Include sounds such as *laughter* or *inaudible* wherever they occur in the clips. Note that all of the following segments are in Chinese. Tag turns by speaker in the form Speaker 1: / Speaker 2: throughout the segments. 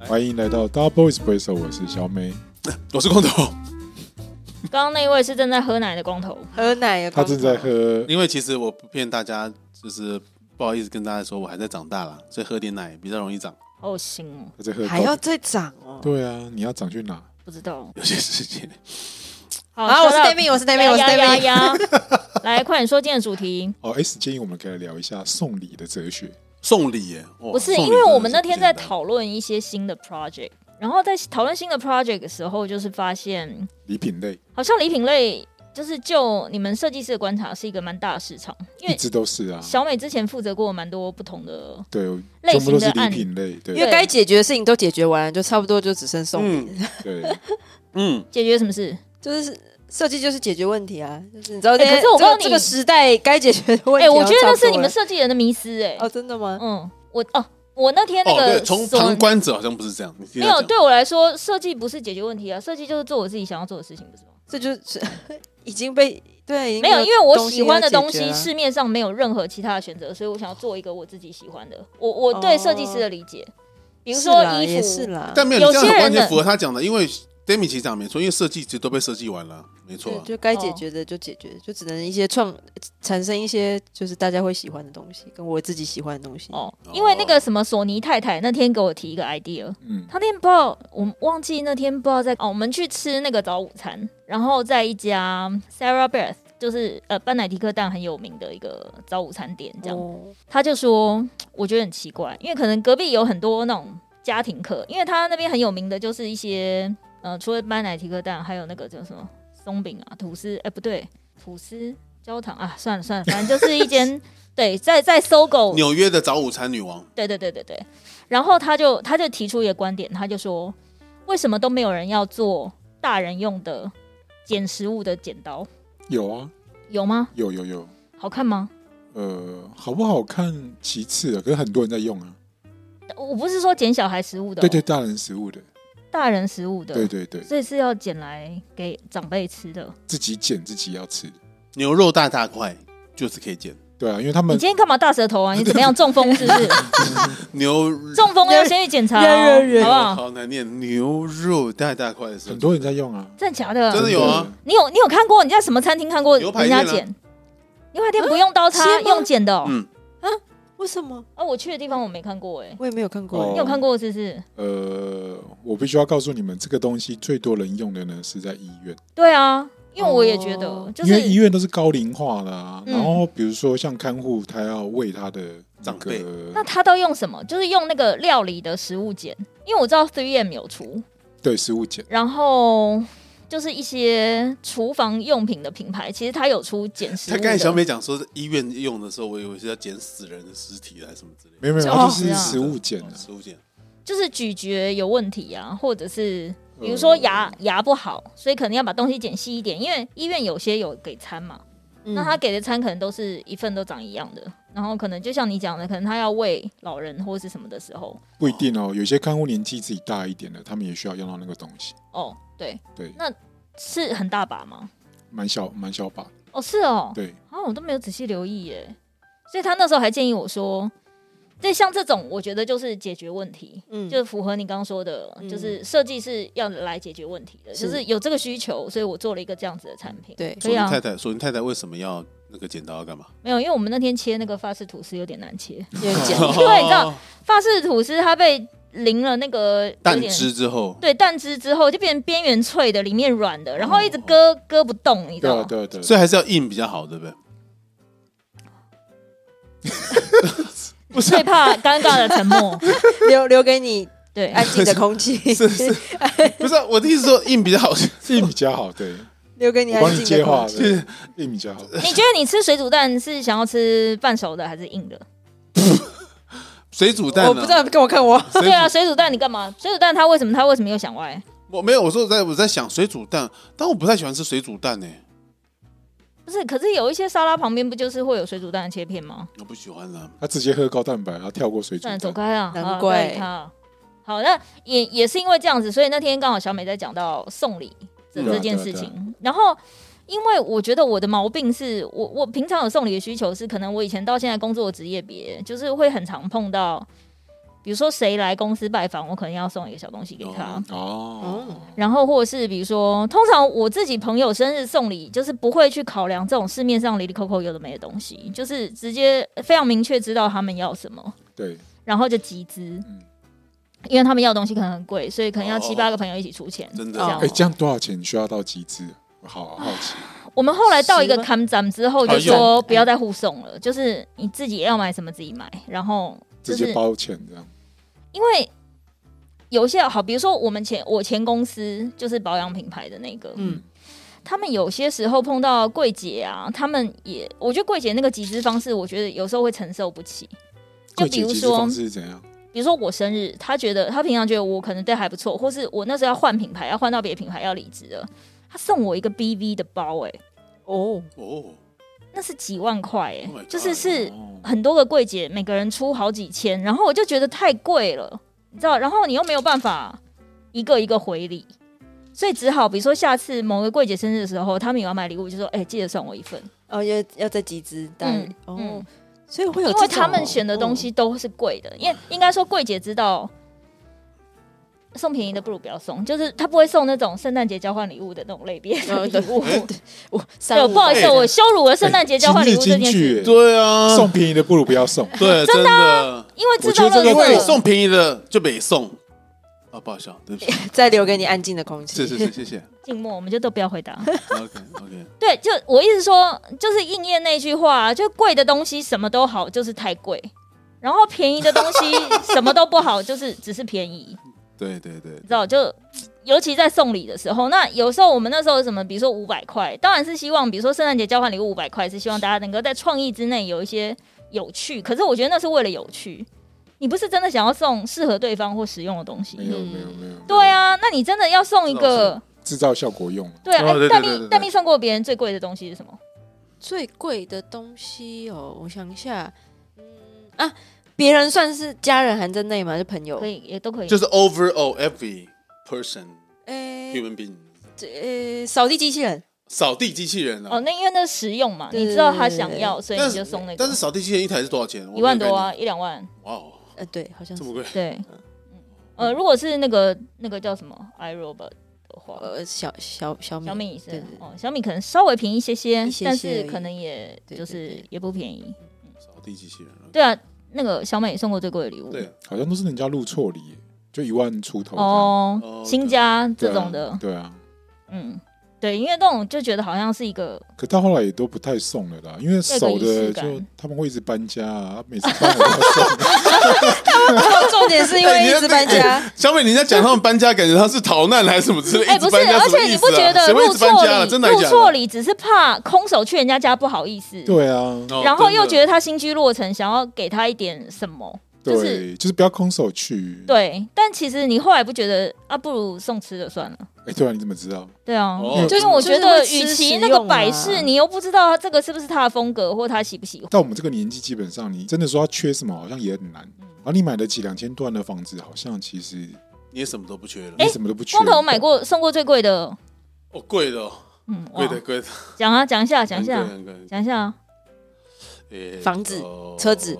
Speaker 1: 欢迎来到 Double Espresso，我是小美。
Speaker 2: 我是光头， *laughs*
Speaker 3: 刚刚那一位是正在喝奶的光头，
Speaker 4: 喝奶的
Speaker 1: 他
Speaker 4: 光头，
Speaker 1: 正在喝，
Speaker 2: 因为其实我不骗大家，就是不好意思跟大家说，我还在长大啦，所以喝点奶比较容易长。
Speaker 3: 好恶心哦，
Speaker 1: 他在喝高。
Speaker 4: 还要再长哦。
Speaker 1: 对啊，你要长去哪？
Speaker 3: 不知道。
Speaker 2: 有些事情，
Speaker 3: 好
Speaker 4: 好，啊我是
Speaker 3: shut up
Speaker 4: David，我是 David，我是
Speaker 3: 呀呀
Speaker 4: David。
Speaker 3: 呀 *laughs* 呀来，快点说今天的主题。
Speaker 1: 哦，S 建议我们可以来聊一下送礼的哲学。
Speaker 2: 哦送礼耶，
Speaker 3: 不
Speaker 2: 不
Speaker 3: 是，因为我们那天在讨论一些新的 project，然后在讨论新的 project 的时候，就是发现
Speaker 1: 礼品类
Speaker 3: 好像礼品类，就是就你们设计师的观察，是一个蛮大的市场。因
Speaker 1: 一
Speaker 3: 为
Speaker 1: 直都是啊，
Speaker 3: 小美之前负责过蛮多不同的，
Speaker 1: 对，
Speaker 3: 类
Speaker 1: 全部
Speaker 3: 型
Speaker 1: 都
Speaker 3: 的
Speaker 1: 是
Speaker 3: 案
Speaker 1: 礼品类，
Speaker 4: 因
Speaker 1: 对
Speaker 3: 对
Speaker 4: 为该解决的事情都解决完了，就差不多就只剩送礼，
Speaker 2: 嗯
Speaker 1: 对， *laughs*
Speaker 2: 嗯，
Speaker 3: 解决什么事？
Speaker 4: 就是设计就是解决问题啊，就是你知道
Speaker 3: 哎
Speaker 4: 这个、
Speaker 3: 可是我
Speaker 4: 这个
Speaker 3: 告诉你
Speaker 4: 这个时代该解决的问
Speaker 3: 哎、
Speaker 4: 题，
Speaker 3: 我觉得
Speaker 4: 然
Speaker 3: 那
Speaker 4: 后差
Speaker 3: 是
Speaker 4: 不多
Speaker 3: 你们
Speaker 4: 了
Speaker 3: 设计人的迷思、哎、
Speaker 4: 哦，真的吗？
Speaker 3: 嗯，我哦、我那天那
Speaker 2: 哦，
Speaker 3: 个
Speaker 2: 对，从
Speaker 3: 所
Speaker 2: 旁观者好像不是这样，你听
Speaker 3: 没
Speaker 2: 他
Speaker 3: 有，
Speaker 2: 讲
Speaker 3: 对我来说，设计不是解决问题啊，设计就是做我自己想要做的事情，不是吗？
Speaker 4: 这就是 *laughs* 已经被对，已经
Speaker 3: 没有，因为我喜欢的
Speaker 4: 东
Speaker 3: 东
Speaker 4: 西要
Speaker 3: 西
Speaker 4: 解决了啊
Speaker 3: 市面上没有任何其他的选择，所以我想要做一个我自己喜欢的。我我对设计师的理解，比如说
Speaker 4: 哦是啦
Speaker 3: 衣
Speaker 4: 也是
Speaker 3: 服，
Speaker 4: 啦，
Speaker 2: 但没有你这样
Speaker 3: 有些
Speaker 2: 很
Speaker 3: 人
Speaker 2: 完全
Speaker 3: 的
Speaker 2: 符合他讲的，因为 Demi 其实讲没错，因为设计其实都被设计完了，没错
Speaker 4: 就
Speaker 2: 啊，
Speaker 4: 就该解决的就解决，就只能一些创产生一些就是大家会喜欢的东西，跟我自己喜欢的东西。
Speaker 3: 哦
Speaker 2: 哦，
Speaker 3: 因为那个什么索尼太太那天给我提一个 idea，
Speaker 1: 嗯，
Speaker 3: 她那天不知道我忘记那天不知道在哦，我们去吃那个早午餐，然后在一家 Sarah Beth。就是呃，班乃迪克蛋很有名的一个早午餐店，这样。
Speaker 4: 哦
Speaker 3: 他就说，我觉得很奇怪，因为可能隔壁有很多那种家庭课，因为他那边很有名的就是一些，呃，除了班奶提克蛋，还有那个叫什么松饼啊、吐司，哎、不对，吐司焦糖啊，算了算了，反正就是一
Speaker 1: *laughs*
Speaker 3: 间对，在在搜狗，
Speaker 2: 纽约的早午餐女王，
Speaker 3: 对对对对对，然后他就他就提出一个观点，他就说，为什么都没有人要做大人用的剪食物的剪刀，
Speaker 1: 有啊，
Speaker 3: 有吗？
Speaker 1: 有有有，
Speaker 3: 好看吗？
Speaker 1: 呃，好不好看其次啊，可是很多人在用啊，
Speaker 3: 我不是说剪小孩食物的哦、
Speaker 1: 对对，大人食物的，
Speaker 3: 大人食物的，
Speaker 1: 对对对，
Speaker 3: 所以是要捡来给长辈吃的。
Speaker 1: 自己剪自己要吃，
Speaker 2: 牛肉大大块就是可以剪，
Speaker 1: 对啊，因为他
Speaker 3: 你
Speaker 1: 们
Speaker 3: 今天干嘛大舌头啊？你怎么样中风是不
Speaker 2: *laughs*
Speaker 3: 是？
Speaker 2: 牛
Speaker 3: 中风要先去检查
Speaker 4: 呀呀
Speaker 3: 哦，
Speaker 4: 呀
Speaker 3: 好不好？
Speaker 2: 好难念，牛肉大大块的时候
Speaker 1: 很，多人在用啊，
Speaker 3: 真的假的？
Speaker 2: 真的有啊，
Speaker 3: 你有你有看过你在什么餐厅看过
Speaker 2: 牛排
Speaker 3: 人
Speaker 2: 店啊
Speaker 3: 家剪？牛排店不用刀
Speaker 4: 切
Speaker 3: 叉，
Speaker 4: 吗
Speaker 3: 用剪的哦。
Speaker 2: 嗯，
Speaker 4: 为什么
Speaker 3: 啊，我去的地方我没看过哎，
Speaker 4: 我也没有看过、
Speaker 1: 哦
Speaker 3: 你有看过是不是？
Speaker 1: 呃，我必须要告诉你们，这个东西最多人用的呢是在医院，
Speaker 3: 对啊，因为我也觉得
Speaker 4: 哦
Speaker 3: 就
Speaker 1: 因为医
Speaker 3: 是
Speaker 1: 院都是高龄化的啊。
Speaker 3: 嗯
Speaker 1: 然后比如说像看护，他要喂他的
Speaker 2: 长辈
Speaker 3: 那他都用什么？就是用那个料理的食物剪，因为我知道 3M 有出，
Speaker 1: 对食物剪，
Speaker 3: 然后。就是一些厨房用品的品牌，其实它有出剪食
Speaker 2: 他
Speaker 3: 物
Speaker 2: 刚才
Speaker 3: 的。
Speaker 2: 小美讲说是医院用的时候，我以为是要捡死人的尸体还是什么之类的，
Speaker 1: 没有没有，
Speaker 3: 哦
Speaker 1: 它就是
Speaker 3: 是啊
Speaker 1: 食物剪
Speaker 2: 哦
Speaker 1: 啊。
Speaker 2: 食物剪，
Speaker 3: 就是咀嚼有问题啊，或者是比如说牙、牙不好，所以可能要把东西剪细一点，因为医院有些有给餐嘛，
Speaker 4: 嗯
Speaker 3: 那他给的餐可能都是一份都长一样的，然后可能就像你讲的，可能他要喂老人或是什么的时候，
Speaker 1: 不一定哦，有些看护年纪自己大一点的，他们也需要用到那个东西，
Speaker 3: 哦，对，
Speaker 1: 对，
Speaker 3: 是很大把吗？
Speaker 1: 蛮小蛮小把，
Speaker 3: 哦，是哦，
Speaker 1: 对，
Speaker 3: 啊，我都没有仔细留意耶，所以他那时候还建议我说，对，像这种我觉得就是解决问题，
Speaker 4: 嗯
Speaker 3: 就是符合你刚刚说的，
Speaker 4: 嗯
Speaker 3: 就是设计是要来解决问题的，
Speaker 4: 是
Speaker 3: 就是有这个需求，所以我做了一个这样子的产品。 *laughs*
Speaker 4: 对
Speaker 3: 可
Speaker 2: 索尼
Speaker 3: 以啊
Speaker 2: 太，太，索尼太太为什么要那个剪刀要干嘛？
Speaker 3: 没有，因为我们那天切那个法式吐司有点难切，
Speaker 4: 有人讲
Speaker 3: 因为你知
Speaker 2: 哦
Speaker 1: 哦
Speaker 3: 道法式吐司它被淋了那个有
Speaker 2: 蛋
Speaker 3: 点
Speaker 2: 汁之后，
Speaker 3: 对蛋汁之后就变成边缘脆的，里面软的，然后一直割割不动，你知
Speaker 1: 对
Speaker 3: 道
Speaker 1: 啊
Speaker 3: 吗？
Speaker 1: 对啊对啊，
Speaker 2: 所以还是要硬比较好，对
Speaker 3: *laughs*
Speaker 2: 不对？不是
Speaker 3: 最怕尴尬的沉默。
Speaker 4: 留留给你
Speaker 3: 对，哎
Speaker 4: 安静的空气，
Speaker 3: *laughs*
Speaker 2: 不是啊，我的意思说硬比较好，
Speaker 1: 硬比较好，对，
Speaker 4: *laughs* 留给你
Speaker 1: 我帮
Speaker 4: 安
Speaker 1: 你
Speaker 4: 静的
Speaker 1: 接话，
Speaker 2: *laughs*
Speaker 4: 空气。
Speaker 1: 对，硬比较好，
Speaker 3: 你觉得你吃水煮蛋是想要吃半熟的还是硬的？
Speaker 2: 水煮蛋
Speaker 4: 我
Speaker 2: 呢？
Speaker 4: 不知道，跟我看我，
Speaker 2: 水
Speaker 3: 对啊，
Speaker 2: 煮，
Speaker 3: 水煮蛋你干嘛？水煮蛋它为什么它为什么又想歪？
Speaker 2: 我没有，我说我在我在想水煮蛋，但我不太喜欢吃水煮蛋呢，
Speaker 3: 不是，可是有一些沙拉旁边不就是会有水煮蛋的切片吗？
Speaker 2: 我不喜欢啊啦。
Speaker 1: 他直接喝高蛋白，他跳过水煮
Speaker 3: 算了，
Speaker 1: 蛋，
Speaker 3: 走开啊！
Speaker 4: 难
Speaker 3: 好
Speaker 4: 怪
Speaker 3: 不要理他。好，那也也是因为这样子，所以那天刚好小美在讲到送礼这
Speaker 2: 嗯
Speaker 3: 这件
Speaker 1: 对啊
Speaker 3: 事
Speaker 1: 对啊
Speaker 3: 情，然后。因为我觉得我的毛病是我我平常有送礼的需求是，可能我以前到现在工作的职业别，就是会很常碰到比如说谁来公司拜访，我可能要送一个小东西给他。
Speaker 2: 哦
Speaker 1: 哦，
Speaker 3: 然后或者是比如说，通常我自己朋友生日送礼，就是不会去考量这种市面上里里扣扣有的没的东西，就是直接非常明确知道他们要什么，
Speaker 1: 对，
Speaker 3: 然后就集资，
Speaker 1: 嗯
Speaker 3: 因为他们要的东西可能很贵，所以可能要
Speaker 2: 哦
Speaker 3: 七八个朋友一起出钱。
Speaker 2: 真的
Speaker 3: 这样
Speaker 1: 哎，这样多少钱需要到极致？我好好奇，
Speaker 3: 我们后来到一个
Speaker 4: 十
Speaker 3: c o m 之后，就
Speaker 2: 哎呦
Speaker 3: 说不要再互送了，就是你自己要买什么自己买，然后就
Speaker 1: 直
Speaker 3: 是
Speaker 1: 接包钱这样。
Speaker 3: 因为有些好，比如说我们前我前公司就是保养品牌的那个，
Speaker 4: 嗯
Speaker 3: 他们有些时候碰到柜姐啊，他们也，我觉得柜姐那个集资方式，我觉得有时候会承受不起。
Speaker 1: 柜
Speaker 3: 就比
Speaker 1: 姐
Speaker 3: 如
Speaker 1: 集资
Speaker 3: 说
Speaker 1: 方，式是怎样？
Speaker 3: 比如说我生日，他觉得他平常觉得我可能对还不错，或是我那时候要换品牌，要换到别的品牌要离职了，他送我一个 BV 的包、欸，哎，
Speaker 4: 哦，
Speaker 2: 哦，
Speaker 3: 那是几万块、欸，哎、
Speaker 2: Oh my God
Speaker 3: 就是是
Speaker 1: 哦
Speaker 3: 很多个柜姐每个人出好几千，然后我就觉得太贵了，你知道，然后你又没有办法一个一个回礼。所以只好，比如说下次某个柜姐生日的时候，他们有要买礼物，就说：“哎、记得送我一份。”
Speaker 4: 哦，要要再集资，但、
Speaker 3: 嗯
Speaker 4: 哦
Speaker 3: 嗯，
Speaker 4: 所以会有
Speaker 3: 因
Speaker 4: 这
Speaker 3: 为
Speaker 4: 种
Speaker 3: 他
Speaker 4: 哦
Speaker 3: 们选的东西都是贵的，因为应该说柜姐知道送便宜的不如不要送，就是他不会送那种圣诞节交换礼物的那种类别的
Speaker 4: 呃
Speaker 3: 礼
Speaker 4: 对
Speaker 3: 物。 *laughs*
Speaker 4: 我
Speaker 3: 对，不好意思，
Speaker 2: 哎
Speaker 3: 我羞辱了圣诞节交换礼物这
Speaker 1: 今日金
Speaker 3: 件
Speaker 1: 句
Speaker 3: 事，
Speaker 1: 哎
Speaker 2: 对
Speaker 3: 嗯
Speaker 2: 啊，
Speaker 1: 送啊便宜的不如不要
Speaker 3: *laughs*
Speaker 1: 送。 *laughs*
Speaker 2: 对真的，
Speaker 3: 因为制
Speaker 1: 我觉
Speaker 3: 造
Speaker 1: 得这个
Speaker 3: 垃
Speaker 2: 因为
Speaker 3: 圾
Speaker 1: 会
Speaker 2: 送便宜的就得送。啊，不好笑，对不起，
Speaker 4: 再留给你安静的空气。
Speaker 2: 是是
Speaker 3: *laughs*
Speaker 2: 是，谢谢。
Speaker 3: 静默，我们就都不要回答。
Speaker 2: OK OK，
Speaker 3: 对，就我意思说，就是应验那句话、就贵的东西什么都好，就是太贵。然后便宜的东西什么都不好，就是只是便宜，
Speaker 2: 对对对
Speaker 3: 你，知道就。尤其在送礼的时候，那有时候我们那时候有什么，比如说五百块，当然是希望，比如说圣诞节交换礼物五百块，是希望大家能够在创意之内有一些有趣。可是我觉得那是为了有趣，你不是真的想要送适合对方或实用的东
Speaker 2: 哎
Speaker 1: 没
Speaker 3: 西。
Speaker 1: 有
Speaker 4: 嗯
Speaker 1: 没有没有，
Speaker 3: 对，啊，那你真的要送一个，
Speaker 1: 制造效果用。
Speaker 3: 对啊，
Speaker 2: 哦对对
Speaker 3: 哎戴
Speaker 2: 对
Speaker 3: 丽
Speaker 2: 对
Speaker 3: 戴丽送过别人最贵的东西是什么？
Speaker 4: *laughs* 最贵的东西哦，我想一下，嗯啊，别人算是家人含在内吗？就朋友
Speaker 3: 可？以，也都可以。
Speaker 2: 就是 overall every person
Speaker 4: 诶
Speaker 2: human being
Speaker 4: 这诶，扫地机器人
Speaker 2: 扫地机器人啊。
Speaker 3: 哦，那因为那是实用嘛，
Speaker 4: 对
Speaker 3: 你知道他想要，所以
Speaker 2: 但
Speaker 3: 你
Speaker 2: 是
Speaker 3: 就送那个
Speaker 2: 但是扫地机器人一台是多少钱？我没
Speaker 3: 一
Speaker 2: 有
Speaker 3: 万多
Speaker 2: 概
Speaker 3: 啊，一两万。
Speaker 2: 念！哇哦，
Speaker 4: 呃，对，好像
Speaker 2: 这
Speaker 4: 是
Speaker 2: 么贵，
Speaker 3: 对，嗯呃，如果是那个那个叫什么 iRobot 的话，
Speaker 4: 呃小小小米
Speaker 3: 小米也是
Speaker 4: 对对
Speaker 3: 哦，小米可能稍微便宜一些些，
Speaker 4: 一些些
Speaker 3: 但
Speaker 4: 而
Speaker 3: 是
Speaker 4: 已
Speaker 3: 可能也
Speaker 4: 对
Speaker 3: 就
Speaker 4: 对
Speaker 3: 是
Speaker 4: 对
Speaker 3: 也不便宜。
Speaker 2: 扫地机器人啊。
Speaker 3: 对啊，那个小美也送过最贵的礼物，
Speaker 2: 对，
Speaker 1: 好像都是人家入错礼，就一万出头这样。
Speaker 3: 哦
Speaker 2: 哦，
Speaker 3: 新家这
Speaker 1: 对啊
Speaker 3: 种的，
Speaker 1: 对啊。
Speaker 3: 嗯，对，因为那种就觉得好像是一个
Speaker 1: 可到后来也都不太送了啦，因为熟
Speaker 3: 要有仪
Speaker 1: 的
Speaker 3: 式感
Speaker 1: 就他们会一直搬家啊，每次搬我都
Speaker 3: *laughs*
Speaker 1: 要送。
Speaker 4: *laughs* 重点是因为一直搬家，
Speaker 2: 小美，你在讲他们搬家，感觉他是逃难还是什么之类？
Speaker 3: 哎，
Speaker 2: 一直
Speaker 3: 不是，
Speaker 2: 搬家
Speaker 3: 而
Speaker 2: 什么
Speaker 3: 且
Speaker 2: 意
Speaker 3: 你
Speaker 2: 思
Speaker 3: 不
Speaker 2: 啊
Speaker 3: 觉得
Speaker 2: 谁会一
Speaker 3: 入
Speaker 2: 直搬
Speaker 3: 错
Speaker 2: 家了？
Speaker 3: 礼
Speaker 2: 真的还哦
Speaker 3: 入
Speaker 2: 假
Speaker 3: 错
Speaker 2: 的？
Speaker 3: 礼只是怕空手去人家家不好意思，
Speaker 1: 对啊，
Speaker 2: 哦
Speaker 3: 然后
Speaker 2: 真的
Speaker 3: 又觉得他心居落成，想要给他一点什么。就是
Speaker 1: 对，就是不要空手去。
Speaker 3: 对，但其实你后来不觉得啊，不如送吃的算了。
Speaker 1: 哎，对啊，你怎么知道？
Speaker 3: 对啊，
Speaker 2: 哦
Speaker 3: 就
Speaker 2: 就是
Speaker 3: 是我觉得，
Speaker 4: 会吃
Speaker 3: 与其
Speaker 4: 实
Speaker 3: 那个
Speaker 4: 用啊
Speaker 3: 摆饰，你又不知道他这个是不是他的风格，或他喜不喜欢。
Speaker 1: 到我们这个年纪，基本上你真的说他缺什么，好像也很难。
Speaker 3: 嗯
Speaker 1: 然后你买得起两千多万的房子，好像其实
Speaker 2: 你也什么都不缺了
Speaker 1: 你。什么都不缺。
Speaker 3: 哎光头我买过送过最贵的，
Speaker 2: 哦，贵的哦，
Speaker 3: 嗯，哇
Speaker 2: 贵的，贵的，
Speaker 3: 讲啊讲一下讲
Speaker 2: 很
Speaker 3: 一
Speaker 2: 贵
Speaker 3: 下
Speaker 2: 很贵很贵
Speaker 3: 讲一下啊，
Speaker 2: 哎
Speaker 4: 房子
Speaker 2: 哦
Speaker 4: 车子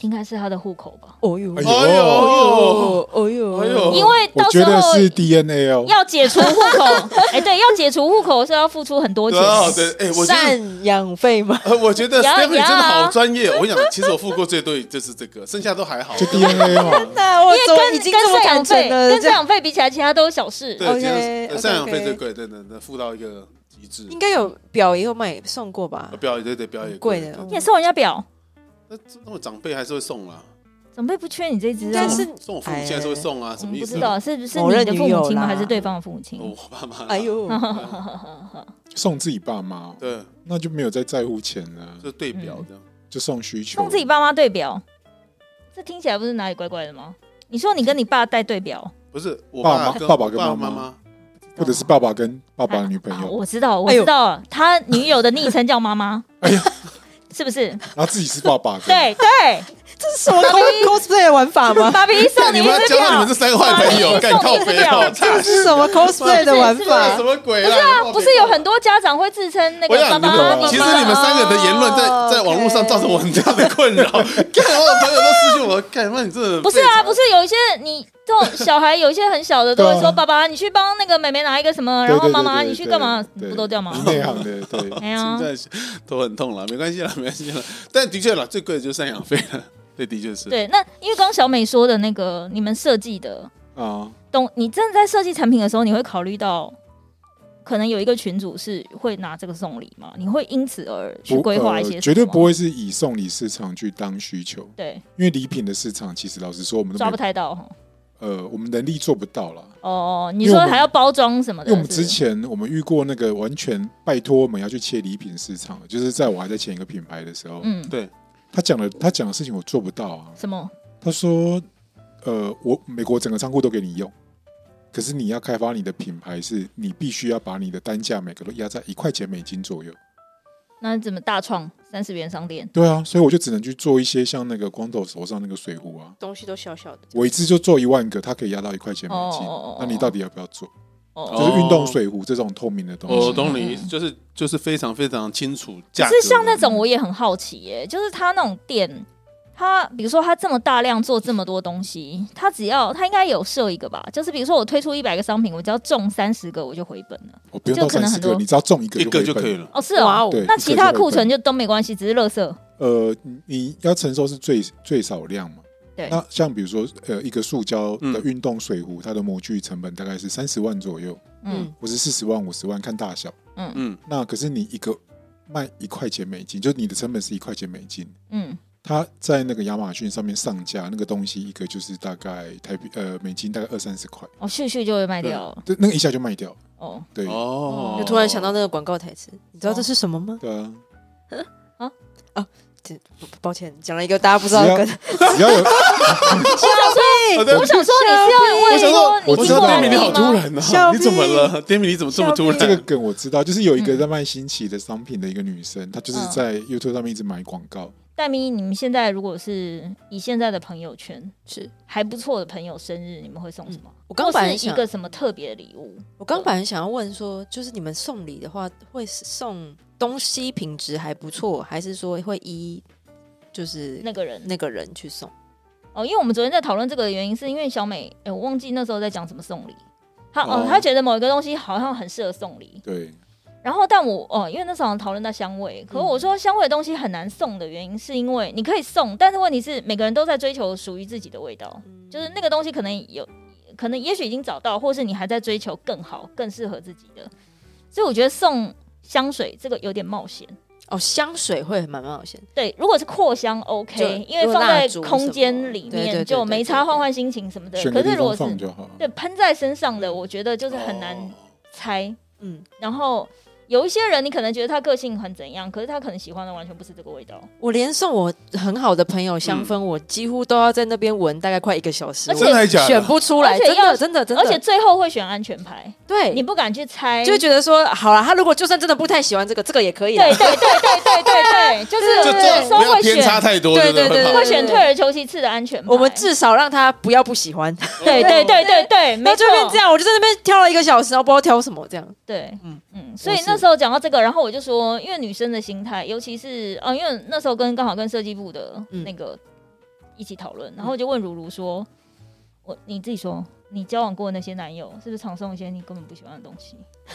Speaker 3: 应该是他的户口吧，
Speaker 4: 哦哟，
Speaker 1: 哎
Speaker 4: 哦
Speaker 1: 呦
Speaker 2: 哎呦，
Speaker 4: 哟，哦哟，
Speaker 2: 哎呦哦
Speaker 3: 因为
Speaker 1: 我
Speaker 3: 到
Speaker 1: 觉
Speaker 3: 时
Speaker 1: 得
Speaker 3: 候
Speaker 1: 是 DNA 哦。
Speaker 3: *laughs* 要解除户口，哎，对，要解除户口是要付出很多钱
Speaker 2: 对
Speaker 3: 的，
Speaker 2: 啊，对，哎，我觉得。
Speaker 4: 赡养费吗？
Speaker 2: 呃，我觉得
Speaker 3: 呀
Speaker 2: Stephanie 真的
Speaker 3: 呀
Speaker 2: 好专业哦。我想，其实我付过最多就是这个，剩下都还好。
Speaker 1: 就 DNA 哦，
Speaker 4: 那我
Speaker 3: 因
Speaker 4: 怎
Speaker 3: 为
Speaker 4: 么
Speaker 3: 啊跟
Speaker 4: 已经
Speaker 3: 跟
Speaker 4: 这么
Speaker 3: 赡养
Speaker 4: 坦
Speaker 3: 费嗯
Speaker 4: 诚了
Speaker 3: 跟
Speaker 4: 这
Speaker 3: 赡
Speaker 4: 样
Speaker 3: 养费比起来，其他都是小事。
Speaker 2: 对，
Speaker 4: OK，
Speaker 2: 其实呃
Speaker 4: OK，
Speaker 2: 赡养费
Speaker 4: OK
Speaker 2: 最贵，对对对，付到一个极致。
Speaker 4: 应该有表也有买送过 *laughs* 吧
Speaker 2: 呃？表演对对表演
Speaker 4: 贵的
Speaker 2: 对
Speaker 4: 嗯
Speaker 3: 你也送人家表，
Speaker 2: 那这种长辈还是会送啦，
Speaker 3: 长辈不缺你这一只啊
Speaker 4: 但。是
Speaker 2: 送我父母亲还是会送啊，
Speaker 3: 我
Speaker 2: 什么
Speaker 3: 们
Speaker 2: 意
Speaker 3: 不
Speaker 2: 思？
Speaker 3: 知道是不是
Speaker 4: 某
Speaker 3: 你
Speaker 4: 任
Speaker 3: 的
Speaker 4: 女
Speaker 3: 父母
Speaker 4: 友
Speaker 3: 亲吗？
Speaker 4: 啦
Speaker 3: 还是对方的父母亲？
Speaker 2: 哦我爸妈，
Speaker 4: 哎，呦，
Speaker 1: *laughs*
Speaker 3: 嗯
Speaker 1: 送自己爸妈，
Speaker 2: 对，
Speaker 1: 那就没有再在乎钱了，
Speaker 2: 就对表这样。
Speaker 1: 就送需求。
Speaker 3: 送自己爸妈对表，这听起来不是哪里怪怪的吗？你说你跟你爸带对表，
Speaker 2: 不是我
Speaker 1: 爸妈
Speaker 2: 跟
Speaker 1: 爸爸跟
Speaker 2: 爸
Speaker 1: 妈妈
Speaker 2: 妈，
Speaker 1: 或者是爸爸跟爸爸的女朋
Speaker 3: 啊
Speaker 1: 友，
Speaker 3: 我知道，我
Speaker 4: 哎呦哎
Speaker 3: 知道了，他女友的昵称叫妈妈，是不是？
Speaker 1: 然后自己是爸爸。，
Speaker 3: *laughs* 对对，
Speaker 4: 什
Speaker 3: *laughs*
Speaker 4: 么 cos cosplay 的玩法吗？
Speaker 3: 芭
Speaker 1: *laughs*
Speaker 3: 比送
Speaker 2: 你
Speaker 3: 一
Speaker 2: 们要
Speaker 3: 只
Speaker 2: 教到你
Speaker 3: 表
Speaker 2: 们这，三个坏朋友，
Speaker 3: 哇
Speaker 2: 干
Speaker 3: 你
Speaker 2: 靠
Speaker 3: 送你
Speaker 2: 背
Speaker 3: 这个
Speaker 2: 哦
Speaker 3: 表，
Speaker 2: 操
Speaker 4: 这是什么 cosplay 的玩
Speaker 2: 什
Speaker 4: 法？
Speaker 2: 么鬼啦？
Speaker 3: 啊不是有很多家长会自称那
Speaker 2: 我
Speaker 3: 个
Speaker 2: 想
Speaker 3: 爸
Speaker 2: 你
Speaker 3: 爸
Speaker 1: 们
Speaker 3: 妈
Speaker 2: 们，
Speaker 3: 妈，
Speaker 2: 其实你们三个的言论在
Speaker 4: 哦
Speaker 2: 在网络上
Speaker 4: OK
Speaker 2: 造成我很大的困
Speaker 3: *laughs*
Speaker 2: 扰，干我的朋友都失去我，干那你真的
Speaker 3: 不是啊，
Speaker 2: 被
Speaker 3: 不是有一些你这种小孩，有一些很小的都会
Speaker 1: 对啊
Speaker 3: 说：“爸爸，你去帮那个妹妹拿一个什么，
Speaker 1: 对
Speaker 3: 然后
Speaker 1: 对
Speaker 3: 妈妈
Speaker 1: 对对
Speaker 3: 你去干嘛？”
Speaker 1: 对
Speaker 3: 不都这样吗？
Speaker 1: 你内行的，对，
Speaker 3: *laughs* 哎呀，
Speaker 2: 现在头很痛了，没关系了，没关系了。但的确了，最贵的就是赡养费了，这的确是。
Speaker 3: 对，那因为刚小美说的那个，你们设计的
Speaker 1: 啊，
Speaker 3: 懂，你真的在设计产品的时候，你会考虑到。可能有一个群主是会拿这个送礼吗？你会因此而去
Speaker 1: 不
Speaker 3: 规划
Speaker 1: 呃
Speaker 3: 一些、
Speaker 1: 绝对不。会是以送礼市场去当需求，
Speaker 3: 对，
Speaker 1: 因为礼品的市场其实老实说，我们都
Speaker 3: 抓
Speaker 1: 没
Speaker 3: 不太到哈。
Speaker 1: 呃，我们能力做不到了。
Speaker 3: 哦，你
Speaker 1: 因为
Speaker 3: 说
Speaker 1: 我们
Speaker 3: 还要包装什么
Speaker 1: 因
Speaker 3: 的？
Speaker 1: 为我们
Speaker 3: 是不
Speaker 1: 之
Speaker 3: 是
Speaker 1: 前我们遇过那个完全拜托我们要去切礼品市场，就是在我还在前一个品牌的时候，
Speaker 3: 嗯，
Speaker 2: 对，
Speaker 1: 他讲的他讲的事情我做不到啊。
Speaker 3: 什么？
Speaker 1: 他说，呃，我美国整个仓库都给你用，可是你要开发你的品牌是，你必须要把你的单价每个都压在一块钱美金左右。
Speaker 3: 那怎么大创三十元商店？
Speaker 1: 对啊，所以我就只能去做一些像那个光头手上那个水壶啊，
Speaker 4: 东西都小小的，
Speaker 1: 我一次就做一万个，它可以压到一块钱美金。
Speaker 3: 哦
Speaker 1: 那你到底要不要做？
Speaker 3: 哦，
Speaker 1: 就是运动水壶这种透明的东西。
Speaker 2: 哦我懂你意思，就是就是非常非常清楚价
Speaker 3: 可
Speaker 2: 值的。
Speaker 3: 是像那
Speaker 1: 嗯
Speaker 3: 种我也很好奇耶、就是他那种店，他比如说他这么大量做这么多东西，他只要他应该有设一个吧，就是比如说我推出一百个商品，我只要中三十个我就回本了。
Speaker 1: 哦我不用到
Speaker 3: 就可能
Speaker 1: 三十
Speaker 3: 很多
Speaker 1: 个，你只要中一个
Speaker 2: 一个就
Speaker 1: 回本
Speaker 2: 可以。了。
Speaker 3: 哦，是哦，
Speaker 1: 对，
Speaker 3: 那
Speaker 1: 一个
Speaker 3: 其他
Speaker 1: 就
Speaker 3: 的
Speaker 1: 回
Speaker 3: 库存
Speaker 1: 本
Speaker 3: 就都没关系，只是垃圾。
Speaker 1: 呃，你你要承受是最最少量嘛。
Speaker 3: 对
Speaker 1: 那像比如说呃，一个塑胶的
Speaker 2: 嗯
Speaker 1: 运动水壶，它的模具成本大概是三十万左右，
Speaker 3: 嗯
Speaker 1: 或是四十万、五十万看大小。
Speaker 3: 嗯
Speaker 2: 嗯，
Speaker 1: 那可是你一个卖一块钱美金，就是你的成本是一块钱美金。
Speaker 3: 嗯，
Speaker 1: 它在那个亚马逊上面上架那个东西，一个就是大概台币呃美金大概二三十块，
Speaker 3: 哦，旭旭就会卖掉了。
Speaker 1: 对，那个一下就卖掉了。
Speaker 3: 哦
Speaker 1: 对，
Speaker 2: 哦，
Speaker 4: 就突然想到那个广告台词，你知道这是什么吗？
Speaker 1: 对啊，
Speaker 4: 抱歉，讲了一个大家不知
Speaker 1: 只
Speaker 4: 道的
Speaker 1: 要
Speaker 4: 梗。
Speaker 1: 只要有
Speaker 3: *laughs*
Speaker 2: 哦对
Speaker 3: 我想说你
Speaker 2: 我
Speaker 3: 是
Speaker 2: 想
Speaker 3: 要
Speaker 2: 说
Speaker 3: 问说，你
Speaker 1: 我
Speaker 2: 知
Speaker 3: 经
Speaker 2: 道
Speaker 3: 过
Speaker 1: 哪
Speaker 2: Demi
Speaker 1: 里
Speaker 2: 你好
Speaker 3: 吗？
Speaker 2: 突然啊，
Speaker 4: 小
Speaker 2: 你怎么
Speaker 4: 屁
Speaker 2: 了？Demi 你怎么这么突然？
Speaker 1: 这个梗我知道，就是有一个在卖新奇的商品的一个女生，她
Speaker 3: 嗯
Speaker 1: 就是在 YouTube 上面一直买广告，
Speaker 3: 戴咪，你们现在如果是以现在的朋友圈
Speaker 4: 是
Speaker 3: 还不错的朋友生日，你们会送什么？
Speaker 4: 我刚
Speaker 3: 或
Speaker 4: 本来
Speaker 3: 是一
Speaker 4: 想，
Speaker 3: 个什么特别的礼物？
Speaker 4: 我刚本来想要问说，就是你们送礼的话，会送东西品质还不错，还是说会依就是
Speaker 3: 那个人
Speaker 4: 那个人去送？
Speaker 3: 哦，因为我们昨天在讨论这个的原因，是因为小美，哎、我忘记那时候在讲什么送礼。她哦
Speaker 2: 哦，
Speaker 3: 她觉得某一个东西好像很适合送礼，
Speaker 1: 对，
Speaker 3: 然后但我哦，因为那时候好像讨论到香味，可是我说香味的东西很难送的原因，是因为你可以送，但是问题是每个人都在追求属于自己的味道，
Speaker 4: 嗯
Speaker 3: 就是那个东西可能有，可能也许已经找到，或是你还在追求更好、更适合自己的，所以我觉得送香水这个有点冒险。
Speaker 4: 哦，香水会蛮冒险，
Speaker 3: 对，如果是扩香 OK，
Speaker 4: 就
Speaker 3: 因为放
Speaker 4: 蜡
Speaker 3: 在
Speaker 4: 烛什
Speaker 3: 空
Speaker 4: 么
Speaker 3: 间里
Speaker 4: 对对对
Speaker 3: 面
Speaker 4: 对
Speaker 3: 就
Speaker 4: 对
Speaker 3: 没
Speaker 4: 对
Speaker 3: 差，
Speaker 4: 对
Speaker 3: 换换心情什么的。
Speaker 1: 选
Speaker 3: 可
Speaker 1: 个
Speaker 3: 是
Speaker 1: 地
Speaker 3: 如果
Speaker 1: 方
Speaker 3: 是
Speaker 1: 放就好了。
Speaker 3: 对喷在身上的，我觉得就是很
Speaker 4: 哦
Speaker 3: 难猜。
Speaker 4: 嗯，
Speaker 3: 然后有一些人，你可能觉得他个性很怎样，可是他可能喜欢的完全不是这个味道。
Speaker 4: 我连送我很好的朋友香氛，我几乎都要在那边闻大概快一个小时，
Speaker 3: 嗯而且
Speaker 4: 我
Speaker 2: 真的还假
Speaker 4: 选
Speaker 2: 的？
Speaker 4: 不出来，
Speaker 3: 而且
Speaker 4: 真
Speaker 3: 要
Speaker 4: 的真的真的，
Speaker 3: 而且最后会选安全牌，你
Speaker 4: 对，
Speaker 3: 不敢去猜。
Speaker 4: 就觉得说好了，他如果就算真的不太喜欢这个，这个也可以啦，
Speaker 3: 对对对对对对
Speaker 4: *laughs*
Speaker 3: 对，就是
Speaker 4: 就
Speaker 2: 就这
Speaker 4: 对
Speaker 3: 有
Speaker 4: 对
Speaker 2: 样
Speaker 3: 时
Speaker 2: 不
Speaker 3: 候
Speaker 2: 要
Speaker 3: 会
Speaker 2: 偏差
Speaker 3: 选
Speaker 2: 太多，
Speaker 4: 对
Speaker 2: 真的
Speaker 4: 对
Speaker 2: 会
Speaker 4: 对
Speaker 2: 怕
Speaker 3: 会选退而求其次的安全牌。
Speaker 4: 我们至少让他不要不喜欢。
Speaker 3: 对对对对对， *laughs* 没
Speaker 4: 那
Speaker 3: 错
Speaker 4: 就，变这样，我就在那边挑了一个小时，然后不知道挑什么这样。
Speaker 3: 对，嗯
Speaker 4: 嗯
Speaker 3: 嗯，所以
Speaker 4: 我是
Speaker 3: 那时候讲到这个，然后我就说，因为女生的心态，尤其是啊，因为那时候跟刚好跟设计部的
Speaker 4: 嗯
Speaker 3: 那个一起讨论，然后我就问如如说，我你自己说，你交往过那些男友，是不是常送一些你根本不喜欢的东西？ *laughs*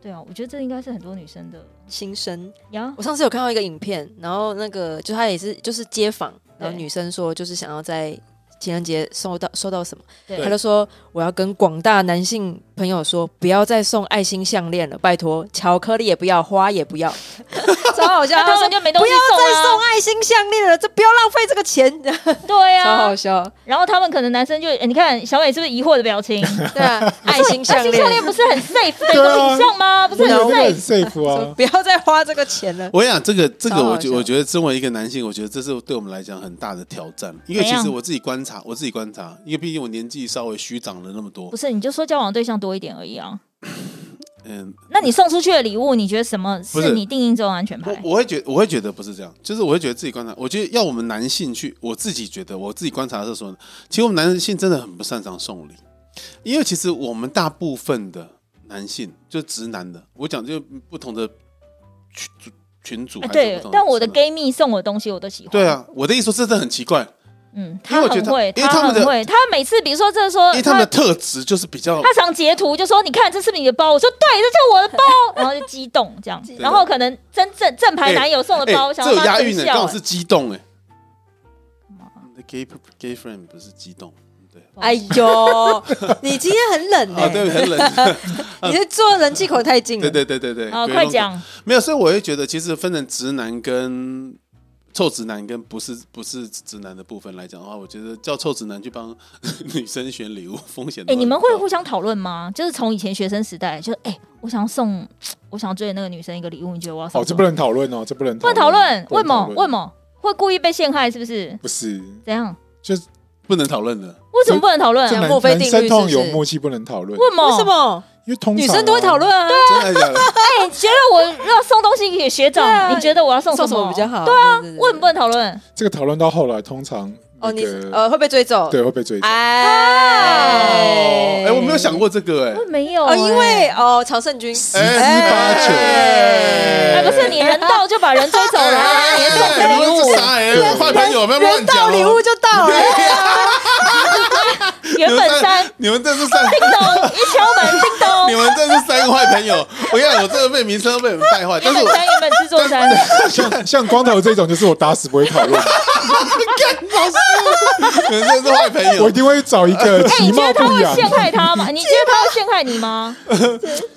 Speaker 3: 对啊，我觉得这应该是很多女生的
Speaker 4: 新生，
Speaker 3: 呀，
Speaker 4: 我上次有看到一个影片，然后那个就他也是就是街访，然后
Speaker 3: 对
Speaker 4: 女生说就是想要在情人节收到收到什么，
Speaker 3: 对
Speaker 4: 他就说我要跟广大男性朋友说，不要再送爱心项链了，拜托，巧克力也不要，花也不 *laughs* 要，超好笑。
Speaker 3: 那
Speaker 4: 他
Speaker 3: 他
Speaker 4: 说
Speaker 3: 们就没东
Speaker 4: 不
Speaker 3: 西
Speaker 4: 要再送
Speaker 3: 送
Speaker 4: 爱心项链了，这不要浪费这个 *laughs* 钱，
Speaker 3: 啊，对
Speaker 4: 超
Speaker 3: 啊
Speaker 4: 好，笑。
Speaker 3: 然后他们可能男生就，诶哎你看小美是不是疑惑的表
Speaker 4: *laughs*
Speaker 3: 情？
Speaker 4: 对啊，爱心
Speaker 3: 爱
Speaker 4: 项
Speaker 3: 情
Speaker 4: 链
Speaker 3: 项，链不是很 safe 的一
Speaker 1: 对
Speaker 3: 个
Speaker 1: 啊
Speaker 3: 品相吗？不是很
Speaker 1: 对啊，那
Speaker 3: safe
Speaker 1: 很 safe
Speaker 4: 说
Speaker 1: 啊。
Speaker 3: *laughs*
Speaker 4: 不要再花这个钱
Speaker 2: *laughs*
Speaker 4: 了。
Speaker 2: 我想这个这个
Speaker 4: 超好
Speaker 2: 我觉
Speaker 4: 笑
Speaker 2: 我觉得身为一个男性，我觉得这是对我们来讲很大的挑战，因为
Speaker 3: 怎
Speaker 2: 其
Speaker 3: 样
Speaker 2: 实我自己观察，我自己观察，因为毕竟我年纪稍微虚长了那么多
Speaker 3: 不，是，你就说交往对象多一点而已啊。
Speaker 2: 嗯，
Speaker 3: 那你送出去的礼物，你觉得什么
Speaker 2: 不
Speaker 3: 是
Speaker 2: 是
Speaker 3: 你定义中的安全牌？
Speaker 2: 我我会觉我会觉得不是这样，就是我会觉得自己观察，我觉得要我们男性去，我自己觉得我自己观察的时候呢，其实我们男性真的很不擅长送礼，因为其实我们大部分的男性就直男的，我讲就不同的群组群组、
Speaker 3: 啊
Speaker 2: 还是
Speaker 3: 对
Speaker 2: 不同，
Speaker 3: 但我的
Speaker 2: 直男
Speaker 3: gay 蜜送我的东西我都喜欢。
Speaker 2: 对，啊，我的意思说真的很奇怪，
Speaker 3: 嗯，
Speaker 2: 因
Speaker 3: 他
Speaker 2: 为我觉
Speaker 3: 很
Speaker 2: 得
Speaker 3: 会，
Speaker 2: 因为他们的
Speaker 3: 很会，他每次比如说这说
Speaker 2: 因为他们的特质就是比较
Speaker 3: 他常截图就说：“你看，这是不是你的包？”我说：“对，这就是我的包。”然后就激动这样，然后可能真正正牌男友送的包，
Speaker 2: 哎
Speaker 3: 想
Speaker 2: 这有
Speaker 3: 要帮他
Speaker 2: 押
Speaker 3: 分
Speaker 2: 韵的，
Speaker 3: 笑、
Speaker 2: 刚好
Speaker 3: 欸
Speaker 2: 是激动哎、你的 gay gay friend 不是激动
Speaker 4: *laughs* 哎呦，你今天很冷 *laughs*
Speaker 2: 啊，
Speaker 4: 哎、
Speaker 2: 对，很
Speaker 3: *laughs*
Speaker 2: 冷，
Speaker 4: 你是坐人气口太近了。
Speaker 2: 对对对对对，
Speaker 3: 啊，
Speaker 2: 鬼
Speaker 3: 快
Speaker 2: 龙
Speaker 3: 讲，
Speaker 2: 没有，所以我会觉得，其实分成直男跟臭直男跟不是不是直男的部分来讲的话，我觉得叫臭直男去帮 *laughs* 女生选礼物风险都
Speaker 3: 哎、
Speaker 2: 很高。
Speaker 3: 你们会互相讨论吗？就是从以前学生时代，就哎、我想要送，我想要追的那个女生一个礼物，你觉得我要送
Speaker 1: 哦，
Speaker 3: 什
Speaker 1: 这
Speaker 3: 么？
Speaker 1: 不能讨论哦，这不能
Speaker 3: 不能讨论，
Speaker 1: 不
Speaker 3: 为
Speaker 1: 能
Speaker 3: 毛？
Speaker 1: 讨
Speaker 3: 为毛会故意被陷害？是不是？
Speaker 1: 不是
Speaker 3: 怎样？
Speaker 2: 不能讨论的，
Speaker 3: 为什么不能讨论
Speaker 1: 这
Speaker 4: 讲
Speaker 3: 啊？
Speaker 1: 男
Speaker 4: 墨菲
Speaker 1: 男
Speaker 4: 定律
Speaker 1: 生通常
Speaker 4: 是不
Speaker 1: 有
Speaker 4: 是
Speaker 1: 默契不能讨论，
Speaker 3: 为毛？
Speaker 4: 为什？么
Speaker 1: 因为通常
Speaker 4: 女
Speaker 1: 啊
Speaker 4: 生都会讨论哦啊？
Speaker 2: 真的假
Speaker 3: *laughs*
Speaker 2: 的？
Speaker 3: 哎、你觉得我要送东西给学长，
Speaker 4: 对啊
Speaker 3: 你觉得我要送
Speaker 4: 送
Speaker 3: 什
Speaker 4: 什
Speaker 3: 么
Speaker 4: 么比较？好？对啊，
Speaker 3: 为什么不能讨论？
Speaker 1: 这个讨论到后来，通常
Speaker 4: 哦，
Speaker 1: 那
Speaker 4: 你是
Speaker 1: 个
Speaker 4: 呃会被追走？
Speaker 1: 对会被追究。
Speaker 4: 哎
Speaker 2: 哎，我没有想过这个哎
Speaker 3: 我。没有、
Speaker 4: 哦，因为
Speaker 3: 哎
Speaker 4: 哦，曹胜军十
Speaker 2: 之八九
Speaker 3: 哎、不是你人到就把人追走了，啊
Speaker 2: 哎 *laughs*
Speaker 3: 你还送什么礼物？
Speaker 2: 啥哎？坏朋友，不要乱
Speaker 4: 人
Speaker 2: 讲
Speaker 4: 到
Speaker 2: 哦哎
Speaker 4: 礼物。就到了。
Speaker 3: 原本三，
Speaker 2: 你们这是
Speaker 3: *laughs*
Speaker 2: 三，
Speaker 3: 叮咚一敲门，叮
Speaker 2: 你
Speaker 3: 咚。
Speaker 2: 们这是三个坏朋友。我跟你讲，我真的被名声被你们带坏，但
Speaker 3: 原
Speaker 2: 是我
Speaker 3: 本三，原本制作三，
Speaker 1: 像像光头这种，就是我打死不会讨论，
Speaker 2: 你们真的是坏朋
Speaker 1: 我
Speaker 2: 友
Speaker 1: 一。定会找一个
Speaker 3: 哎，
Speaker 1: 其
Speaker 3: 你觉
Speaker 1: 貌
Speaker 3: 得他
Speaker 1: 不
Speaker 3: 会
Speaker 1: 扬。
Speaker 3: 陷害他吗？你觉得他会陷害你吗？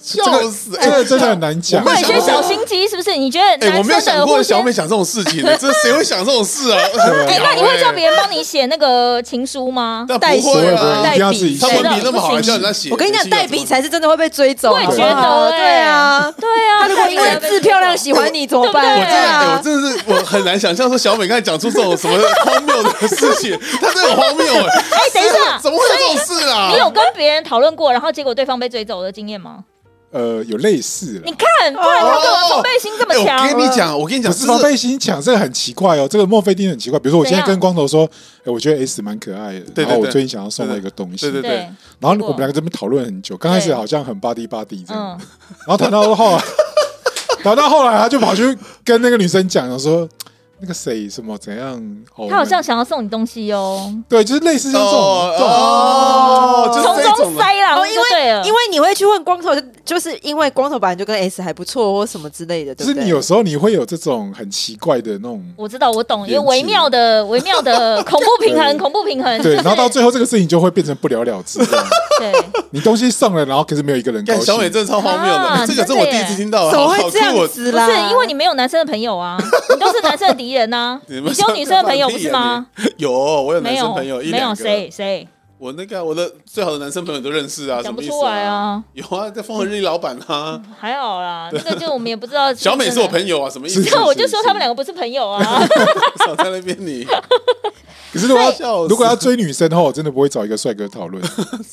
Speaker 2: 笑死！
Speaker 1: 这个真的很难讲
Speaker 2: 我。没
Speaker 3: 会有
Speaker 2: 有
Speaker 3: 些
Speaker 2: 想
Speaker 3: 小
Speaker 2: 过
Speaker 3: 心机，是不是？你觉得
Speaker 2: 哎、我
Speaker 3: 男
Speaker 2: 没有
Speaker 3: 生
Speaker 2: 想
Speaker 3: 的
Speaker 2: 过
Speaker 3: 互
Speaker 2: 小
Speaker 3: 相
Speaker 2: 美？想这种事情呢，这谁会想这种事啊？ *laughs*
Speaker 3: 哎，那你会叫别
Speaker 2: 人？
Speaker 3: 人帮你写那个情书吗？
Speaker 2: 但
Speaker 4: 代
Speaker 2: 不
Speaker 4: 写
Speaker 1: 不
Speaker 2: 会
Speaker 1: 会不会，一
Speaker 2: 啊
Speaker 1: 定，要自己
Speaker 2: 他
Speaker 1: 写
Speaker 2: 文笔那么好，还叫人家写。
Speaker 4: 我跟你讲，代笔才是真的会被追走。
Speaker 3: 我也
Speaker 4: 好
Speaker 3: 觉
Speaker 4: 不好
Speaker 3: 得，
Speaker 4: 对啊
Speaker 3: 哎。对啊。
Speaker 4: 如果因为字漂亮喜欢你怎么办？
Speaker 2: 我
Speaker 3: 对不
Speaker 2: 真
Speaker 3: 对
Speaker 2: 的，哎
Speaker 4: 啊
Speaker 2: 我真的是，我很难想象说小美刚才讲出这种什么荒谬的事
Speaker 3: *laughs*
Speaker 2: 情，她真的很荒谬哎！
Speaker 3: 哎，等一下，
Speaker 2: 怎么会有这种事啊？
Speaker 3: 你有跟别人讨论过，然后结果对方被追走的经验吗？
Speaker 1: *laughs* 呃，有类似了
Speaker 3: 你。看，不然他干嘛防备心这么
Speaker 2: 哦哎
Speaker 3: 强啊
Speaker 2: 我？跟你讲，我跟你讲，
Speaker 1: 不
Speaker 2: 这
Speaker 1: 是防备心强，这个很奇怪哦。这个墨菲定律很奇怪。比如说，我今
Speaker 3: 怎
Speaker 1: 天
Speaker 3: 样
Speaker 1: 跟光头说，哎，我觉得 S 蛮可爱的，
Speaker 2: 对对
Speaker 1: 然后我
Speaker 2: 对
Speaker 1: 最近想要送他一个东西
Speaker 2: 对，对
Speaker 3: 对，
Speaker 1: 然后
Speaker 3: 结果
Speaker 1: 我们两个这边讨论很久。刚开始
Speaker 3: 对
Speaker 1: 好像很 buddy buddy 这样，
Speaker 2: 哦
Speaker 3: 嗯，
Speaker 1: 然后谈到后来， *laughs* 谈到后来，他就跑去跟那个女生讲，说那个谁什么怎样，哦
Speaker 3: 他好像想要送你东西哦，
Speaker 1: 对，就是类似像这种
Speaker 2: 哦
Speaker 1: 这种
Speaker 2: 哦，就是
Speaker 3: 从
Speaker 2: 这
Speaker 3: 中
Speaker 2: 种的
Speaker 3: 塞啦，
Speaker 4: 哦，因
Speaker 3: 就对了
Speaker 4: 为因为你会去问光头，就就是因为光头本来就跟 S 还不错或什么之类的，
Speaker 1: 就
Speaker 4: 对不
Speaker 1: 是
Speaker 4: 对？
Speaker 1: 你有时候你会有这种很奇怪的那
Speaker 3: *laughs*
Speaker 1: 种，
Speaker 3: 我知道，我懂，因为
Speaker 1: 连接
Speaker 3: 微妙的、微
Speaker 2: *laughs*
Speaker 3: 妙的恐怖平衡，
Speaker 1: 对
Speaker 3: 恐怖平衡，
Speaker 1: 对，
Speaker 3: 就是
Speaker 1: 然后到最后这个事情就会变成不了了之
Speaker 2: *laughs*
Speaker 1: 这样。
Speaker 3: 对，
Speaker 1: 你东西送了，然后可是没有一个人高
Speaker 2: 干
Speaker 1: 兴。
Speaker 2: 小美真的超荒谬
Speaker 3: 啊
Speaker 2: 的，这个是
Speaker 3: 真的
Speaker 2: 我
Speaker 3: 耶
Speaker 2: 第一次听到，
Speaker 4: 怎么
Speaker 2: 好好
Speaker 4: 会这
Speaker 2: 酷
Speaker 4: 样
Speaker 2: 哦！
Speaker 4: 子
Speaker 3: 不
Speaker 4: 啦？
Speaker 3: 是因为你没有男生的朋友啊，你都是男生的敌人呐，
Speaker 2: *laughs* 你
Speaker 3: 你
Speaker 2: 们
Speaker 3: 只有女生的朋友不是吗？
Speaker 2: 有，我有男
Speaker 3: 没
Speaker 2: 生
Speaker 3: 有，
Speaker 2: 朋友，一
Speaker 3: 没
Speaker 2: 两
Speaker 3: 有
Speaker 2: 个
Speaker 3: 谁谁
Speaker 2: 我那个啊我的最好的男生朋友都认识啊，
Speaker 3: 讲不
Speaker 2: 什么意
Speaker 3: 出
Speaker 2: 思
Speaker 3: 来啊，嗯
Speaker 2: 有啊，在风和日丽老板啊，
Speaker 3: 还好啦，那个就我们也不知道。
Speaker 2: *laughs* 小美是我朋友啊，什么意思？
Speaker 1: 是
Speaker 3: 友，我就说他们两哦个不是朋友啊，
Speaker 2: 个少在那边你，
Speaker 1: 可是如果
Speaker 2: 笑
Speaker 1: 要
Speaker 2: 死
Speaker 1: 如果要追女生的话，我真的不会找一个帅哥讨论。
Speaker 3: 哦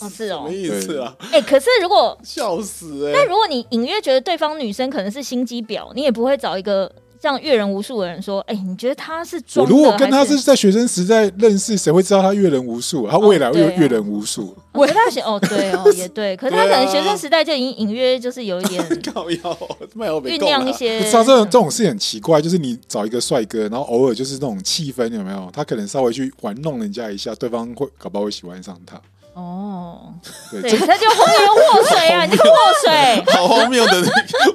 Speaker 3: 是
Speaker 2: 什
Speaker 3: 哦
Speaker 2: 么，意思啊？
Speaker 3: 哎，可是如果
Speaker 2: 笑死哎
Speaker 3: 但！如果你隐约觉得对方女生可能是心机婊，你也不会找一个这样阅人无数的人说，哎，你觉得她是哦
Speaker 1: 我
Speaker 3: 装的？
Speaker 1: 如果跟他 *laughs*
Speaker 3: 还
Speaker 1: 是在学生时代认识，谁会知道他阅人无数啊？他未来会
Speaker 3: 哦对啊
Speaker 1: 阅人无数。
Speaker 3: 我觉得他学哦，对哦，也对，可是他可
Speaker 2: 对啊
Speaker 3: 能学生时代就已经隐约就是有一点
Speaker 2: 靠腰，卖我没
Speaker 3: 酝
Speaker 2: 够
Speaker 3: 酿一
Speaker 2: 了。
Speaker 3: 些，
Speaker 1: 不知道这种这种事很奇怪，就是你找一个帅哥，然后偶尔就是那种气氛有没有？他可能稍微去玩弄人家一下，对方会搞不好会喜欢上他。
Speaker 3: 哦，
Speaker 1: 对，
Speaker 3: 对，他就后面又祸水啊，你这个祸
Speaker 2: *laughs*
Speaker 3: 水，
Speaker 2: 好荒谬的，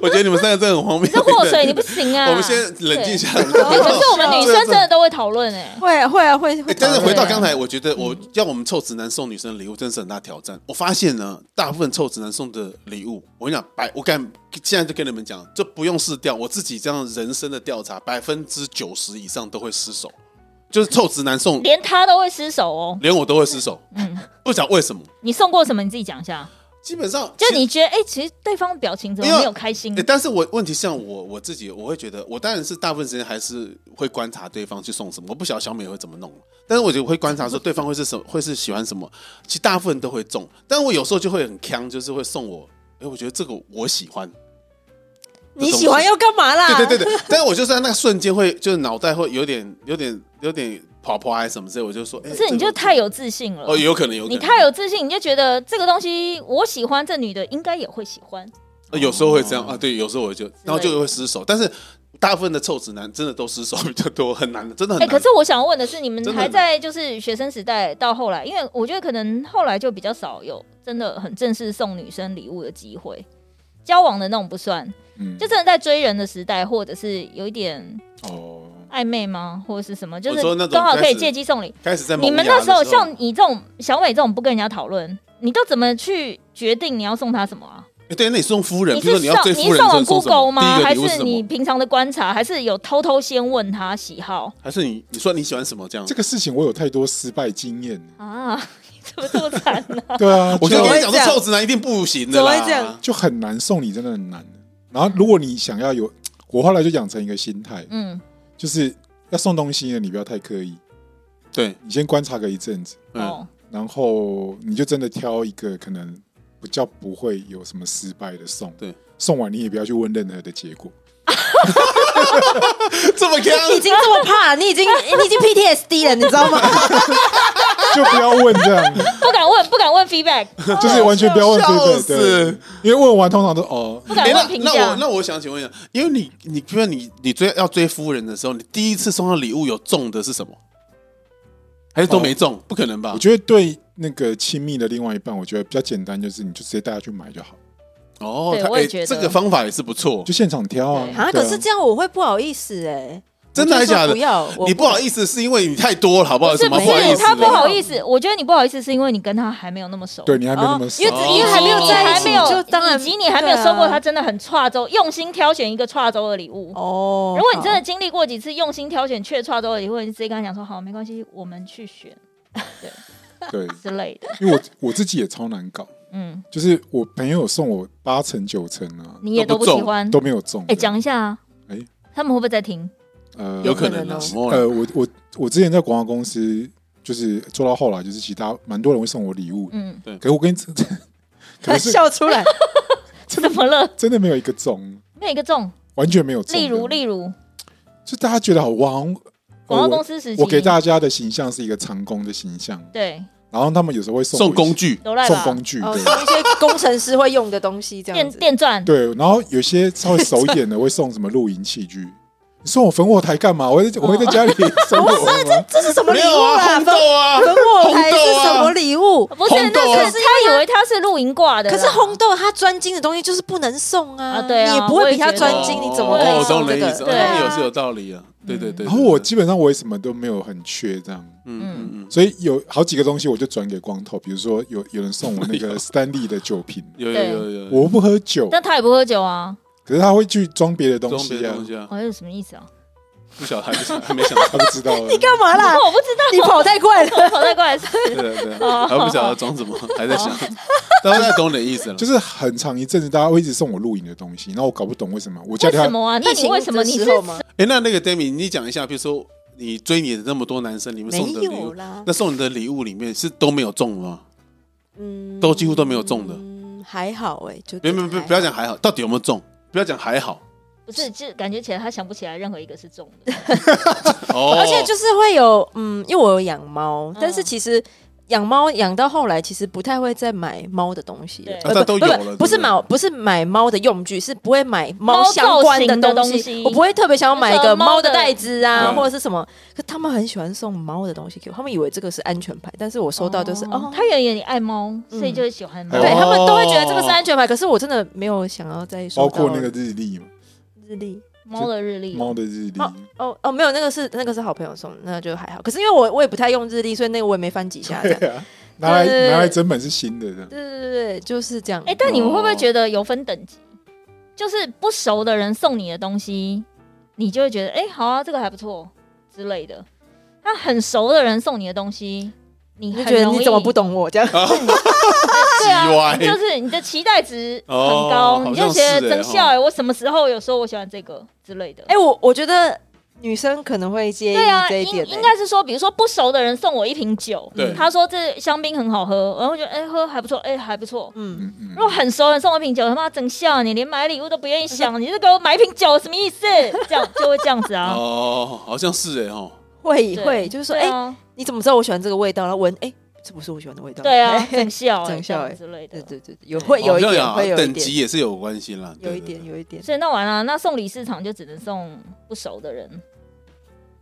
Speaker 2: 我觉得你们三个真的很荒谬。
Speaker 3: 这祸水你不行啊。
Speaker 2: 我们先冷静一下。
Speaker 3: 对。可是我
Speaker 2: *laughs*
Speaker 3: 们女生真的都会讨论哎，
Speaker 4: 会啊会啊会会
Speaker 2: 哎，但是
Speaker 4: 讨论
Speaker 2: 回到刚才，我觉得我要我们臭直男送女生的礼物，真是很大挑战。我发现呢，大部分臭直男送的礼物，我跟你讲，百我敢现在就跟你们讲，这不用试调，我自己这样人生的调查，百分之九十以上都会失手，就是臭直男送，
Speaker 3: 连他都会失手哦。
Speaker 2: 连我都会失手，不知道为什么。
Speaker 3: 你送过什么？你自己讲一下。
Speaker 2: 基本上
Speaker 3: 就
Speaker 2: 其实
Speaker 3: 你觉得哎，其实对方表情怎么没有开心
Speaker 2: 欸？但是我问题像我我自己，我会觉得，我当然是大部分时间还是会观察对方去送什么。我不晓得小美会怎么弄，但是我就会观察说对方会是什么，会是喜欢什么。其实大部分都会中，但我有时候就会很坑，就是会送我。哎、哎，我觉得这个我喜欢。
Speaker 4: 你喜欢要干嘛啦？
Speaker 2: 对对对
Speaker 3: 啊
Speaker 2: 对，但是我就是在那个瞬间会，就是脑袋会有点、有点、有点跑跑还是什么之类，我就说，哎，
Speaker 3: 不是你
Speaker 2: 这个
Speaker 3: 就太有自信了。
Speaker 2: 哦，有可能有可
Speaker 3: 你
Speaker 2: 能，
Speaker 3: 太有自信，你就觉得这个东西我喜欢，这女的应该也会喜欢。
Speaker 2: 呃有时候会这样啊，对，有时候我就然后就会失手，但是大部分的臭直男真的都失手比较多，很难的，真的很
Speaker 3: 哎、
Speaker 2: 难。
Speaker 3: 可是我想问的是，你们
Speaker 2: 真的
Speaker 3: 还
Speaker 2: 很
Speaker 3: 在就是学生时代到后来，因为我觉得可能后来就比较少有真的很正式送女生礼物的机会，交往的那种不算，
Speaker 1: 嗯，
Speaker 3: 就真的在追人的时代，或者是有一点
Speaker 1: 哦，
Speaker 3: 暧昧吗，或者是什么，就
Speaker 2: 我说那
Speaker 3: 是
Speaker 2: 种
Speaker 3: 刚好可
Speaker 2: 开
Speaker 3: 以
Speaker 2: 始
Speaker 3: 借机送礼。
Speaker 2: 开始在
Speaker 3: 你们
Speaker 2: 萌芽
Speaker 3: 那
Speaker 2: 的
Speaker 3: 时候像你这种小美这种不跟人家讨论，你都怎么去决定你要送她什么啊？
Speaker 2: 哎对，那你送夫人，
Speaker 3: 你
Speaker 2: 比如说
Speaker 3: 是
Speaker 2: 你要
Speaker 3: 上
Speaker 2: 追
Speaker 3: 你
Speaker 2: 夫人，
Speaker 3: 是上
Speaker 2: 你
Speaker 3: 网
Speaker 2: 就送什么
Speaker 3: Google 吗？还
Speaker 2: 第一个礼物是
Speaker 3: 是
Speaker 2: 什
Speaker 3: 你
Speaker 2: 么？
Speaker 3: 平常的观察，还是有偷偷先问她喜好
Speaker 2: 还是你你说你喜欢什么这样
Speaker 1: 这？个事情我有太多失败经验了。
Speaker 3: 啊？ *laughs* 你怎么这么惨呢、
Speaker 1: 对啊，
Speaker 2: *laughs* 我
Speaker 1: 就
Speaker 2: 就跟你讲
Speaker 4: 怎么
Speaker 2: 说，
Speaker 4: 会这样
Speaker 2: 臭直男一定不行的
Speaker 4: 怎么会这
Speaker 2: 啦
Speaker 4: 样。
Speaker 1: 就很难送礼，真的很难。然后如果你想要有，我后来就养成一个心态，
Speaker 3: 嗯，
Speaker 1: 就是要送东西呢，你不要太刻意，
Speaker 2: 对，
Speaker 1: 你先观察个一阵子，
Speaker 2: *laughs* 嗯，
Speaker 3: 哦，
Speaker 1: 然后你就真的挑一个可能比较不会有什么失败的送。
Speaker 2: 对，
Speaker 1: 送完你也不要去问任何的结果。
Speaker 2: *laughs* 这么干，
Speaker 4: 你已经这么怕，你已经你已经 PTSD 了，你知道吗？
Speaker 1: *laughs* 就不要问这样，
Speaker 3: 不敢问，不敢问 feedback，
Speaker 1: 就是完全不要问这
Speaker 2: 笑
Speaker 1: 个，
Speaker 2: 死
Speaker 1: 对，因为问完通常都哦，
Speaker 3: 不敢
Speaker 2: 哎
Speaker 3: 问
Speaker 2: 那
Speaker 3: 评
Speaker 2: 那我
Speaker 3: 价。
Speaker 2: 那我想请问一下，因为你你比如说你你追要追夫人的时候，你第一次送到礼物有中的是什么？还是都没中？不可能吧
Speaker 1: 我？觉得对那个亲密的另外一半，我觉得比较简单，就是你就直接带他去买就好，
Speaker 2: 哦，
Speaker 3: 对
Speaker 2: 他
Speaker 3: 我也
Speaker 2: 哎
Speaker 3: 觉得
Speaker 2: 这个方法也是不错
Speaker 1: 就，现场挑啊。
Speaker 3: 对
Speaker 4: *laughs* 啊，
Speaker 1: 对
Speaker 4: 可是这样我会不好意思哎，
Speaker 2: 真的还
Speaker 4: 我
Speaker 2: 是
Speaker 4: 就说
Speaker 2: 假的
Speaker 4: 不？要，我
Speaker 2: 你不好意思是因为你太多了，好不好？有什
Speaker 3: 是
Speaker 2: 么
Speaker 3: 不
Speaker 2: 好意
Speaker 3: 是
Speaker 2: 思？
Speaker 3: 他不好
Speaker 2: 思，
Speaker 3: 意思？我觉得你不好意思，是因为你跟他还没有那么熟，
Speaker 1: 对，你还没有那么
Speaker 4: 哦
Speaker 1: 熟
Speaker 4: 因为
Speaker 2: 哦
Speaker 4: 因为还没有在一
Speaker 3: 还
Speaker 4: 起，
Speaker 3: 没有，
Speaker 4: 就当然
Speaker 3: 以及你还没有
Speaker 4: 对啊
Speaker 3: 收过他真的很差周，用心挑选一个差周的礼物。
Speaker 4: 哦。
Speaker 3: 如果你真的
Speaker 4: 好
Speaker 3: 经历过几次用心挑选却差周的礼物，你直接跟他讲说好，没关系，我们去选
Speaker 1: 对，
Speaker 3: 之类的。
Speaker 1: 因为我我自己也超难搞，
Speaker 3: 嗯，
Speaker 1: 就是我朋友送我八成九成啊
Speaker 3: 你也
Speaker 2: 都
Speaker 3: 都
Speaker 2: 不
Speaker 3: 不
Speaker 2: 中
Speaker 3: 喜欢。
Speaker 1: 都没有中。
Speaker 3: 哎，讲一下啊
Speaker 1: 哎，
Speaker 3: 他们会不会在听？
Speaker 1: 呃
Speaker 2: 有可能
Speaker 4: 有
Speaker 2: 啊
Speaker 3: 哦
Speaker 4: 可。
Speaker 1: 呃，我我我之前在广告公司，就是做到后来，就是其他蛮多人会送我礼物，
Speaker 3: 嗯，
Speaker 1: 可是我跟你 *laughs* 可
Speaker 4: 他
Speaker 1: 是
Speaker 4: 笑出来，
Speaker 3: *laughs* 怎么了？
Speaker 1: 真的没有一个中，
Speaker 3: 没有一个中。
Speaker 1: 完全没有中的。
Speaker 3: 例如，例如
Speaker 1: 就大家觉得好哇，
Speaker 3: 广告
Speaker 1: 我
Speaker 3: 公司时期，
Speaker 1: 我给大家的形象是一个长工的形象，
Speaker 3: 对
Speaker 1: 然后他们有时候会送
Speaker 2: 送
Speaker 1: 我一
Speaker 2: 工
Speaker 1: 些
Speaker 2: 具，
Speaker 3: 有赖
Speaker 1: 送
Speaker 3: 吧，
Speaker 1: 工具，
Speaker 4: 哦，
Speaker 1: 对
Speaker 4: 送一些工程师会用的东西这样
Speaker 3: 电
Speaker 4: 子。
Speaker 3: 电钻，
Speaker 1: 对，然后有些稍微熟一点的会送什么露营器具。 *laughs* 你送我焚火台干嘛？我会在我
Speaker 2: 哦
Speaker 1: 会在
Speaker 2: *laughs*
Speaker 1: 家里生火吗？
Speaker 4: 这是什么
Speaker 2: 没
Speaker 4: 礼
Speaker 2: 有
Speaker 4: 物
Speaker 2: 啊，
Speaker 4: 啦？
Speaker 2: 红豆啊，
Speaker 4: 粉火
Speaker 2: 红
Speaker 4: 台
Speaker 2: 豆
Speaker 4: 是
Speaker 2: 啊
Speaker 4: 什么礼物？
Speaker 3: 哦不是
Speaker 2: 红，豆啊
Speaker 3: 那是他以为他是露营挂的啦，
Speaker 4: 可是红豆它专精的东西就是不能送啊，
Speaker 3: 啊对啊
Speaker 4: 你也不会比它专
Speaker 3: 金
Speaker 4: 精，
Speaker 2: 哦
Speaker 4: 你怎么
Speaker 2: 哦
Speaker 4: 可以
Speaker 2: 我懂
Speaker 4: 送
Speaker 2: 你的
Speaker 4: 这个嗯
Speaker 2: 意？思，
Speaker 3: 对
Speaker 2: 哦
Speaker 3: 啊
Speaker 2: 有是有道理啊，对对对。
Speaker 1: 然后我
Speaker 2: 对
Speaker 1: 基本上我也什么都没有很缺这样，
Speaker 2: 嗯嗯嗯，
Speaker 1: 所以有好几个东西我就转给光头，比如说有有人送我那
Speaker 2: *laughs* 哎
Speaker 1: 个
Speaker 2: 呦嗯
Speaker 1: Stanley 的酒瓶，
Speaker 2: 有有
Speaker 3: 对
Speaker 2: 有有，
Speaker 1: 我不喝酒，
Speaker 3: 但他也不喝酒啊，
Speaker 1: 可是他会去装别的东
Speaker 2: 装别
Speaker 1: 西
Speaker 2: 的
Speaker 1: 啊
Speaker 2: 东，西啊，
Speaker 3: 哦，这是什么意思啊？
Speaker 2: 不晓得还不晓得还没想到，
Speaker 1: 他不知道。啊
Speaker 4: 你干嘛
Speaker 3: *laughs*
Speaker 4: 啦？
Speaker 3: 哦我不知道，
Speaker 4: 你跑太快了，
Speaker 3: 我跑
Speaker 1: *laughs*
Speaker 3: 太快了，哦
Speaker 2: 对对对啊，还不晓得装什么，还在想，
Speaker 4: 哦
Speaker 2: 但是懂你的意思了，
Speaker 1: 就是很长一阵子，大家会一直送我露营的东西，然后我搞不懂为什么。我家
Speaker 3: 为
Speaker 1: 里还
Speaker 3: 什么啊？那
Speaker 4: 疫
Speaker 3: *laughs* 你
Speaker 4: 情
Speaker 3: 为什么
Speaker 4: 的
Speaker 3: 你是
Speaker 4: 时候吗？
Speaker 2: 哎，那那个 Demi，你讲一下，比如说你追你的那么多男生，你们
Speaker 4: 没
Speaker 2: 送的礼
Speaker 4: 有
Speaker 2: 物，
Speaker 4: 啦，
Speaker 2: 那送你的礼物里面是都没有中啊吗？
Speaker 4: 嗯，
Speaker 2: 都几乎都没有中的
Speaker 4: 嗯，还好哎，就
Speaker 2: 别别别，不要讲还好，到底有没有中？不要讲还好
Speaker 3: 不是，就感觉起来他想不起来任何一个是中的，
Speaker 2: 哦，
Speaker 4: 而且就是会有，嗯，因为我有养猫
Speaker 3: 嗯，
Speaker 4: 但是其实养猫养到后来，其实不太会再买猫的东西
Speaker 3: 对
Speaker 4: 了
Speaker 3: 啊，
Speaker 4: 呃
Speaker 2: 但都
Speaker 4: 不
Speaker 2: 有了对
Speaker 4: 不不
Speaker 2: 不
Speaker 4: 不
Speaker 2: 对
Speaker 4: 是买不是买猫的用具，是不会买猫
Speaker 3: 猫
Speaker 4: 相
Speaker 3: 造
Speaker 4: 关
Speaker 3: 型的
Speaker 4: 东
Speaker 3: 东西
Speaker 4: 我不会特别想要买一
Speaker 3: 那
Speaker 4: 个
Speaker 3: 个猫
Speaker 4: 猫的
Speaker 3: 的
Speaker 4: 袋子啊，
Speaker 2: 对
Speaker 4: 或者是什么。可他们很喜欢送猫的东西给我，他们以为这个是安全牌，但是我收到就是哦，
Speaker 3: 他以为你爱猫，所以
Speaker 4: 嗯
Speaker 3: 就会喜欢猫。
Speaker 4: 对
Speaker 1: 哦
Speaker 4: 他们都会觉得这个是安全牌，可是我真的没有想要再
Speaker 1: 包
Speaker 4: 收到
Speaker 1: 括那个日历嘛，
Speaker 4: 日历。
Speaker 3: 猫的日历，
Speaker 1: 猫的日历，
Speaker 4: 哦哦哦，没有，那个是那个是好朋友送的，那就还好。可是因为我我也不太用日历，所以那个我也没翻几下。
Speaker 1: 对
Speaker 4: 这样对
Speaker 1: 啊，拿来
Speaker 4: 对对对
Speaker 1: 拿来整本是新的这样。
Speaker 4: 对对对，就是这样。
Speaker 3: 哎，但你
Speaker 4: 哦
Speaker 3: 们会不会觉得有分等级？就是不熟的人送你的东西，你就会觉得哎，好啊，这个还不错之类的。那很熟的人送你的东西，你
Speaker 4: 你就
Speaker 3: 很
Speaker 4: 觉得
Speaker 3: 容
Speaker 4: 你
Speaker 3: 易
Speaker 4: 怎么不懂
Speaker 2: *laughs*
Speaker 4: 我这样？
Speaker 3: 对
Speaker 2: 叽歪
Speaker 3: 啊，就是你的期待值很
Speaker 2: 哦
Speaker 3: 高，你就觉
Speaker 2: 好像是欸
Speaker 3: 得
Speaker 4: 哦
Speaker 3: 真笑哎、我什么时候有说我喜欢这个之类的？
Speaker 4: 哎、我我觉得女生可能会介意
Speaker 3: 对啊，
Speaker 4: 这一
Speaker 3: 应
Speaker 4: 点、欸
Speaker 3: 应该是说，比如说不熟的人送我一瓶酒
Speaker 2: 对，
Speaker 3: 他说这香槟很好喝，然后我就哎、喝还不错，哎、还不错。
Speaker 4: 嗯，
Speaker 1: 嗯嗯
Speaker 3: 如，果很熟的人送我一瓶酒，他妈整笑你，连买礼物都不愿意
Speaker 4: *laughs*
Speaker 3: 想，你就给我买一瓶酒什么意思？这样就会这样子啊。
Speaker 2: 哦，好像是哎哦，
Speaker 4: 会
Speaker 3: 对
Speaker 4: 会，就是说，
Speaker 3: 对
Speaker 4: 哎、
Speaker 3: 啊
Speaker 4: 你怎么知道我喜欢这个味道？然后闻，哎、这不是我喜欢的味道。
Speaker 3: 对
Speaker 4: *laughs*
Speaker 3: 啊，
Speaker 4: 对
Speaker 3: 整笑、
Speaker 4: 整笑
Speaker 3: 这样
Speaker 4: 欸
Speaker 3: 之类的
Speaker 4: 对。对对，有会有一
Speaker 2: 好像啊
Speaker 4: 点，会有一
Speaker 2: 哦等级
Speaker 4: 点，
Speaker 2: 也是有关系啦，
Speaker 4: 有
Speaker 2: 对
Speaker 4: 一点，。有一点。
Speaker 3: 所以那完了，那送礼市场就只能送不熟的人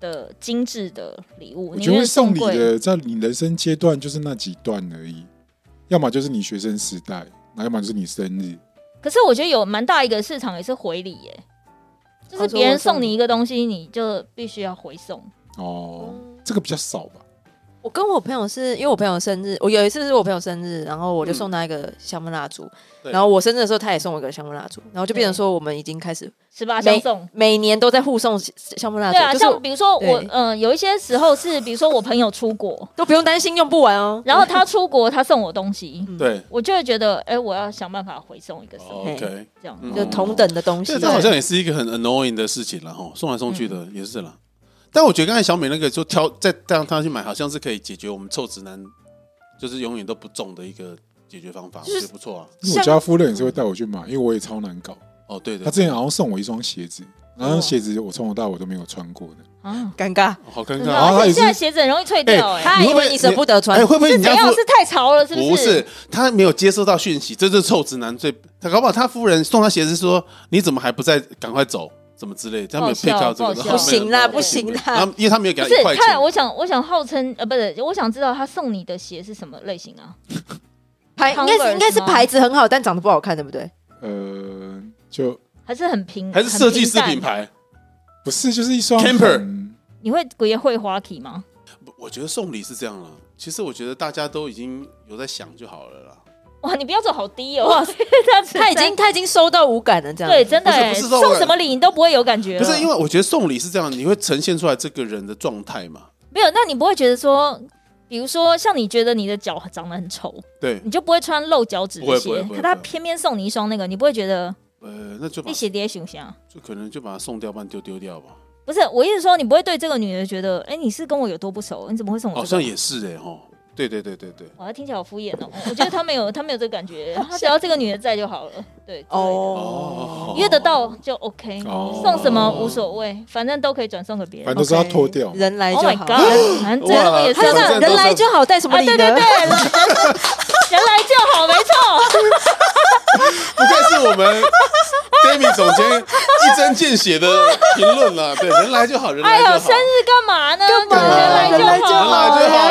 Speaker 3: 的精致的礼物。
Speaker 1: 我
Speaker 3: 你
Speaker 1: 觉得会送
Speaker 3: 送
Speaker 1: 礼
Speaker 3: 贵
Speaker 1: 的，在你人生阶段就是那几段而已，要么就是你学生时代，那要么就是你生日。
Speaker 3: 可是我觉得有蛮大一个市场也是回礼耶、就是
Speaker 4: 哦说
Speaker 3: 别人
Speaker 4: 我送
Speaker 3: 送你
Speaker 4: 你
Speaker 3: 一个东西，你就必须要回送。
Speaker 1: 哦，
Speaker 3: 嗯
Speaker 1: 这个比较少吧？
Speaker 4: 我跟我朋友是因为我朋友生日，我有一次是我朋友生日，然后我就
Speaker 2: 嗯
Speaker 4: 送他一个香氛蜡烛，
Speaker 2: 对
Speaker 4: 然后我生日的时候他也送我一个香氛蜡烛，然后就变成
Speaker 3: 对
Speaker 4: 说我们已经开始
Speaker 3: 十八相送。
Speaker 4: 每年都在互送香氛蜡烛，
Speaker 3: 对啊，
Speaker 4: 就是
Speaker 3: 像比如说我，
Speaker 4: 对
Speaker 3: 嗯、有一些时候是，比如说我朋友出国，
Speaker 4: 都不用担心用不完哦。
Speaker 3: 然后他出国，他送我东西，
Speaker 4: 嗯
Speaker 2: 对
Speaker 3: 我就会觉得，哎、我要想办法回送一个什么
Speaker 2: ，OK，
Speaker 3: 这样。
Speaker 2: 嗯
Speaker 4: 就同等的东西
Speaker 2: 这，这好像也是一个很 annoying 的事情了哈，吼送来送去的
Speaker 4: 嗯
Speaker 2: 也是啦。但我觉得刚才小美那个就挑再让他去买，好像是可以解决我们臭直男就是永远都不中的一个解决方法，我
Speaker 4: 就是
Speaker 2: 觉得不错啊。
Speaker 1: 因为我
Speaker 4: 像
Speaker 1: 家夫人也是会带我去买，因为我也超难搞。
Speaker 2: 哦，对对，
Speaker 1: 他之前好像送我一双鞋子，
Speaker 3: 哦
Speaker 1: 然后鞋子我从头到尾都没有穿过的。
Speaker 3: 啊，
Speaker 4: 尴尬。
Speaker 2: 哦好尴
Speaker 3: 真
Speaker 2: 尬
Speaker 3: 的
Speaker 1: 然后
Speaker 3: 啊，
Speaker 1: 他
Speaker 3: 而
Speaker 1: 也是
Speaker 3: 且现在鞋子很容易脆掉、哎、
Speaker 4: 他
Speaker 2: 你会
Speaker 4: 以
Speaker 2: 不会
Speaker 4: 为你舍不得穿
Speaker 2: 哎，，会不会人
Speaker 3: 怎
Speaker 2: 家
Speaker 3: 样
Speaker 2: 夫
Speaker 3: 是太潮了，是
Speaker 2: 不
Speaker 3: 是？
Speaker 2: 是他没有接收到讯息，这就是臭直男最他搞不好他夫人送他鞋子说你怎么还不再赶快走，怎么之类的，他没有
Speaker 3: 不好笑
Speaker 2: pick out 这个
Speaker 3: 不好
Speaker 2: 他
Speaker 3: 笑
Speaker 2: 没有
Speaker 3: 不
Speaker 4: 行啦
Speaker 2: 没有
Speaker 4: 不行啦
Speaker 2: 然后因为他没有给
Speaker 3: 不
Speaker 2: 他
Speaker 3: 是
Speaker 2: 一块，
Speaker 3: 他
Speaker 2: 钱，
Speaker 3: 我想我想号称呃，不是，我想知道他送你的鞋是什么类型啊？
Speaker 4: 牌哎应该
Speaker 3: Converse
Speaker 4: 是应该是
Speaker 3: 吗
Speaker 4: 牌子很好，但长得不好看，对不对？
Speaker 1: 呃，就
Speaker 3: 还是很平，
Speaker 2: 还是设计师
Speaker 3: 很
Speaker 2: 品
Speaker 3: 平淡？
Speaker 2: 牌。
Speaker 1: 不是就是一双
Speaker 2: Camper
Speaker 1: 很
Speaker 3: 你会也会花体吗？
Speaker 2: 我觉得送礼是这样了，其实我觉得大家都已经有在想就好了啦。
Speaker 3: *laughs* 哇，你不要走好低哦！这样子
Speaker 4: 他已经他已经收到无感了，这样
Speaker 3: 对，真的哎，
Speaker 2: 不是不是
Speaker 3: 送什么礼你都不会有感觉
Speaker 2: 不
Speaker 3: 了，
Speaker 2: 是因为我觉得送礼是这样，你会呈现出来这个人的状态嘛？
Speaker 3: 没有，那你不会觉得说，比如说像你觉得你的脚长得很丑，
Speaker 2: 对，
Speaker 3: 你就不会穿露脚趾
Speaker 2: 不会
Speaker 3: 的
Speaker 2: 不会
Speaker 3: 鞋
Speaker 2: 不，会
Speaker 3: 可他
Speaker 2: 不会
Speaker 3: 偏偏送你一双那个，你不会觉得哎
Speaker 2: 呃，那就把
Speaker 3: 那鞋底也熊香？
Speaker 2: 就可能就把它送掉，不然丢丢掉吧。
Speaker 3: 不是，我意思说你不会对这个女的觉得，哎，你是跟我有多不熟？你怎么会送我？
Speaker 2: 好像。也是哎哦，对对对对对，
Speaker 3: 哇，他听起来好敷衍哦！我 *laughs* 觉得他没有，他没有这个感觉，他只要这个女的在就好了。对，哦，
Speaker 4: 哦
Speaker 2: 哦，
Speaker 3: 约得到就 OK，
Speaker 1: 哦
Speaker 3: 送什么无所谓，反正都可以转送给别
Speaker 1: 反正。
Speaker 3: 人
Speaker 1: 都是要脱掉。
Speaker 4: 人来就
Speaker 3: Oh my
Speaker 4: 好。
Speaker 3: god！反正这个也是
Speaker 2: 哇
Speaker 4: 他这
Speaker 2: 反
Speaker 4: 样
Speaker 2: 正
Speaker 4: 人来就好，带什么
Speaker 3: 啊，
Speaker 4: 礼
Speaker 3: 对
Speaker 4: 呢？
Speaker 3: 对对，人人 *laughs* 来就好，没错。
Speaker 2: 不愧是我
Speaker 3: *laughs*
Speaker 2: 们 David 总监一针见血的评论了。对，人来就好，人
Speaker 3: 哎
Speaker 2: 来就
Speaker 3: 呦，
Speaker 2: 好，啊
Speaker 3: 生日干嘛呢？
Speaker 4: 干嘛
Speaker 3: 人来就
Speaker 2: 人来
Speaker 3: 好，
Speaker 2: 就
Speaker 3: 哎
Speaker 2: 好
Speaker 3: 呀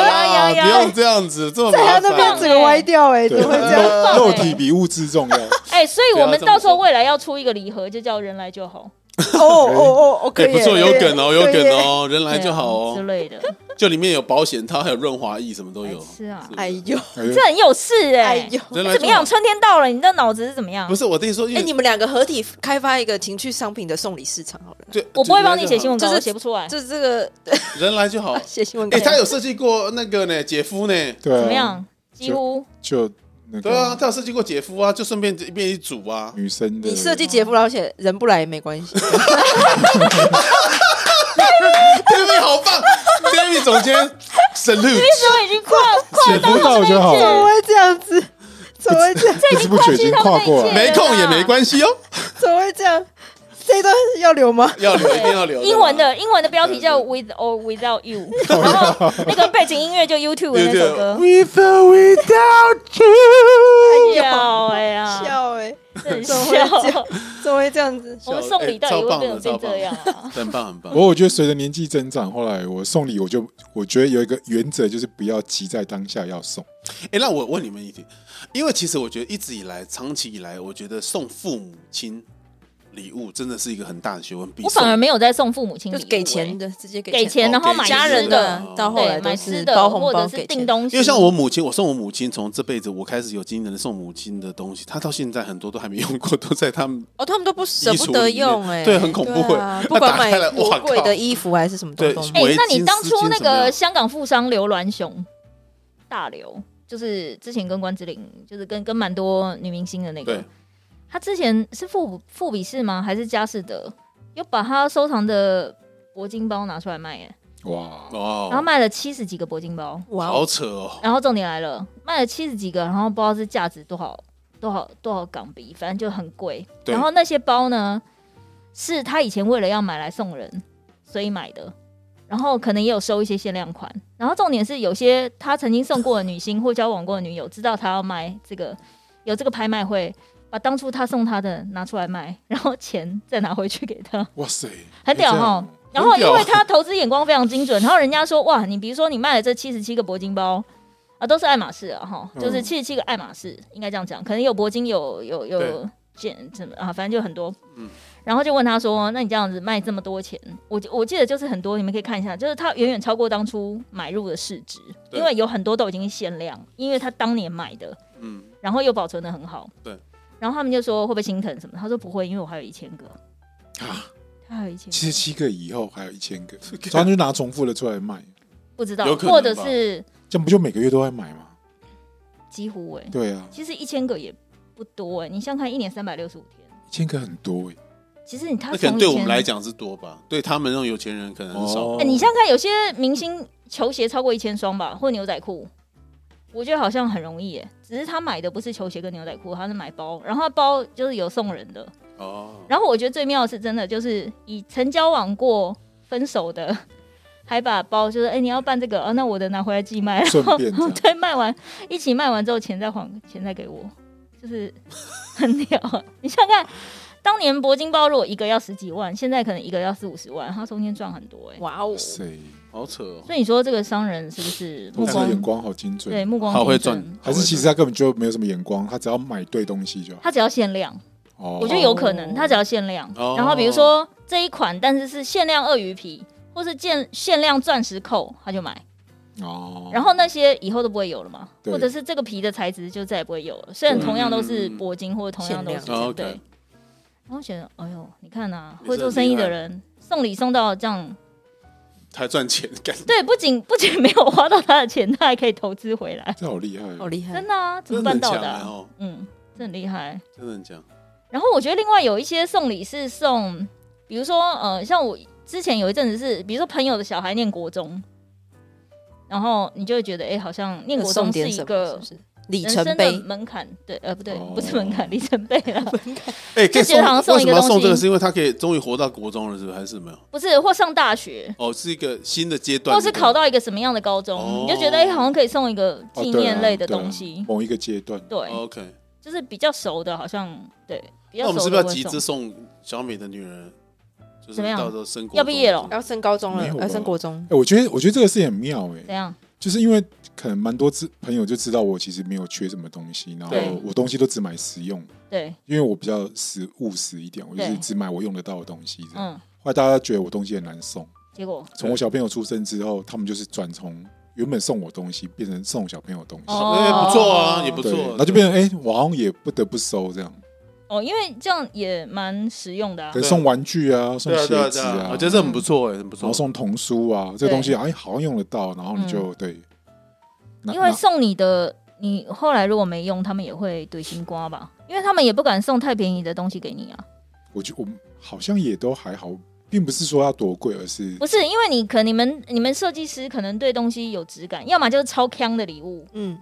Speaker 2: 啦，
Speaker 3: 呀呀
Speaker 2: 不用这样子这么
Speaker 4: 在
Speaker 2: 麻
Speaker 4: 他那边
Speaker 2: 烦
Speaker 3: 子。
Speaker 4: 整个歪掉哎、怎
Speaker 1: 对，
Speaker 4: 么会这样？
Speaker 3: 样
Speaker 1: 肉肉体比物质重要。
Speaker 3: 哎，所
Speaker 2: 啊
Speaker 3: 以我们到时候未来要出一个礼盒，就叫人来就好，
Speaker 4: 哦哦哦，可
Speaker 2: 哎，
Speaker 4: 以耶，
Speaker 2: 不错，有梗哦，有
Speaker 4: 可以耶
Speaker 2: 梗。哦，人来就好
Speaker 3: 对啊之
Speaker 2: 哦。
Speaker 3: 类的。
Speaker 2: 就里面有保险套，还有润滑液，什么都有。
Speaker 3: 是啊
Speaker 2: 不
Speaker 4: *laughs* 哎呦
Speaker 1: 哎呦
Speaker 3: 这很有事
Speaker 4: 哎
Speaker 3: 哎。
Speaker 4: 呦，
Speaker 2: 人来就
Speaker 3: 怎么
Speaker 2: 好
Speaker 3: 样？春天到了，你的脑子是怎么样
Speaker 2: 不？是我的意思说，因
Speaker 4: 哎、
Speaker 2: 为
Speaker 4: 你们两个合体开发一个情趣商品的送礼市场好了，
Speaker 2: 就
Speaker 3: 我不会帮你写新闻稿，
Speaker 4: 就是
Speaker 3: 我写不出来。
Speaker 4: 就是这个
Speaker 2: 人来就好。
Speaker 4: 写新闻稿
Speaker 2: 哎，，他有设计过那个呢，姐夫呢？
Speaker 1: 对啊，
Speaker 3: 怎么？
Speaker 2: 嗯
Speaker 3: 样？几乎
Speaker 1: 就那
Speaker 2: 对啊，
Speaker 3: 嗯
Speaker 1: 个
Speaker 2: 他有设计过姐夫啊，就顺便一边一组
Speaker 3: *laughs*
Speaker 2: 啊。
Speaker 1: 女生的
Speaker 4: 你设计姐夫，而且人不来也没关系，
Speaker 2: David 好棒，David 总监 salute。
Speaker 3: 都已经跨跨
Speaker 1: 姐
Speaker 3: 到
Speaker 1: 夫到就好
Speaker 3: 那一届
Speaker 4: 怎么
Speaker 1: 了，
Speaker 4: 会这样子？怎么会这样？
Speaker 1: 不知不觉已经跨过了。
Speaker 2: 没空也没关系哦，
Speaker 4: 怎么会这样？这一段要留吗？
Speaker 2: *laughs* 要留一定要留。
Speaker 3: 英文的英文的标题叫 With or Without You，然后那个背景音乐就 YouTube 的那首歌。
Speaker 2: With or without you，
Speaker 3: 笑哎呀，
Speaker 4: *laughs* 笑哎、
Speaker 3: 真
Speaker 4: 怎么会这
Speaker 3: 笑
Speaker 4: 样！怎么会这样子？
Speaker 3: 我们送
Speaker 2: 哎
Speaker 3: 礼到底会变成这样啊？
Speaker 2: 很棒很
Speaker 1: 不
Speaker 2: 棒。
Speaker 1: 过我觉得随着年纪增长，后来我送礼，我就我觉得有一个原则，就是不要急在当下要送。
Speaker 2: 哎，那我问你们一题，因为其实我觉得一直以来，长期以来，我觉得送父母亲礼物真的是一个很大的学问。比
Speaker 3: 我反
Speaker 2: 送
Speaker 3: 而没有在送父母亲
Speaker 4: 就
Speaker 3: 礼
Speaker 4: 是
Speaker 3: 物
Speaker 4: 给
Speaker 3: 欸
Speaker 4: 钱，的，直接给
Speaker 3: 给钱
Speaker 2: 哦
Speaker 3: 然后
Speaker 2: 给
Speaker 3: 买
Speaker 4: 家
Speaker 2: 钱
Speaker 4: 人
Speaker 3: 吃
Speaker 4: 的
Speaker 2: 的，
Speaker 4: 到后来
Speaker 3: 对，
Speaker 4: 都
Speaker 3: 买
Speaker 4: 是
Speaker 3: 吃
Speaker 4: 包
Speaker 3: 的
Speaker 4: 红
Speaker 3: 或
Speaker 4: 包
Speaker 3: 者
Speaker 4: 给
Speaker 3: 是
Speaker 4: 钱
Speaker 3: 订。东西。
Speaker 2: 因为像我母亲，我送我母亲从这辈子我开始有经能送母亲的东西，她到现在很多都还没用过，都在他们
Speaker 4: 哦，他们都不舍不得用哎、
Speaker 2: 对很恐怖
Speaker 4: 对啊
Speaker 2: 欸
Speaker 4: 不管
Speaker 2: 他打
Speaker 4: 买
Speaker 2: 开来
Speaker 4: 多
Speaker 2: 哇
Speaker 4: 贵
Speaker 2: 靠
Speaker 4: 的衣服还是什么东
Speaker 2: 对
Speaker 4: 东买，
Speaker 3: 哎、
Speaker 2: 围
Speaker 3: 那你
Speaker 2: 巾
Speaker 3: 当
Speaker 2: 丝啊
Speaker 3: 初
Speaker 2: 巾
Speaker 3: 那
Speaker 2: 怎么
Speaker 3: 个
Speaker 2: 样
Speaker 3: 香港富商刘銮雄，大刘，就是之前跟关之琳，就是跟跟蛮多女明星的那个
Speaker 2: 对，
Speaker 3: 他之前是富富比士吗？还是佳士得？有把他收藏的铂金包拿出来卖耶，
Speaker 1: 哇，
Speaker 3: 然后
Speaker 2: 哦，
Speaker 3: 卖了七十几个铂金包，
Speaker 4: 哇哦
Speaker 2: 好扯哦，
Speaker 3: 然后重点来了，卖了七十几个，然后不知道是价值多少多少多少港币，反正就很贵。
Speaker 2: 对
Speaker 3: 然后那些包呢，是他以前为了要买来送人，所以买的。然后可能也有收一些限量款。然后重点是，有些他曾经送过的女星或交往过的女友，知道他要卖这个，有这个拍卖会。把当初他送他的拿出来卖，然后钱再拿回去给他，
Speaker 1: 哇塞，
Speaker 3: 很屌哈
Speaker 1: 哎。
Speaker 3: 然后因
Speaker 2: 很屌
Speaker 3: 为他投资眼光非常精准，然后人家说哇，你比如说你卖了这七十七个铂金包啊，都是爱马仕啊哈，
Speaker 1: 嗯
Speaker 3: 就是七十七个爱马仕，应该这样讲，可能有铂金，有有有
Speaker 2: 对
Speaker 3: 剑什么啊，反正就很多。
Speaker 2: 嗯
Speaker 3: 然后就问他说，那你这样子卖这么多钱，我我记得就是很多，你们可以看一下，就是它远远超过当初买入的市值，
Speaker 2: 对
Speaker 3: 因为有很多都已经限量，因为他当年买的，
Speaker 2: 嗯，
Speaker 3: 然后又保存的很好。
Speaker 2: 对。
Speaker 3: 然后他们就说会不会心疼什么？他说不会，因为我还有一千个，
Speaker 1: 啊，
Speaker 3: 他还有一千个。
Speaker 1: 七十七个以后还有一千个， *laughs* 然后就拿重复的出来卖，
Speaker 3: 不知道
Speaker 2: 有，可能
Speaker 3: 或者
Speaker 2: 吧
Speaker 3: 是
Speaker 1: 这样不就每个月都在买吗？
Speaker 3: 几乎哎、
Speaker 1: 对啊，
Speaker 3: 其实一千个也不多哎、你想想看，一年三百六十五天，
Speaker 1: 一千个很多哎，
Speaker 3: 其实你他
Speaker 2: 那可
Speaker 3: 从
Speaker 2: 能对我们
Speaker 3: 以前
Speaker 2: 来，讲是多吧，对他们那种有钱人可能很少。
Speaker 1: 哦
Speaker 3: 哎、你想想看，有些明星球鞋超过一千双吧，或牛仔裤，我觉得好像很容易哎、只是他买的不是球鞋跟牛仔裤，他是买包，然后他包就是有送人的。
Speaker 2: 哦，
Speaker 3: 然后我觉得最妙的是，真的就是以曾交往过分手的，还把包就是哎、你要办这个啊，那我的拿回来寄卖，
Speaker 1: 顺便这样
Speaker 3: 对，卖完一起卖完之后，钱再还，钱再给我，就是 *laughs* 很屌啊！你想想看，当年铂金包如果一个要十几万，现在可能一个要四五十万，他中间赚很多哎、
Speaker 4: 哇哦
Speaker 1: 哇，塞，
Speaker 2: 好扯哦，
Speaker 3: 所以你说这个商人是不是目
Speaker 1: 投资的眼
Speaker 3: 光
Speaker 1: 光好精准
Speaker 3: 对，目光
Speaker 2: 好会
Speaker 3: 精准
Speaker 2: 赚
Speaker 1: 还是其实他根本就没有什么眼光，他只要买对东西就好。
Speaker 3: 他只要限量，
Speaker 1: 哦，
Speaker 3: 我觉得有可能，他只要限量。
Speaker 2: 哦
Speaker 3: 然后比如说这一款，但是是限量鳄鱼皮，或是限限量钻石扣，他就买。
Speaker 1: 哦，
Speaker 3: 然后那些以后都不会有了嘛，
Speaker 1: 对
Speaker 3: 或者是这个皮的材质就再也不会有了。虽然
Speaker 1: 对
Speaker 3: 同样都是
Speaker 2: 嗯
Speaker 3: 铂金，或者同样都是
Speaker 4: 限
Speaker 2: 量哦
Speaker 3: 对
Speaker 2: OK。
Speaker 3: 然后觉得，哎呦，你看呐、
Speaker 2: 你
Speaker 3: 会做生意的人送礼送到这样，
Speaker 2: 才赚钱，感觉
Speaker 3: 对，不仅不仅没有花到他的钱，他还可以投资回来，
Speaker 1: 这好厉害
Speaker 4: 好
Speaker 1: 哦，
Speaker 4: 厉害
Speaker 3: 真！的啊，怎么
Speaker 2: 真的很
Speaker 3: 办到
Speaker 2: 强
Speaker 3: 的啊、
Speaker 2: 哎哦，
Speaker 3: 嗯，这很厉害。
Speaker 2: 真的很强。
Speaker 3: 然后我觉得另外有一些送礼是送，比如说呃，像我之前有一阵子是，比如说朋友的小孩念国中，然后你就会觉得，哎、好像念
Speaker 4: 那
Speaker 3: 国
Speaker 4: 送
Speaker 3: 中是
Speaker 4: 点
Speaker 3: 一
Speaker 4: 什么？是
Speaker 3: 个
Speaker 4: 不是里
Speaker 3: 人
Speaker 4: 程
Speaker 3: 生的
Speaker 4: 碑？
Speaker 3: 门槛，对，呃，不对，
Speaker 1: 哦
Speaker 3: 不是门槛，里程碑啦，
Speaker 2: 哎，可以
Speaker 3: 觉得好像送
Speaker 2: 为
Speaker 3: 一
Speaker 2: 什
Speaker 3: 个
Speaker 2: 么要
Speaker 3: 东
Speaker 2: 送
Speaker 3: 西
Speaker 2: 这个？是因为他可以终于活到国中了，是不是？还是没有？
Speaker 3: *laughs* 不是，或上大学，
Speaker 2: 哦，是一个新的阶段，
Speaker 3: 或是考到一个什么样的高中，
Speaker 2: 哦
Speaker 3: 你就觉得哎、好像可以送一个
Speaker 1: 哦
Speaker 3: 纪
Speaker 1: 对啊
Speaker 3: 念类的
Speaker 1: 对啊
Speaker 3: 东西。
Speaker 1: 某一个阶段，
Speaker 3: 对，
Speaker 2: 哦 OK。
Speaker 3: 就是比较熟的，好像对比
Speaker 2: 那
Speaker 3: 较
Speaker 2: 我们
Speaker 3: 熟
Speaker 2: 是不是
Speaker 3: 的
Speaker 2: 要集
Speaker 3: 会
Speaker 2: 资
Speaker 3: 送。
Speaker 2: 送小美的女人？就是
Speaker 3: 怎么样
Speaker 2: 到时候升国
Speaker 3: 要毕业
Speaker 2: 中
Speaker 3: 了
Speaker 4: 要升高中了
Speaker 1: 没有，吧
Speaker 4: 要升国中，
Speaker 1: 哎，我觉得我觉得这个事情很妙哎，
Speaker 3: 怎样？
Speaker 1: 就是因为可能蛮多知朋友就知道我其实没有缺什么东西，然后
Speaker 3: 对
Speaker 1: 我东西都只买实用，
Speaker 3: 对，
Speaker 1: 因为我比较实务实一点，我就是
Speaker 3: 对
Speaker 1: 只买我用得到的东西。这样
Speaker 3: 嗯，
Speaker 1: 后来大家觉得我东西很难送，
Speaker 3: 结果
Speaker 1: 从我小朋友出生之后，他们就是转从原本送我东西变成送小朋友东西，
Speaker 3: 哦
Speaker 2: 哎，不错啊，也不
Speaker 1: 对，
Speaker 2: 错，啊
Speaker 1: 那就变成哎、我好像也不得不收这样，
Speaker 3: 哦，因为这样也蛮实用的啊
Speaker 1: 可。能送玩具啊，送
Speaker 2: 对啊，对啊，
Speaker 1: 鞋
Speaker 2: 对
Speaker 1: 子
Speaker 2: 啊，我觉
Speaker 1: 然
Speaker 2: 得这很不错，哎，很不错
Speaker 1: 后。送童书啊，这个东西哎好像用得到，然后你就对，拿
Speaker 3: 嗯因为
Speaker 1: 拿
Speaker 3: 送你的，你后来如果没用，他们也会怼心瓜吧？因为他们也不敢送太便宜的东西给你啊。
Speaker 1: 我就我好像也都还好，并不是说要多贵，而是
Speaker 3: 不是，因为你可你们你们设计师可能对东西有质感，要么就是超坑的礼物，
Speaker 4: 嗯。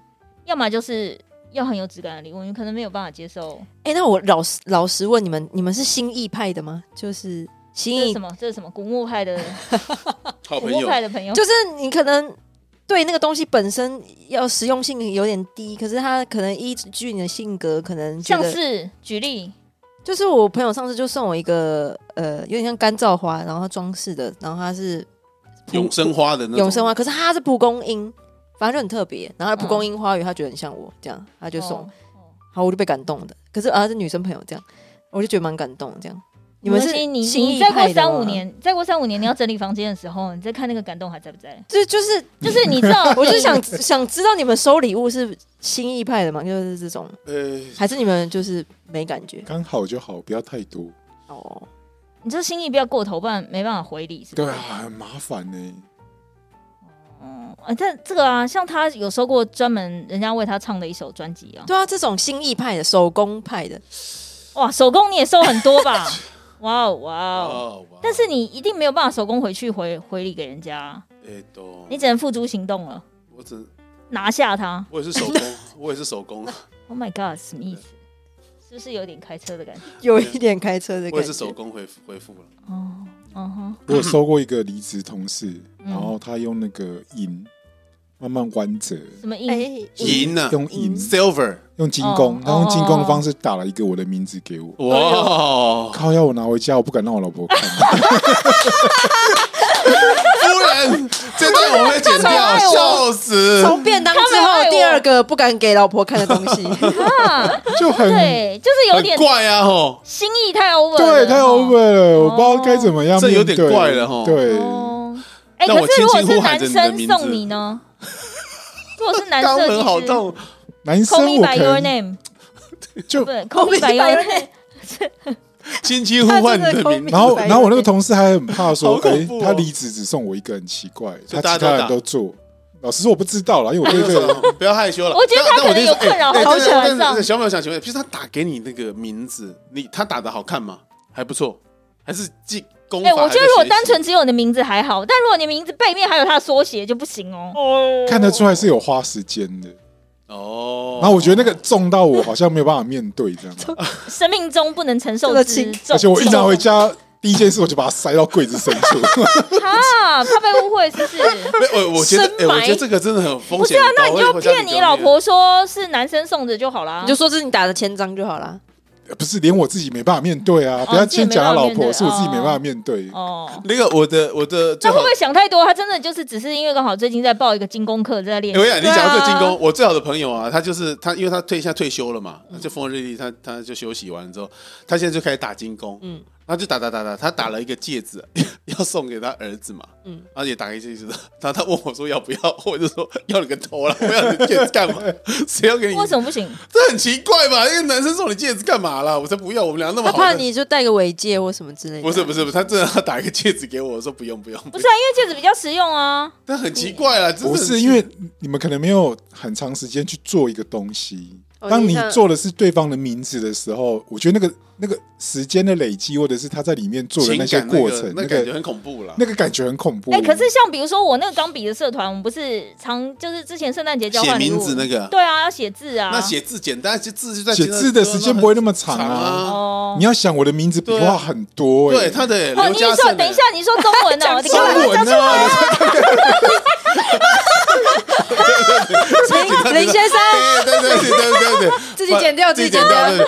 Speaker 3: 要么就是要很有质感的礼物，你可能没有办法接受。
Speaker 4: 哎、那我老实老实问你们，你们是新意派的吗？就是
Speaker 3: 这
Speaker 4: 新
Speaker 3: 是
Speaker 4: 意
Speaker 3: 什，么？这是什么？古墓派的
Speaker 2: 好
Speaker 3: 古
Speaker 2: 朋
Speaker 3: 墓
Speaker 2: 友，
Speaker 3: 派的朋友，
Speaker 4: 就是你可能对那个东西本身要实用性有点低，可是他可能依据你的性格，可能觉
Speaker 3: 像
Speaker 4: 得
Speaker 3: 是举例，
Speaker 4: 就是我朋友上次就送我一个呃，有点像干燥花，然后它装饰的，然后它是
Speaker 2: 永生花的那种
Speaker 4: 永生花，可是它是蒲公英，反正就很特别。然后它蒲公英花语，他觉得很像我，这样他就送
Speaker 3: 哦。
Speaker 4: 好，我就被感动的。可是啊，是女生朋友这样，我就觉得蛮感动的这样。你们是
Speaker 3: 没关系你
Speaker 4: 新
Speaker 3: 你
Speaker 4: 意
Speaker 3: 再过
Speaker 4: 派的
Speaker 3: 三五
Speaker 4: 吗，
Speaker 3: 年，再过三五年你要整理房间的时候，你再看那个感动还在不在？
Speaker 4: 就就是，
Speaker 3: 就是你知道
Speaker 4: *laughs* 我就想想知道你们收礼物是新意派的吗？就是这种，
Speaker 2: 呃，
Speaker 4: 还是你们就是没感觉？
Speaker 1: 刚好就好，不要太多。
Speaker 4: 哦，
Speaker 3: 你这心意不要过头，不然没办法回礼。是吧
Speaker 1: 对啊，很麻烦呢、
Speaker 3: 嗯，啊，这这个啊，像他有收过专门人家为他唱的一首专辑啊，
Speaker 4: 对啊，这种新意派的手工派的，
Speaker 3: 哇，手工你也收很多吧？哇哦哇哦！
Speaker 2: 哦，哇
Speaker 3: 但是你一定没有办法手工回去回回礼给人家，啊
Speaker 2: 哎都，
Speaker 3: 你只能付诸行动了，
Speaker 2: 我只
Speaker 3: 拿下它。
Speaker 2: 我也是手工，我也是手
Speaker 3: *laughs*
Speaker 2: 工，
Speaker 3: Oh my god，什么意思？是不是有点开车的感觉？
Speaker 4: 有一点开车的感觉。
Speaker 2: 我也是手工回复回复了。
Speaker 3: 哦，嗯哼，
Speaker 1: 我有收过一个离职同事，
Speaker 3: 嗯
Speaker 1: 然后他用那个银慢慢弯折，
Speaker 3: 什么
Speaker 4: 哎，
Speaker 3: 印？
Speaker 2: 银呢
Speaker 1: 用银
Speaker 4: 银
Speaker 2: ，silver，
Speaker 1: 用精工
Speaker 3: 嗯哦，
Speaker 1: 他用精工的方式打了一个我的名字给我。
Speaker 3: *laughs*
Speaker 2: 哇，
Speaker 1: 靠！要我拿回家，我不敢让我老婆看。
Speaker 2: 夫人，这段我会剪
Speaker 4: 超
Speaker 2: 掉，
Speaker 4: 爱我
Speaker 2: 笑死！
Speaker 4: 从便当之后第二个不敢给老婆看的东西，
Speaker 3: 啊，
Speaker 1: 就很
Speaker 3: 对，就是有
Speaker 2: 很
Speaker 3: 点
Speaker 2: 怪啊，吼，
Speaker 3: 心意太 over，
Speaker 1: 对，
Speaker 3: 了
Speaker 1: 太
Speaker 3: 哦
Speaker 1: over 了，我不知道该怎么样面
Speaker 2: 这
Speaker 1: 对。
Speaker 2: 有点怪了吼
Speaker 1: 对，
Speaker 3: 哦，哎、
Speaker 2: 让我
Speaker 3: 可是如果
Speaker 2: 轻轻
Speaker 3: 是
Speaker 2: 呼喊
Speaker 3: 男
Speaker 2: 着你的名
Speaker 3: 生
Speaker 2: 字
Speaker 3: 送你呢？如果是男生
Speaker 2: 肛，
Speaker 3: 其
Speaker 2: 门
Speaker 3: 实
Speaker 2: 好痛，
Speaker 1: 男
Speaker 3: Call
Speaker 1: 生
Speaker 3: me
Speaker 1: 我
Speaker 3: by
Speaker 1: 可能
Speaker 3: your name，
Speaker 1: 就
Speaker 3: 不是 Call me by your
Speaker 4: *laughs*
Speaker 3: name，
Speaker 2: 轻轻呼唤你的名字，
Speaker 1: 然后，然后我那个同事还很怕说，
Speaker 2: 好
Speaker 1: 哎、
Speaker 2: 恐怖哦
Speaker 1: 他离职只送我一个，很奇怪，
Speaker 2: 所
Speaker 1: 他
Speaker 2: 以大家
Speaker 1: 其
Speaker 2: 都哎
Speaker 1: 他人
Speaker 2: 打
Speaker 1: 都做。老实说，我不知道啦，因为我对这
Speaker 2: *laughs*
Speaker 1: 个
Speaker 2: 不要害羞了。
Speaker 3: 我觉得
Speaker 2: 但
Speaker 3: 他
Speaker 2: 但我
Speaker 3: 可能
Speaker 2: 就
Speaker 3: 有
Speaker 2: 说
Speaker 3: 困扰
Speaker 2: 哎哎
Speaker 3: 好
Speaker 2: 但是
Speaker 3: 喜欢
Speaker 2: 但是
Speaker 3: 上
Speaker 2: 小淼想请问，平时他打给你那个名字，你他打的好看吗？还不错，还是记功
Speaker 3: 哎、
Speaker 2: 法？
Speaker 3: 我觉得如果单纯
Speaker 2: 还在学习
Speaker 3: 只有你的名字还好，但如果你的名字背面还有他的缩写就不行哦。哦，
Speaker 1: 看得出来是有花时间的。
Speaker 2: 哦，
Speaker 1: 然后我觉得那个重到我好像没有办法面对
Speaker 2: *laughs*
Speaker 1: 这样，
Speaker 3: 生命中不能承受
Speaker 4: 这个
Speaker 3: 之
Speaker 4: 轻
Speaker 3: 重。
Speaker 1: 而且我一拿回家，第一件事我就把它塞到柜子深处。 *laughs*
Speaker 3: 啊，怕被误会是不是？
Speaker 2: 没有，我我觉得，哎，
Speaker 3: 深埋
Speaker 2: 我觉得这个真的很有风
Speaker 3: 不是
Speaker 2: 险
Speaker 3: 啊
Speaker 2: 高。，
Speaker 3: 那你
Speaker 2: 会
Speaker 3: 就
Speaker 2: 回家
Speaker 3: 骗你老婆说是男生送的就好啦。
Speaker 4: 你就说这是你打的千张就好啦。
Speaker 1: 不是，连我自己没办法面对啊！不要先讲他老婆，是我自己没办法面对。
Speaker 3: 哦，
Speaker 2: 那个我的我的啊最
Speaker 3: 那
Speaker 2: 好
Speaker 3: 会不会想太多？他真的就是只是因为刚好最近在报一个精工课在练
Speaker 2: 哎，我跟你讲你讲到
Speaker 4: 对啊
Speaker 2: 这进攻，我最好的朋友啊，他就是他，因为他退现在退休了嘛，就风和日丽，他他就休息完之后，他现在就开始打精工，嗯
Speaker 4: 嗯，
Speaker 2: 他就打打打打，他打了一个戒指， *laughs* 要送给他儿子嘛，嗯
Speaker 4: 嗯，
Speaker 2: 然后也打个戒指，然后他问我说要不要，我就说 *laughs* 要你个头啦，我要你的戒指干嘛？ *laughs* 谁要给你？
Speaker 3: 为什么不行？哎
Speaker 2: 这很奇怪吧？一个男生送你戒指干嘛啦？我才不要，我们俩那么
Speaker 4: 他
Speaker 2: 好，
Speaker 4: 怕你就戴个尾戒或什么之类的。
Speaker 2: 不是不是不是，他真的要打一个戒指给我，我说不用不用，
Speaker 3: 不是啊，因为戒指比较实用啊。
Speaker 2: 但很奇怪啊，真的
Speaker 1: 不
Speaker 2: 很奇
Speaker 1: 是因为你们可能没有很长时间去做一个东西。
Speaker 4: 哦
Speaker 1: 当
Speaker 4: 你
Speaker 1: 你
Speaker 4: 看
Speaker 1: 做的是对方的名字的时候，我觉得那个那个时间的累积，或者是他在里面做的
Speaker 2: 情
Speaker 1: 那些
Speaker 2: 感那个
Speaker 1: 过程，
Speaker 2: 那
Speaker 1: 那
Speaker 2: 感觉
Speaker 1: 个
Speaker 2: 很恐怖啦。
Speaker 1: 那个感觉很恐怖。
Speaker 3: 哎、可是像比如说我那个钢笔的社团，我们不是常就是之前圣诞节交
Speaker 2: 写
Speaker 3: 换礼
Speaker 2: 名
Speaker 3: 物
Speaker 2: 字那个，
Speaker 3: 对啊，要写字啊。
Speaker 2: 那写字简单，写字就在
Speaker 1: 写字的时间不会那么长
Speaker 2: 长
Speaker 1: 啊。
Speaker 2: 啊。
Speaker 3: 哦
Speaker 1: 你，要想我的名字笔
Speaker 2: 对啊
Speaker 1: 画很多、欸，
Speaker 2: 对，他的
Speaker 3: 哦，
Speaker 2: 刘
Speaker 3: 你
Speaker 2: 嘉
Speaker 3: 说
Speaker 2: 盛，
Speaker 3: 等一下，，你说中文
Speaker 2: *laughs*
Speaker 3: 哦，你
Speaker 1: 中
Speaker 3: 干嘛要
Speaker 1: 文
Speaker 3: 讲
Speaker 1: 呢、
Speaker 4: 林林
Speaker 2: *laughs*
Speaker 4: 先生，
Speaker 2: 对对对对对
Speaker 3: *laughs*
Speaker 2: 对，
Speaker 4: 自己剪掉
Speaker 2: 自己
Speaker 4: 自己
Speaker 2: 剪掉。
Speaker 4: 剪掉
Speaker 2: 对对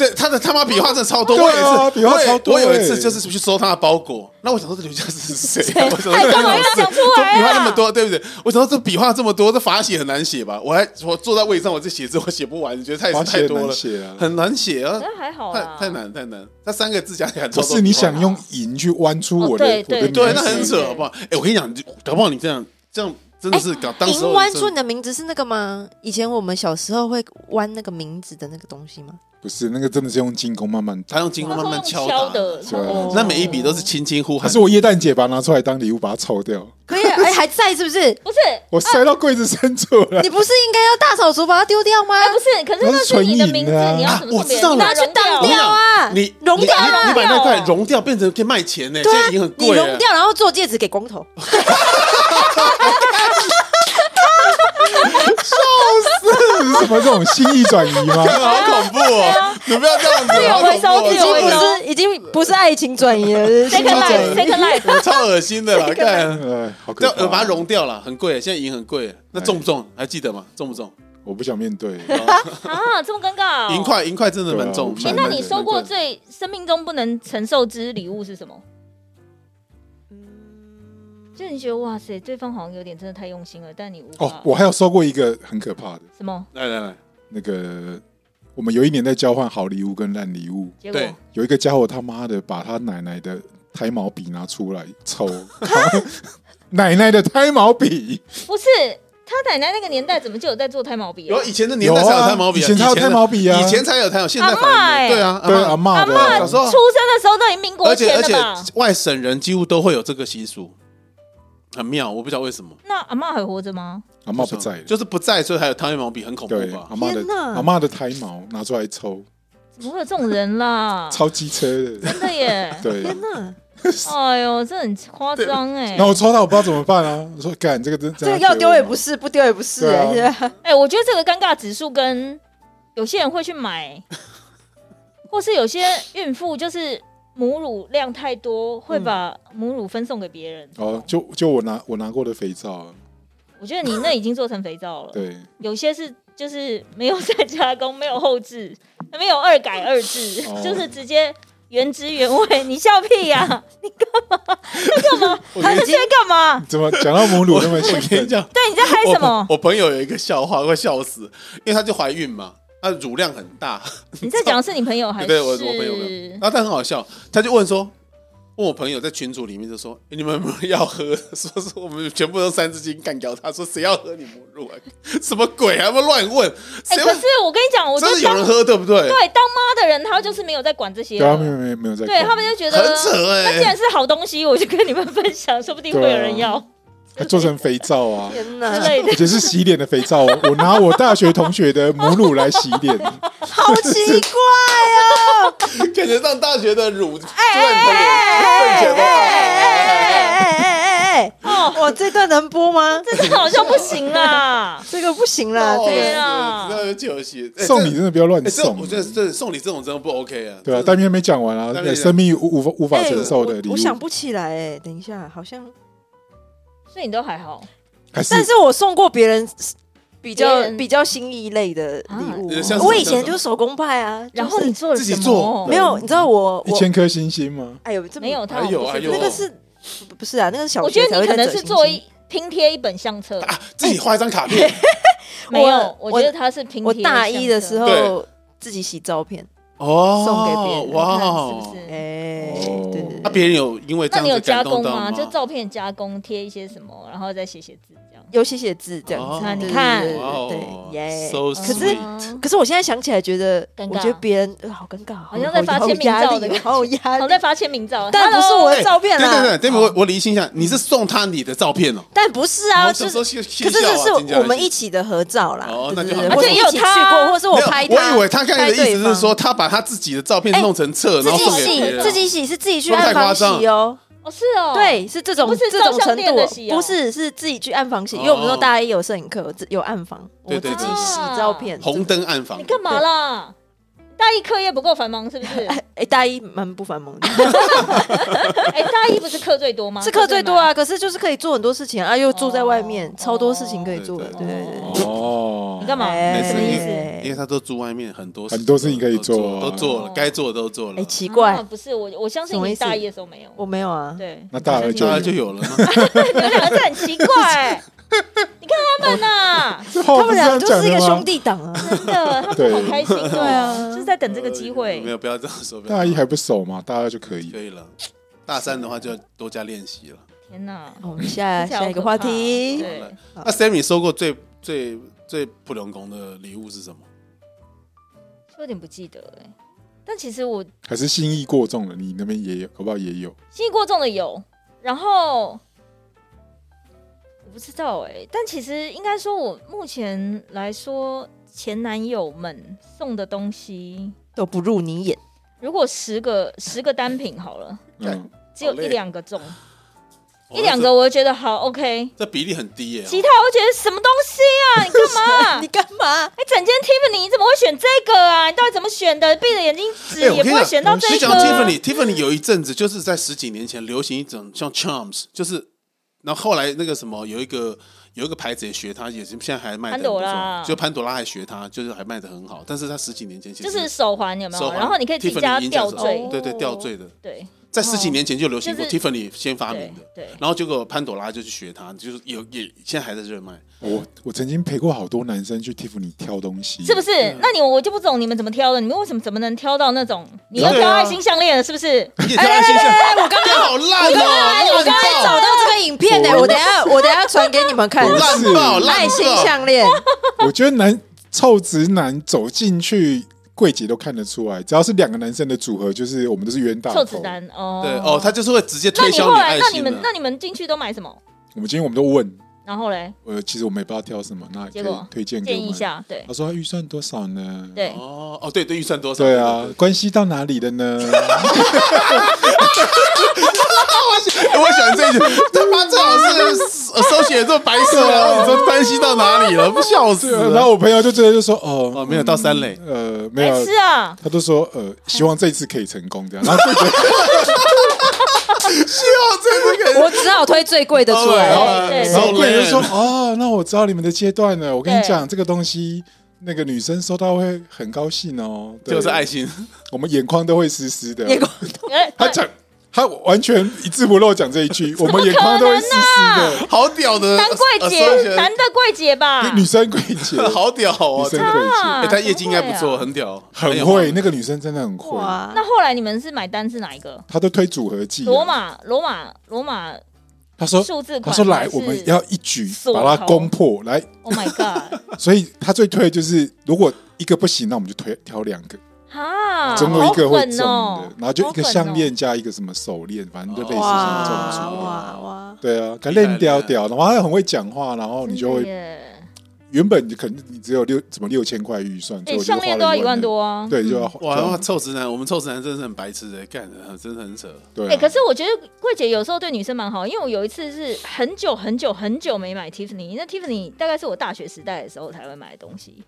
Speaker 2: 对，他的他妈笔画真的超多，
Speaker 1: 对
Speaker 2: 我
Speaker 1: 啊
Speaker 2: 也是
Speaker 1: 笔画超多
Speaker 2: 我也我有一次
Speaker 1: 欸
Speaker 2: 就是去收他的包裹，那我想说这刘嘉盛是谁啊？我想说
Speaker 3: 哎，
Speaker 2: *laughs*
Speaker 3: 干嘛要讲出
Speaker 2: 这
Speaker 3: 来啊？
Speaker 2: 笔画那么多，对不对？我想到这笔画这么多，这法写很难写吧？我还我坐在位置上，我这写字我写不完，你觉得太
Speaker 1: 法
Speaker 2: 太
Speaker 1: 写很
Speaker 2: 多了
Speaker 1: 难，写啊。
Speaker 2: 很难写啊，
Speaker 3: 那还好
Speaker 2: 太
Speaker 3: 啦，
Speaker 2: 太难太难。那三个字加起来
Speaker 1: 不
Speaker 2: 超多笔画，
Speaker 1: 是你想用银去弯出我的、
Speaker 3: 哦对对
Speaker 1: 我的
Speaker 2: 对，
Speaker 1: 名
Speaker 2: 那很
Speaker 1: 字
Speaker 2: 扯，好不好？哎、我跟你讲，搞不好你这样这样真的是搞、当时
Speaker 4: 哎银
Speaker 2: 候
Speaker 4: 弯
Speaker 2: 真
Speaker 4: 出你的名字是那个吗？以前我们小时候会弯那个名字的那个东西吗？
Speaker 1: 不是那个真的是用精工慢慢打。
Speaker 2: 他用金光慢慢
Speaker 3: 敲
Speaker 2: 打
Speaker 3: 的，
Speaker 1: 是吧
Speaker 3: 哦
Speaker 2: 那每一笔都是轻轻呼
Speaker 1: 还
Speaker 2: 喊
Speaker 1: 是。我耶诞节把它拿出来当礼物，把它抽掉，
Speaker 4: 可以啊，哎，还在是不是？
Speaker 3: 不是？
Speaker 1: 我塞到柜子深处了。
Speaker 4: 你不是应该要大扫除把它丢掉吗？
Speaker 3: 哎，不是，可是那是你的名字，
Speaker 1: 那是纯银的啊
Speaker 3: 你要怎么
Speaker 2: 啊我
Speaker 3: 送别
Speaker 2: 知道
Speaker 3: 人？
Speaker 2: 了我跟你
Speaker 3: 你拿去当掉
Speaker 2: 讲
Speaker 4: 掉啊
Speaker 2: 你
Speaker 4: 融掉
Speaker 2: 你
Speaker 4: 啊
Speaker 2: 你把那
Speaker 3: 融掉
Speaker 2: 块
Speaker 3: 啊
Speaker 2: 融掉，变成可以卖钱呢、
Speaker 4: 对
Speaker 2: 现
Speaker 4: 啊
Speaker 2: 在已经很，
Speaker 4: 你
Speaker 2: 贵了。
Speaker 4: 融掉，然后做戒指给光头，
Speaker 1: 这 *laughs* 是什么这种心意转移 *laughs* 吗？
Speaker 2: *laughs* 好恐怖哦！你不要这样子，
Speaker 3: 自由
Speaker 2: 好恐怖
Speaker 3: 回收
Speaker 2: 哦
Speaker 4: 已
Speaker 3: 自
Speaker 4: 经
Speaker 3: 由
Speaker 2: 真
Speaker 4: 不
Speaker 2: 的
Speaker 3: 回收
Speaker 4: 是已经不是爱情转移了，是心
Speaker 3: Second
Speaker 4: 理转
Speaker 3: Life
Speaker 4: 移
Speaker 3: Second Life，
Speaker 2: 我超恶心的啦，看。
Speaker 1: 呃，好可
Speaker 2: 要
Speaker 1: 怕！
Speaker 2: 把它融掉了，很贵，现在银很贵。
Speaker 1: 哎
Speaker 2: 那重不重？还记得吗？重不重？
Speaker 1: 我不想面对。
Speaker 3: 啊，这么尴尬哦，
Speaker 2: 银块，银块真的蛮重
Speaker 1: 对。啊
Speaker 3: 哎，
Speaker 1: 蛮
Speaker 3: 那
Speaker 1: 蛮
Speaker 3: 你收过最生命中不能承受之礼物是什么？
Speaker 2: 嗯
Speaker 3: 就你觉得哇塞，对方好像有点真的太用心了，但你无
Speaker 1: 哦
Speaker 3: 法，
Speaker 1: 我还有收过一个很可怕的，
Speaker 3: 什么
Speaker 2: 来来来，
Speaker 1: 那个我们有一年在交换好礼物跟烂礼物，
Speaker 3: 结果？
Speaker 2: 对
Speaker 1: 有一个家伙他妈的把他奶奶的胎毛笔拿出来
Speaker 2: *laughs*
Speaker 1: 抽，然后奶奶的胎毛笔，
Speaker 3: 不是他奶奶那个年代怎么就有在做胎毛笔啊？
Speaker 2: 有以前的年代才有胎毛笔
Speaker 1: 有啊
Speaker 2: 啊，
Speaker 1: 以前才有
Speaker 2: 的
Speaker 1: 胎毛笔啊
Speaker 2: 以前才有胎毛，现在反
Speaker 3: 阿
Speaker 2: 而
Speaker 3: 嬷欸
Speaker 2: 没有对啊，
Speaker 1: 对
Speaker 2: 阿嬷
Speaker 1: 阿妈的
Speaker 3: 阿
Speaker 1: 啊，
Speaker 3: 嬷
Speaker 2: 小时候
Speaker 3: 出生的时候都已经民国
Speaker 2: 而且
Speaker 3: 前
Speaker 2: 而
Speaker 3: 了
Speaker 2: 且
Speaker 3: 吧？
Speaker 2: 外省人几乎都会有这个习俗，很妙，我不知道为什么。
Speaker 3: 那阿嬷还活着吗？
Speaker 1: 阿妈不在了。
Speaker 2: 就是不在，所以还有汤圆毛笔，很恐怖啊
Speaker 1: 对，啊
Speaker 2: 吧
Speaker 1: 阿？妈的
Speaker 4: 天哪
Speaker 1: 阿妈的胎毛拿出来抽，，
Speaker 3: 怎不会有这种人啦
Speaker 2: 啊 *laughs*
Speaker 1: 超机车的，
Speaker 3: 真的耶！
Speaker 1: 对。
Speaker 4: 天哪，
Speaker 3: 哎呦，这很夸张哎
Speaker 1: 然！后我抽到，我不知道怎么办啊！我说干这个真
Speaker 4: 这
Speaker 1: 样
Speaker 4: 个要
Speaker 1: 给
Speaker 4: 丢
Speaker 1: 我
Speaker 4: 也
Speaker 1: 吗
Speaker 4: 不是，不丢也不是，
Speaker 1: 对啊
Speaker 4: 哎现在
Speaker 3: 哎、我觉得这个尴尬指数跟有些人会
Speaker 2: *laughs*
Speaker 3: 去买，或是有些孕妇就是母乳量太多，会
Speaker 2: 嗯
Speaker 3: 把母乳分送给别人。
Speaker 1: 哦，就就我拿我拿过的肥皂啊，
Speaker 3: 我觉得你那已经做成肥皂了。
Speaker 1: 对，
Speaker 3: 有些是就是没有再加工，没有后置，没有二改二制，
Speaker 1: 哦
Speaker 3: 就是直接原汁原味。你笑屁呀、
Speaker 2: *laughs* 我
Speaker 3: 他
Speaker 2: 跟
Speaker 3: 是在干嘛？
Speaker 1: 怎么讲到母乳那么兴
Speaker 2: 我跟
Speaker 1: 奋
Speaker 2: 你？讲，
Speaker 3: 对，你在嗨
Speaker 2: 我
Speaker 3: 什么？
Speaker 2: 我朋友有一个笑话，会笑死，因为她就怀孕嘛，她乳量很大，
Speaker 3: 你在讲的是你朋友还是？
Speaker 2: 对我我朋友然后她很好笑，她就问说，问我朋友在群组里面就说，诶你们有没有要喝？说是我们全部都三只金干掉她，说谁要喝你母乳啊？什么鬼啊？他们乱问，
Speaker 3: 哎、
Speaker 2: 谁
Speaker 3: 可
Speaker 2: 会？
Speaker 3: 是我跟你讲，我就
Speaker 2: 真的有
Speaker 3: 当
Speaker 2: 人喝，对不对？
Speaker 3: 对当妈的人，他就是没有在管这些
Speaker 1: 对啊，
Speaker 3: 了，
Speaker 1: 没有没有没有在
Speaker 3: *laughs*
Speaker 1: 管，
Speaker 3: 对他们就觉得
Speaker 2: 很扯哎、
Speaker 3: 那既然是好东西，我就跟你们分享，说不定会有人 *laughs* 要
Speaker 1: 还做成肥皂啊，
Speaker 4: 天
Speaker 3: 之
Speaker 4: 哪，
Speaker 3: 类的
Speaker 1: 而。且是洗脸的肥皂哦。我拿我大学同学的母乳来洗脸，
Speaker 4: 好奇
Speaker 1: *laughs*
Speaker 4: 怪哦！
Speaker 2: 感觉上大学的乳就在你的脸面前
Speaker 4: 哎
Speaker 2: 吗？
Speaker 4: 哎哎哎哎，
Speaker 3: 哦，
Speaker 4: 我这段能播吗？
Speaker 3: 这个好像不行啊啦。
Speaker 4: 这个不行啦，这个
Speaker 3: 对啊
Speaker 2: 这个就有戏。哎
Speaker 1: 送礼
Speaker 2: 这
Speaker 1: 真的不要乱
Speaker 2: 哎这
Speaker 1: 送
Speaker 2: 我，觉得这送礼这种真的不 OK 啊。
Speaker 1: 对啊，
Speaker 2: 这
Speaker 1: 但面没讲完啊，
Speaker 2: 但
Speaker 1: 对
Speaker 2: 面
Speaker 1: 生命无无法无法承受的
Speaker 4: 哎
Speaker 1: 礼
Speaker 4: 我
Speaker 1: 物
Speaker 4: 我，想不起来哎，等一下，好像，
Speaker 3: *laughs* 所以你都还好，
Speaker 1: 还是
Speaker 4: 但是我送过别人
Speaker 3: 别
Speaker 4: 比较
Speaker 3: 人
Speaker 4: 比较新意类的礼物
Speaker 2: 啊像是，
Speaker 4: 我以前就是手工派啊，
Speaker 3: 然后
Speaker 4: 就是
Speaker 3: 你做了
Speaker 2: 自己
Speaker 3: 什么
Speaker 2: 做
Speaker 4: 没有，你知道我
Speaker 1: 一
Speaker 4: 我
Speaker 1: 千颗星星吗？
Speaker 4: 哎呦，这么
Speaker 3: 没有，哎他
Speaker 2: 还有
Speaker 3: 好像不
Speaker 2: 还有
Speaker 4: 那
Speaker 3: 是
Speaker 4: 个是不不是啊？那个是小
Speaker 3: 我
Speaker 4: 学
Speaker 3: 觉
Speaker 4: 才
Speaker 3: 得
Speaker 4: 会
Speaker 3: 你可
Speaker 4: 在
Speaker 3: 能
Speaker 4: 折
Speaker 3: 是
Speaker 4: 星
Speaker 3: 做
Speaker 4: 星
Speaker 3: 一拼贴一本相册，
Speaker 2: 啊，自己画一张卡片，
Speaker 3: 没有，
Speaker 4: 我
Speaker 3: *laughs* 我觉得他是拼贴。
Speaker 4: 我大一的时，候
Speaker 2: 对
Speaker 4: 自己洗照片，
Speaker 2: 哦
Speaker 4: 送给别人
Speaker 2: 哇
Speaker 3: 看是
Speaker 2: 哦
Speaker 3: 不！是？
Speaker 4: 哎，
Speaker 1: 哦
Speaker 4: 对对
Speaker 2: 那
Speaker 4: 对，
Speaker 2: 别人有因为这
Speaker 3: 那
Speaker 2: 样
Speaker 3: 你有
Speaker 2: 子
Speaker 3: 加
Speaker 2: 感动
Speaker 3: 工
Speaker 2: 到
Speaker 3: 吗？就照片加工，贴一些什么，然后再写写字这样。
Speaker 4: 有写写字这样
Speaker 2: 哦
Speaker 4: 子，
Speaker 3: 啊那你
Speaker 4: 对对
Speaker 3: 看
Speaker 4: 对
Speaker 2: 哇哦
Speaker 4: 对，耶。
Speaker 2: ，so
Speaker 4: 可是
Speaker 3: 嗯
Speaker 2: sweet，
Speaker 4: 可是我现在想起来，觉得
Speaker 3: 尴尬
Speaker 4: 我觉得别人呃好尴尬，好
Speaker 3: 好像在发签名照的感觉
Speaker 4: 好有压
Speaker 3: 好
Speaker 4: 力，
Speaker 3: 在发签名照，
Speaker 4: 但不是我的
Speaker 2: 哎
Speaker 4: 照片
Speaker 2: 对对
Speaker 4: 啦
Speaker 2: 对，，对我我理清一下，你是送他你的照片哦。
Speaker 4: 但不是
Speaker 2: 我
Speaker 4: 啊，
Speaker 2: 小
Speaker 4: 就
Speaker 2: 时
Speaker 4: 是
Speaker 2: 候是
Speaker 4: 可是这是我们一
Speaker 2: 啊起
Speaker 4: 起的合照啦
Speaker 2: 哦，
Speaker 4: 对
Speaker 2: 那就
Speaker 4: 对对，
Speaker 2: 好
Speaker 4: 或者
Speaker 3: 而且也有
Speaker 4: 一起去
Speaker 3: 他啊
Speaker 4: 过，或者是
Speaker 2: 没
Speaker 4: 我
Speaker 2: 有
Speaker 4: 拍
Speaker 2: 我
Speaker 4: 他，
Speaker 2: 以为他刚才的
Speaker 4: 拍
Speaker 2: 意
Speaker 4: 对
Speaker 2: 思
Speaker 4: 方
Speaker 2: 是说，他把他自己的照片弄成册，
Speaker 4: 自
Speaker 2: 然后
Speaker 4: 己
Speaker 2: 送给别
Speaker 4: 洗
Speaker 2: 人
Speaker 4: 自己洗是自己去
Speaker 2: 不太
Speaker 4: 暗
Speaker 2: 夸
Speaker 4: 房
Speaker 2: 张
Speaker 4: 洗哦。
Speaker 3: 哦，是哦，，
Speaker 4: 对，是这种
Speaker 3: 不是
Speaker 4: 这种
Speaker 3: 照相
Speaker 4: 程
Speaker 3: 店
Speaker 4: 度
Speaker 3: 的洗哦，
Speaker 4: 不是是自己去暗房洗，因为我们说大一有摄影课，有自有暗房，我
Speaker 2: 哦对对
Speaker 4: 们自己
Speaker 2: 对
Speaker 4: 洗照片。
Speaker 2: 红灯暗房
Speaker 3: 你。干嘛啦？大一课业不够繁忙是不 *laughs* 是？
Speaker 4: 哎，大一蛮不繁忙的，
Speaker 3: 哎，大一不是课最多吗？
Speaker 4: 是课最多啊，可是就是可以做很多事情啊，又住在外面
Speaker 3: 哦，
Speaker 4: 超多事情可以做的。
Speaker 2: 对
Speaker 4: 对对对，
Speaker 1: 哦，
Speaker 3: 你干嘛
Speaker 4: 哎
Speaker 2: 什么意思
Speaker 4: 哎
Speaker 2: 因为他都住外面，很多
Speaker 1: 很多事情可以
Speaker 2: 都做
Speaker 1: 做啊
Speaker 2: 都做了，该做的都做了
Speaker 4: 哎，。奇
Speaker 3: 最啊
Speaker 4: 怪，
Speaker 3: 不是我，我相信
Speaker 4: 什么
Speaker 3: 你
Speaker 4: 意思
Speaker 3: 大一的时候没有。
Speaker 4: 我没有啊，
Speaker 3: 对，
Speaker 1: 那大二就
Speaker 2: 当
Speaker 1: 有
Speaker 2: 然就有了嘛。
Speaker 3: 你们两个是很奇怪、你看他们呐、
Speaker 1: 他
Speaker 2: 哦
Speaker 4: 他们俩就是一个兄。弟档啊。
Speaker 3: 真的，他们好开心哦、
Speaker 4: 对啊
Speaker 3: 就是在等这个机会
Speaker 2: 没。有，不要这样说。不要
Speaker 1: 大一还不熟嘛，大二就可以
Speaker 2: 可。以了，大三的话就要多加练习了。
Speaker 3: 天哪，
Speaker 4: *laughs* 我们下
Speaker 3: 听起来好可怕
Speaker 4: 下一个话题，
Speaker 3: 对，
Speaker 4: 好
Speaker 2: 那 Sammy 收过最最最不良工的礼物是什么？
Speaker 3: 有点不记得哎、但其实我
Speaker 1: 还是心意过重了，你那边也有，搞不好也有。
Speaker 3: 心意过重的有，然后我不知道哎、但其实应该说，我目前来说，前男友们送的东西，
Speaker 4: 都不入你眼，
Speaker 3: 如果十个十个单品好了，
Speaker 1: 嗯，
Speaker 3: 只有
Speaker 2: 好累
Speaker 3: 一两个中，
Speaker 2: 哦
Speaker 3: 一两个，我就觉得好 OK。
Speaker 2: 这这比例很低耶。
Speaker 3: 其他我觉得什么东西
Speaker 2: *laughs*
Speaker 3: 啊？你干嘛
Speaker 4: 你？干嘛？
Speaker 3: 哎，整间 Tiffany 你怎么会选这个啊？你到底怎么选的？闭着眼睛指
Speaker 2: 哎我
Speaker 3: 也
Speaker 2: 跟
Speaker 3: 不
Speaker 2: 你
Speaker 3: 会
Speaker 2: 讲
Speaker 3: 选到这
Speaker 2: 你
Speaker 3: 个
Speaker 2: 讲
Speaker 3: 啊。
Speaker 2: Tiffany，Tiffany 有一阵子就是在十几年前流行一种像 Charms，就是，然后后来那个什么有一个有一个牌子也学它，也是现在还卖的
Speaker 3: 潘朵拉
Speaker 2: 就潘朵拉还学它，就是还卖的很好，但是它十几年前其
Speaker 3: 就
Speaker 2: 实
Speaker 3: 是手环有没
Speaker 2: 手
Speaker 3: 有？
Speaker 2: 环
Speaker 3: 然后你可以自己
Speaker 2: Tiffany
Speaker 3: 加
Speaker 2: 已经
Speaker 3: 吊
Speaker 2: 这样
Speaker 3: 坠
Speaker 2: 子，哦对对吊坠的，
Speaker 3: 对
Speaker 2: 在十几年前就流行过
Speaker 3: 就是
Speaker 2: Tiffany 先发明
Speaker 3: 对
Speaker 2: 的。
Speaker 3: 对。
Speaker 2: 然后结果潘朵拉就去学它，就是有也现在还在热
Speaker 3: *laughs*
Speaker 2: 卖。
Speaker 1: 我我曾经陪过好多男生去 Tiffany 挑东西，
Speaker 3: 是不？
Speaker 2: 嗯
Speaker 3: 是？那你我就不懂你们怎么挑的，你们为什么怎么能挑到那种？你要
Speaker 2: 对
Speaker 3: 挑
Speaker 2: 啊
Speaker 3: 爱心项链了是不是？
Speaker 2: 你也知道爱心项链，我刚刚好烂哦，
Speaker 4: 我刚才找到这个影片呢，我等一下我等一下传给你们看。
Speaker 2: 烂爆烂爆，
Speaker 3: 哎
Speaker 4: 爱心项链，
Speaker 1: 我觉得男臭直男走进去柜姐都看得出来，只要是两个男生的组合，就是我们都是冤大
Speaker 3: 臭子
Speaker 1: 头。
Speaker 3: 弹哦，
Speaker 2: 对哦，他就是会直接
Speaker 3: 那
Speaker 2: 推
Speaker 3: 你
Speaker 2: 销
Speaker 3: 后来
Speaker 2: 爱
Speaker 3: 那你
Speaker 2: 心的
Speaker 3: 们那你们进去都买什么？
Speaker 1: 我们今天我们都问，
Speaker 3: 哦然后嘞，
Speaker 1: 呃，其实我们也不知道挑什么，那也
Speaker 3: 结
Speaker 1: 可以
Speaker 3: 果
Speaker 1: 推荐给
Speaker 3: 建
Speaker 1: 我
Speaker 3: 议一
Speaker 1: 们。哦
Speaker 3: 下，对
Speaker 1: 他说哎他预算多少呢？
Speaker 3: 对，
Speaker 2: 哦哦，对对，预算多少？
Speaker 1: 对
Speaker 2: *laughs*
Speaker 1: 啊，关系到哪里了
Speaker 3: *laughs*
Speaker 1: 呢？
Speaker 2: 对，对对哎我喜欢这一句， *laughs* 他妈最好是呃收写这么白色，然后你说关系到哪里了，不笑死
Speaker 1: 啊对啊
Speaker 2: 了。
Speaker 1: 然后我朋友就直接就说：“哦，
Speaker 2: 哦没有到三类
Speaker 1: 嗯呃，没
Speaker 3: 白
Speaker 1: 有
Speaker 3: 痴。啊”，
Speaker 1: 他就说：“呃，希望这一次可以成功。”
Speaker 3: *laughs*
Speaker 1: 这样，然后就觉得
Speaker 4: 我只好推最贵的
Speaker 2: 哦
Speaker 4: 出
Speaker 3: 对
Speaker 4: 来。
Speaker 3: 对对
Speaker 1: 然后贵人就说
Speaker 2: So：“
Speaker 1: 哦，那我知道你们的阶段了。我跟你
Speaker 3: 对
Speaker 1: 讲，这个东西，那个女生收到会很高兴哦。对
Speaker 2: 就是爱，心，
Speaker 1: 我们眼眶都会湿湿的。
Speaker 4: 眼眶
Speaker 3: 哎 *laughs*
Speaker 1: 他讲，他完全一字不漏讲这一句，我们眼眶都会湿湿
Speaker 2: 好屌的，
Speaker 3: 难怪
Speaker 1: 呃
Speaker 3: 姐，男的怪姐吧
Speaker 1: 的。，女生跪姐，
Speaker 2: 呃好屌哦
Speaker 1: 女，生
Speaker 3: 啊
Speaker 1: 跪姐，
Speaker 2: 哎他业绩应该不
Speaker 3: 很会
Speaker 2: 错，
Speaker 3: 啊
Speaker 2: 很屌，
Speaker 1: 很会。那个女生真的很会，
Speaker 4: 哇
Speaker 3: 那，后来你们是买单是哪一个？
Speaker 1: 她都推组合技啊。
Speaker 3: 罗马，罗马，罗马
Speaker 1: 哦她说
Speaker 3: 数字
Speaker 1: 他
Speaker 3: 款还是。
Speaker 1: 说：“来，我们要一举
Speaker 3: 锁
Speaker 1: 把它
Speaker 3: 头
Speaker 1: 攻破。”来，
Speaker 3: Oh my god！
Speaker 1: 所以他最推的就是，如果一个不行，那我们就推挑两个，*laughs*
Speaker 3: 哈，
Speaker 1: 总有一个
Speaker 3: 啊好
Speaker 1: 会
Speaker 3: 狠
Speaker 1: 中
Speaker 3: 哦
Speaker 1: 的，然后就一个项
Speaker 3: 好
Speaker 1: 链加一个什么手链，反正就类似像这种
Speaker 4: 哇
Speaker 1: 组合。
Speaker 4: 哇哇！
Speaker 1: 对啊，给链雕雕，然后他很会讲话，然后
Speaker 3: 狠哦
Speaker 1: 你就
Speaker 3: 真的
Speaker 1: 会
Speaker 3: 耶
Speaker 1: 原本你可能你只有六怎么六千块预算，最
Speaker 3: 哎，
Speaker 1: 后就
Speaker 3: 项
Speaker 1: 花了
Speaker 3: 链都要一万
Speaker 1: 12000，
Speaker 3: 多啊。
Speaker 1: 对，就要
Speaker 2: 哇哇，
Speaker 1: 花
Speaker 2: 臭直男，我们臭直男真的是很白痴的，欸干的真的很扯。
Speaker 1: 对
Speaker 3: 哎、
Speaker 1: 啊。
Speaker 3: 可是我觉得桂姐有时候对女生蛮好，因为我有一次是很久很久很久没买 Tiffany，那 Tiffany 大概是我大学时代的时候才会买的东西，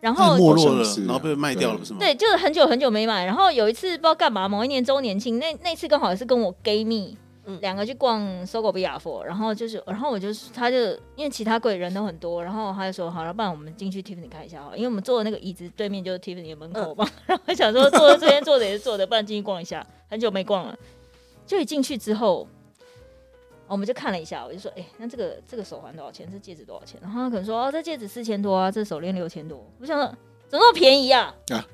Speaker 3: 然后
Speaker 2: 太没落
Speaker 1: 好
Speaker 2: 了
Speaker 1: 像，是啊
Speaker 2: 然后被卖掉了，不是吗？
Speaker 3: 对，就是很久很久没买，然后有一次不知道干嘛，某一年周年庆，那那次刚好也是跟我 gay 蜜。
Speaker 4: 嗯
Speaker 3: 两个去逛搜狗比亚佛，然后就是，然后我就是，他就因为其他柜人都很多，然后他就说，好了，不然我们进去 Tiffany 看一下好了，因为我们坐的那个椅子对面就是 Tiffany 的门口嘛， *laughs* 然后想说坐在这边坐着也是坐着，不然进去逛一下，很久没逛了，就一进去之后，我们就看了一下，我就说，哎、那这个这个手环多少钱？这戒指多少钱？然后他可能说，哦，这戒指四千多啊，这手链六千多，我想说怎么那么便宜啊？
Speaker 1: 啊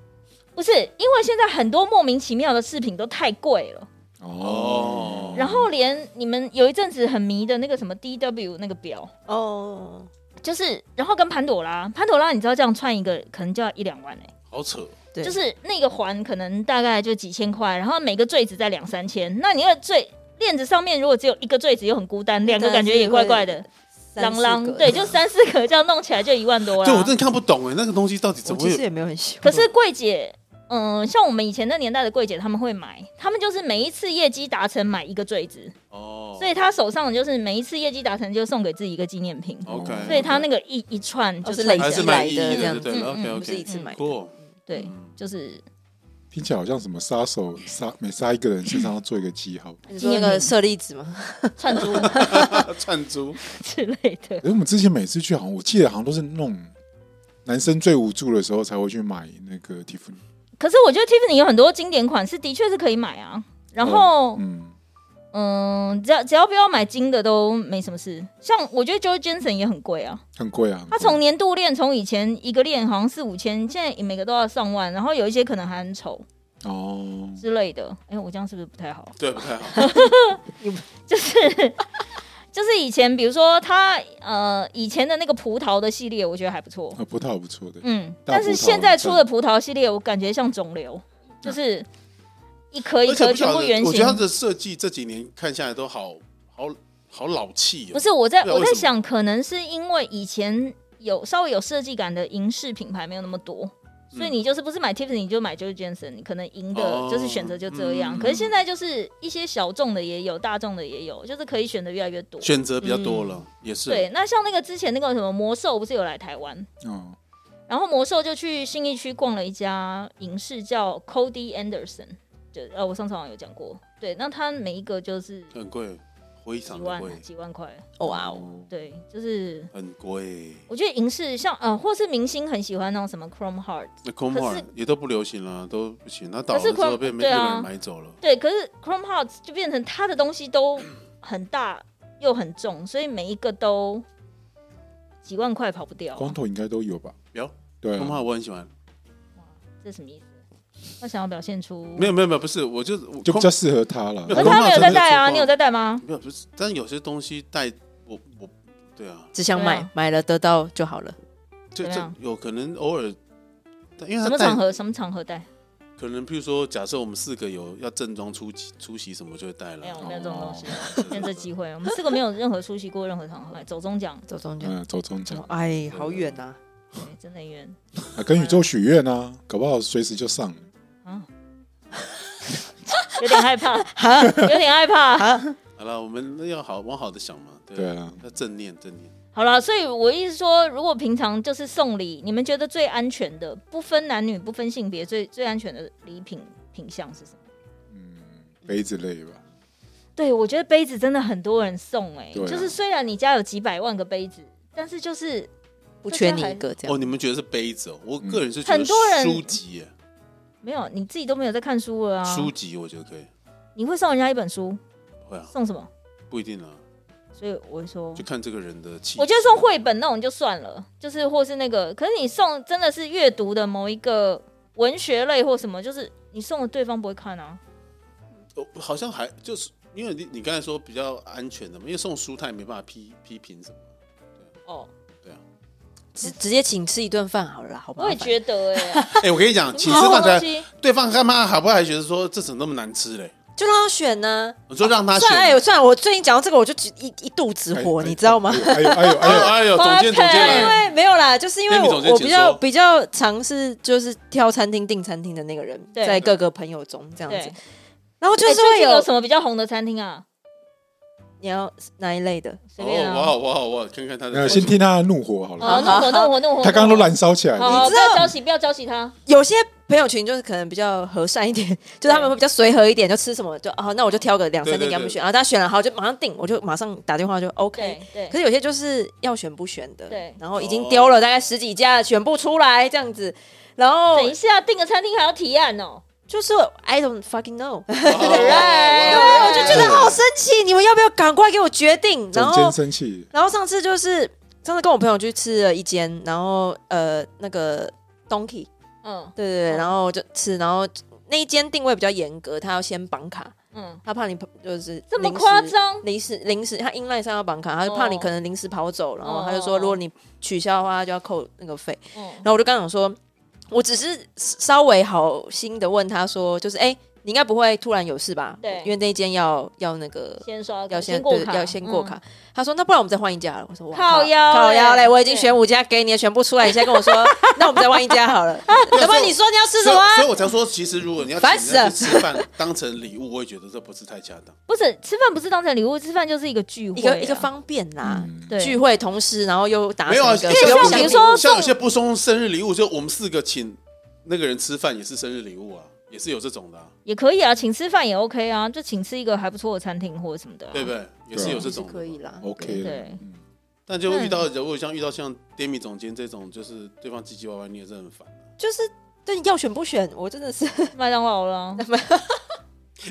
Speaker 3: 不是，因为现在很多莫名其妙的饰品都太贵了，
Speaker 1: 哦，
Speaker 3: 然后连你们有一阵子很迷的那个什么 DW 那个表，
Speaker 4: 哦，
Speaker 3: 就是然后跟潘朵拉，潘朵拉你知道这样串一个可能就要一两万哎、
Speaker 2: 好扯，哦
Speaker 4: 对，
Speaker 3: 就是那个环可能大概就几千块，然后每个坠子在两三千，那你那个坠链子上面如果只有一个坠子又很孤单，两个感觉也怪怪的，
Speaker 4: 三
Speaker 3: 啷
Speaker 4: 四
Speaker 3: 啷
Speaker 4: 个
Speaker 3: 对，就三四个这样弄起来就一万多了。
Speaker 2: 对我真的看不懂哎，那个东西到底
Speaker 4: 我
Speaker 2: 怎么
Speaker 4: 其
Speaker 2: 会
Speaker 4: 实
Speaker 2: 有？
Speaker 4: 也没有很喜欢。
Speaker 3: 可啊是柜姐，嗯、像我们以前那年代的柜姐，他们会买，他们就是每一次业绩达成买一个坠子，
Speaker 2: 哦，
Speaker 3: 所以她手上就是每一次业绩达成就送给自己一个纪念品，
Speaker 2: OK，
Speaker 3: 所以她那个一一串就
Speaker 4: 哦是
Speaker 3: 串
Speaker 2: 还哦
Speaker 3: 起来
Speaker 4: 累
Speaker 2: 是
Speaker 4: 积
Speaker 2: 蛮
Speaker 4: 来
Speaker 2: 有意义
Speaker 4: 的这
Speaker 2: 的，对
Speaker 4: 样子，
Speaker 2: 对，OK
Speaker 3: 嗯
Speaker 4: 不是一
Speaker 2: OK，
Speaker 4: 次买的。
Speaker 2: cool，
Speaker 3: 对，就是
Speaker 1: 听起来好像什么杀手杀每杀一个人身上要做一个记号。
Speaker 4: 你说那个舍利子吗？
Speaker 3: *laughs* 串珠
Speaker 2: *laughs* 串珠，
Speaker 3: 之类的。 *laughs*
Speaker 1: 可是我们之前每次去，好像我记得好像都是那种男生最无助的时候才会去买那个 Tiffany。
Speaker 3: 可是我觉得 Tiffany 有很多经典款式，的确是可以买啊。然后，
Speaker 2: 哦
Speaker 1: 嗯，
Speaker 3: 嗯，只要只要不要买金的都没什么事。像我觉得 Joe Jensen 也很贵啊，
Speaker 1: 很贵啊。很贵
Speaker 3: 它从年度链从以前一个链好像四五千，现在每个都要上万，然后有一些可能还很丑
Speaker 1: 哦，
Speaker 3: 之类的。哎、我这样是不是不太好？
Speaker 2: 对，不太好。
Speaker 3: 就是以前比如说它呃以前的那个葡萄的系列，我觉得还不错。
Speaker 1: 呃，葡萄不错的，
Speaker 3: 嗯，
Speaker 1: 大葡萄
Speaker 3: 但是现在出的葡萄系列，我感觉像肿瘤，就是一颗一
Speaker 2: 啊而且
Speaker 3: 颗
Speaker 2: 不
Speaker 3: 全
Speaker 2: 晓
Speaker 3: 部圆
Speaker 2: 得，我觉
Speaker 3: 形
Speaker 2: 得。它的设计这几年看下来都好好好老气
Speaker 3: 不
Speaker 2: 哦。
Speaker 3: 是我在
Speaker 2: 对啊
Speaker 3: 我在
Speaker 2: 为什么
Speaker 3: 想，可能是因为以前有稍微有设计感的银饰品牌没有那么多。所以你就是不是买 Tiffany 你就买 Joe Jensen，你可能赢
Speaker 2: 嗯哦
Speaker 3: 的就是选择就这样。
Speaker 2: 嗯
Speaker 3: 可是现在就是一些小众的也有，大众的也有，就是可以选的越来越多。
Speaker 2: 选择比较多了，也是
Speaker 3: 嗯对，那像那个之前那个什么魔兽不是有来台湾，
Speaker 1: 哦，
Speaker 3: 然后魔兽就去信义区逛了一家影视叫 Cody Anderson，就呃我上次好像有讲过，对，那它每一个就是几
Speaker 2: 很贵，非常的
Speaker 3: 万
Speaker 2: 贵，
Speaker 3: 几万块，
Speaker 4: 哇哦，
Speaker 3: 对，就是
Speaker 2: 很贵。
Speaker 3: 我觉得银饰像呃或是明星很喜欢那种什么 Chrome Heart，
Speaker 2: 那 c o m
Speaker 3: 可
Speaker 2: o
Speaker 3: 是
Speaker 2: r 也都不流行了，都不行。它倒了
Speaker 3: 可是
Speaker 2: 之
Speaker 3: Chrome-
Speaker 2: 后被没
Speaker 3: 对
Speaker 2: 有
Speaker 3: 啊
Speaker 2: 人买走了。
Speaker 3: 对，可是 Chrome Heart 就变成它的东西都很大又很重，所以每一个都几万块跑不掉啊、
Speaker 1: 光头应该都有吧？
Speaker 2: 有，
Speaker 1: 对
Speaker 2: c o m o
Speaker 1: 啊，
Speaker 2: r 我很喜欢。
Speaker 3: 这什么意思？他想要表现出
Speaker 2: 没有没有没有，不是，我就我
Speaker 1: 就比
Speaker 2: Chrome-
Speaker 1: 较适合他了。
Speaker 2: 没
Speaker 3: 可
Speaker 2: 有
Speaker 3: 是他没有在戴
Speaker 2: 头发真的
Speaker 3: 啊，
Speaker 2: 是
Speaker 3: 你有在戴吗？
Speaker 2: 没有不是，但有些东西带我我对啊，
Speaker 4: 只想
Speaker 3: 对
Speaker 4: 买
Speaker 3: 啊，
Speaker 4: 买了得到就好了。
Speaker 2: 这
Speaker 3: 怎么
Speaker 2: 这
Speaker 3: 样
Speaker 2: 有可能偶尔，但因为
Speaker 3: 什
Speaker 2: 它
Speaker 3: 么
Speaker 2: 戴
Speaker 3: 场合什么场合戴？
Speaker 2: 可能譬如说，假设我们四个有要正装出席出席什么，就会带了。
Speaker 3: 没有没有
Speaker 2: 哦
Speaker 3: 这种东西，
Speaker 2: 对对
Speaker 3: 趁这
Speaker 2: 对
Speaker 3: 机会，我们四个没有任何出席过任何场合，走中奖，
Speaker 4: 走中间，
Speaker 1: 嗯，走中奖
Speaker 4: 哎，好远呐、
Speaker 3: 对，真的冤
Speaker 1: 啊，跟宇宙许愿啊，搞不好随时就上了。
Speaker 3: 啊，有点
Speaker 2: *laughs*
Speaker 3: 害怕，有点害怕。
Speaker 2: 好了，我们要好往好的想嘛，对
Speaker 1: 对啊，
Speaker 2: 要正念正念。
Speaker 3: 好了，所以我意思说，如果平常就是送礼，你们觉得最安全的，不分男女、不分性别，最最安全的礼品品相是什么？
Speaker 1: 杯子类吧，
Speaker 3: 对，我觉得杯子真的很多人送哎、
Speaker 1: 对啊
Speaker 3: 就是虽然你家有几百万个杯子，但是就是
Speaker 4: 不缺你一个这样。
Speaker 2: 哦，你们觉得是杯子哦？我个人是觉
Speaker 3: 啊很
Speaker 2: 得
Speaker 3: 多人
Speaker 2: 书籍耶，
Speaker 3: 没有你自己都没有在看书了啊。
Speaker 2: 书籍我觉得可以，
Speaker 3: 你会送人家一本书，
Speaker 2: 会啊，
Speaker 3: 送什么？
Speaker 2: 不一定啊，
Speaker 3: 所以我会说
Speaker 2: 就，看这个人的气。
Speaker 3: 我觉得送绘本那种就算了，就是或是那个，可是你送真的是阅读的某一个文学类或什么，就是你送了对方不会看啊。
Speaker 2: 得哦好像还就是因为你你刚才说比较安全的嘛，因为送书他也没办法批批评什么。
Speaker 3: 哦，
Speaker 4: 直直接请吃一顿饭好了啦，好吧？
Speaker 3: 我也觉得
Speaker 1: *laughs*
Speaker 3: 哎、欸，
Speaker 2: 哎，我跟你讲，请吃
Speaker 3: 这种
Speaker 2: 饭
Speaker 3: 东
Speaker 2: 才
Speaker 3: 西
Speaker 2: 对方干嘛好不好？还觉得说这怎么那么难吃嘞？
Speaker 4: 就让他选呢、
Speaker 2: 我说让他选。
Speaker 4: 算了，哎呦，算了，我最近讲到这个，我就只一一肚子火，
Speaker 1: 哎
Speaker 4: 你知道吗？
Speaker 1: 哎呦哎呦哎
Speaker 2: 哎
Speaker 1: 呦
Speaker 2: 呦 *laughs* 哎呦，总监总监
Speaker 4: 因
Speaker 2: 来了，哦
Speaker 4: 为没有啦，就是因为
Speaker 2: Amy
Speaker 4: 我
Speaker 2: 总监
Speaker 4: 我
Speaker 2: 请
Speaker 4: 比较
Speaker 2: 说
Speaker 4: 比较尝试就是挑餐厅订餐厅的那个人，
Speaker 3: 对
Speaker 4: 在各个朋友中这样
Speaker 3: 对
Speaker 4: 子，，然后就是会
Speaker 3: 哎最近有
Speaker 4: 有
Speaker 3: 什么比较红的餐厅啊？
Speaker 4: 你要哪一类的？
Speaker 3: 随
Speaker 2: 哦，
Speaker 3: 便
Speaker 2: 哇
Speaker 3: 啊。
Speaker 2: 好哇好哇，看看他
Speaker 1: 那
Speaker 2: 的。
Speaker 1: 呃先听他的怒火好了，
Speaker 3: 好，怒火怒火怒火！
Speaker 1: 哦他刚刚都燃烧起来
Speaker 3: 好，
Speaker 1: 了。
Speaker 3: 好
Speaker 4: 你
Speaker 3: 不
Speaker 4: 知道
Speaker 3: 要浇熄，不要浇熄他。
Speaker 4: 有些朋友群就是可能比较和善一点， *laughs* 就是他们会比较随和一点，就吃什么就啊，那我就挑个两三
Speaker 2: 对对
Speaker 4: 天给他们
Speaker 2: 对
Speaker 4: 选，然后大家选了好就马上订，我就马上打电话就 OK
Speaker 3: 对。对
Speaker 4: 可是有些就是要选不选的，
Speaker 3: 对
Speaker 4: 然后已经丢了大概十几家了，选不出来这样子，然后
Speaker 3: 等一下订个餐厅还要提案哦。
Speaker 4: 就是 I don't fucking know，
Speaker 3: *laughs* 我就
Speaker 4: 觉得好生气，你们要不要赶快给我决定？然
Speaker 1: 总
Speaker 4: 后
Speaker 1: 监生气，
Speaker 4: 然后上次就是上次跟我朋友去吃了一间，然后呃那个 Donkey，
Speaker 3: 嗯
Speaker 4: 对对对，
Speaker 3: 嗯
Speaker 4: 然后就吃，然后那一间定位比较严格，他要先绑卡，
Speaker 3: 嗯，
Speaker 4: 他怕你就是
Speaker 3: 这么
Speaker 4: 临时
Speaker 3: 夸。张？
Speaker 4: 临时临时，他 inline 上要绑卡，他就怕你
Speaker 3: 哦
Speaker 4: 可能临时跑走，然后他就
Speaker 3: 哦
Speaker 4: 说，如果你取消的话，他就要扣那个费。
Speaker 3: 嗯
Speaker 4: 然，后我就刚想说，我只是稍微好心的问他说，就是哎、你应该不会突然有事吧？
Speaker 3: 对
Speaker 4: 因为那一间要要那个
Speaker 3: 先刷
Speaker 4: 要先
Speaker 3: 过
Speaker 4: 对
Speaker 3: 卡，嗯
Speaker 4: 要先过卡。他说那不然我们再换一家了。我说哇
Speaker 3: 靠腰
Speaker 4: 靠
Speaker 3: 嘞
Speaker 4: 腰嘞，我已经
Speaker 3: 对
Speaker 4: 选五家给你，选不出来，你现在跟我说， *laughs* 那我们再换一家好
Speaker 3: *laughs*
Speaker 4: 了。要不然你说你要吃什
Speaker 2: 所
Speaker 4: 么
Speaker 2: 以，所
Speaker 4: 啊？
Speaker 2: 以我才说，其实如果你要
Speaker 4: 烦
Speaker 2: 请
Speaker 4: 死了
Speaker 2: 人家去吃饭当成礼物，我也觉得这不是太恰当。
Speaker 3: 不是吃饭不是当成礼物，吃饭就是一个聚会啊，
Speaker 4: 一个一个方便啦，
Speaker 3: 啊
Speaker 1: 嗯
Speaker 3: 对
Speaker 4: 聚会同时，然后又达
Speaker 2: 没
Speaker 4: 成
Speaker 2: 有啊，
Speaker 4: 一个
Speaker 2: 像
Speaker 4: 不用
Speaker 3: 像比
Speaker 4: 想
Speaker 3: 如
Speaker 4: 礼
Speaker 3: 说
Speaker 4: 物
Speaker 2: 像有些不送生日礼物，就我们四个请那个人吃饭也是生日礼物啊，也是有这种的啊，
Speaker 3: 也可以啊，请吃饭也 OK 啊，就请吃一个还不错的餐厅或者什么的啊，
Speaker 2: 对不对？也是有这种的
Speaker 4: 可以。啦。
Speaker 1: OK 了
Speaker 3: 对，
Speaker 1: 嗯
Speaker 2: 但就遇到如果像遇到像 Demi 总监这种，就是对方唧唧歪歪，你也是很烦。
Speaker 4: 就是对要选不选，我真的是
Speaker 3: 麦当劳啦，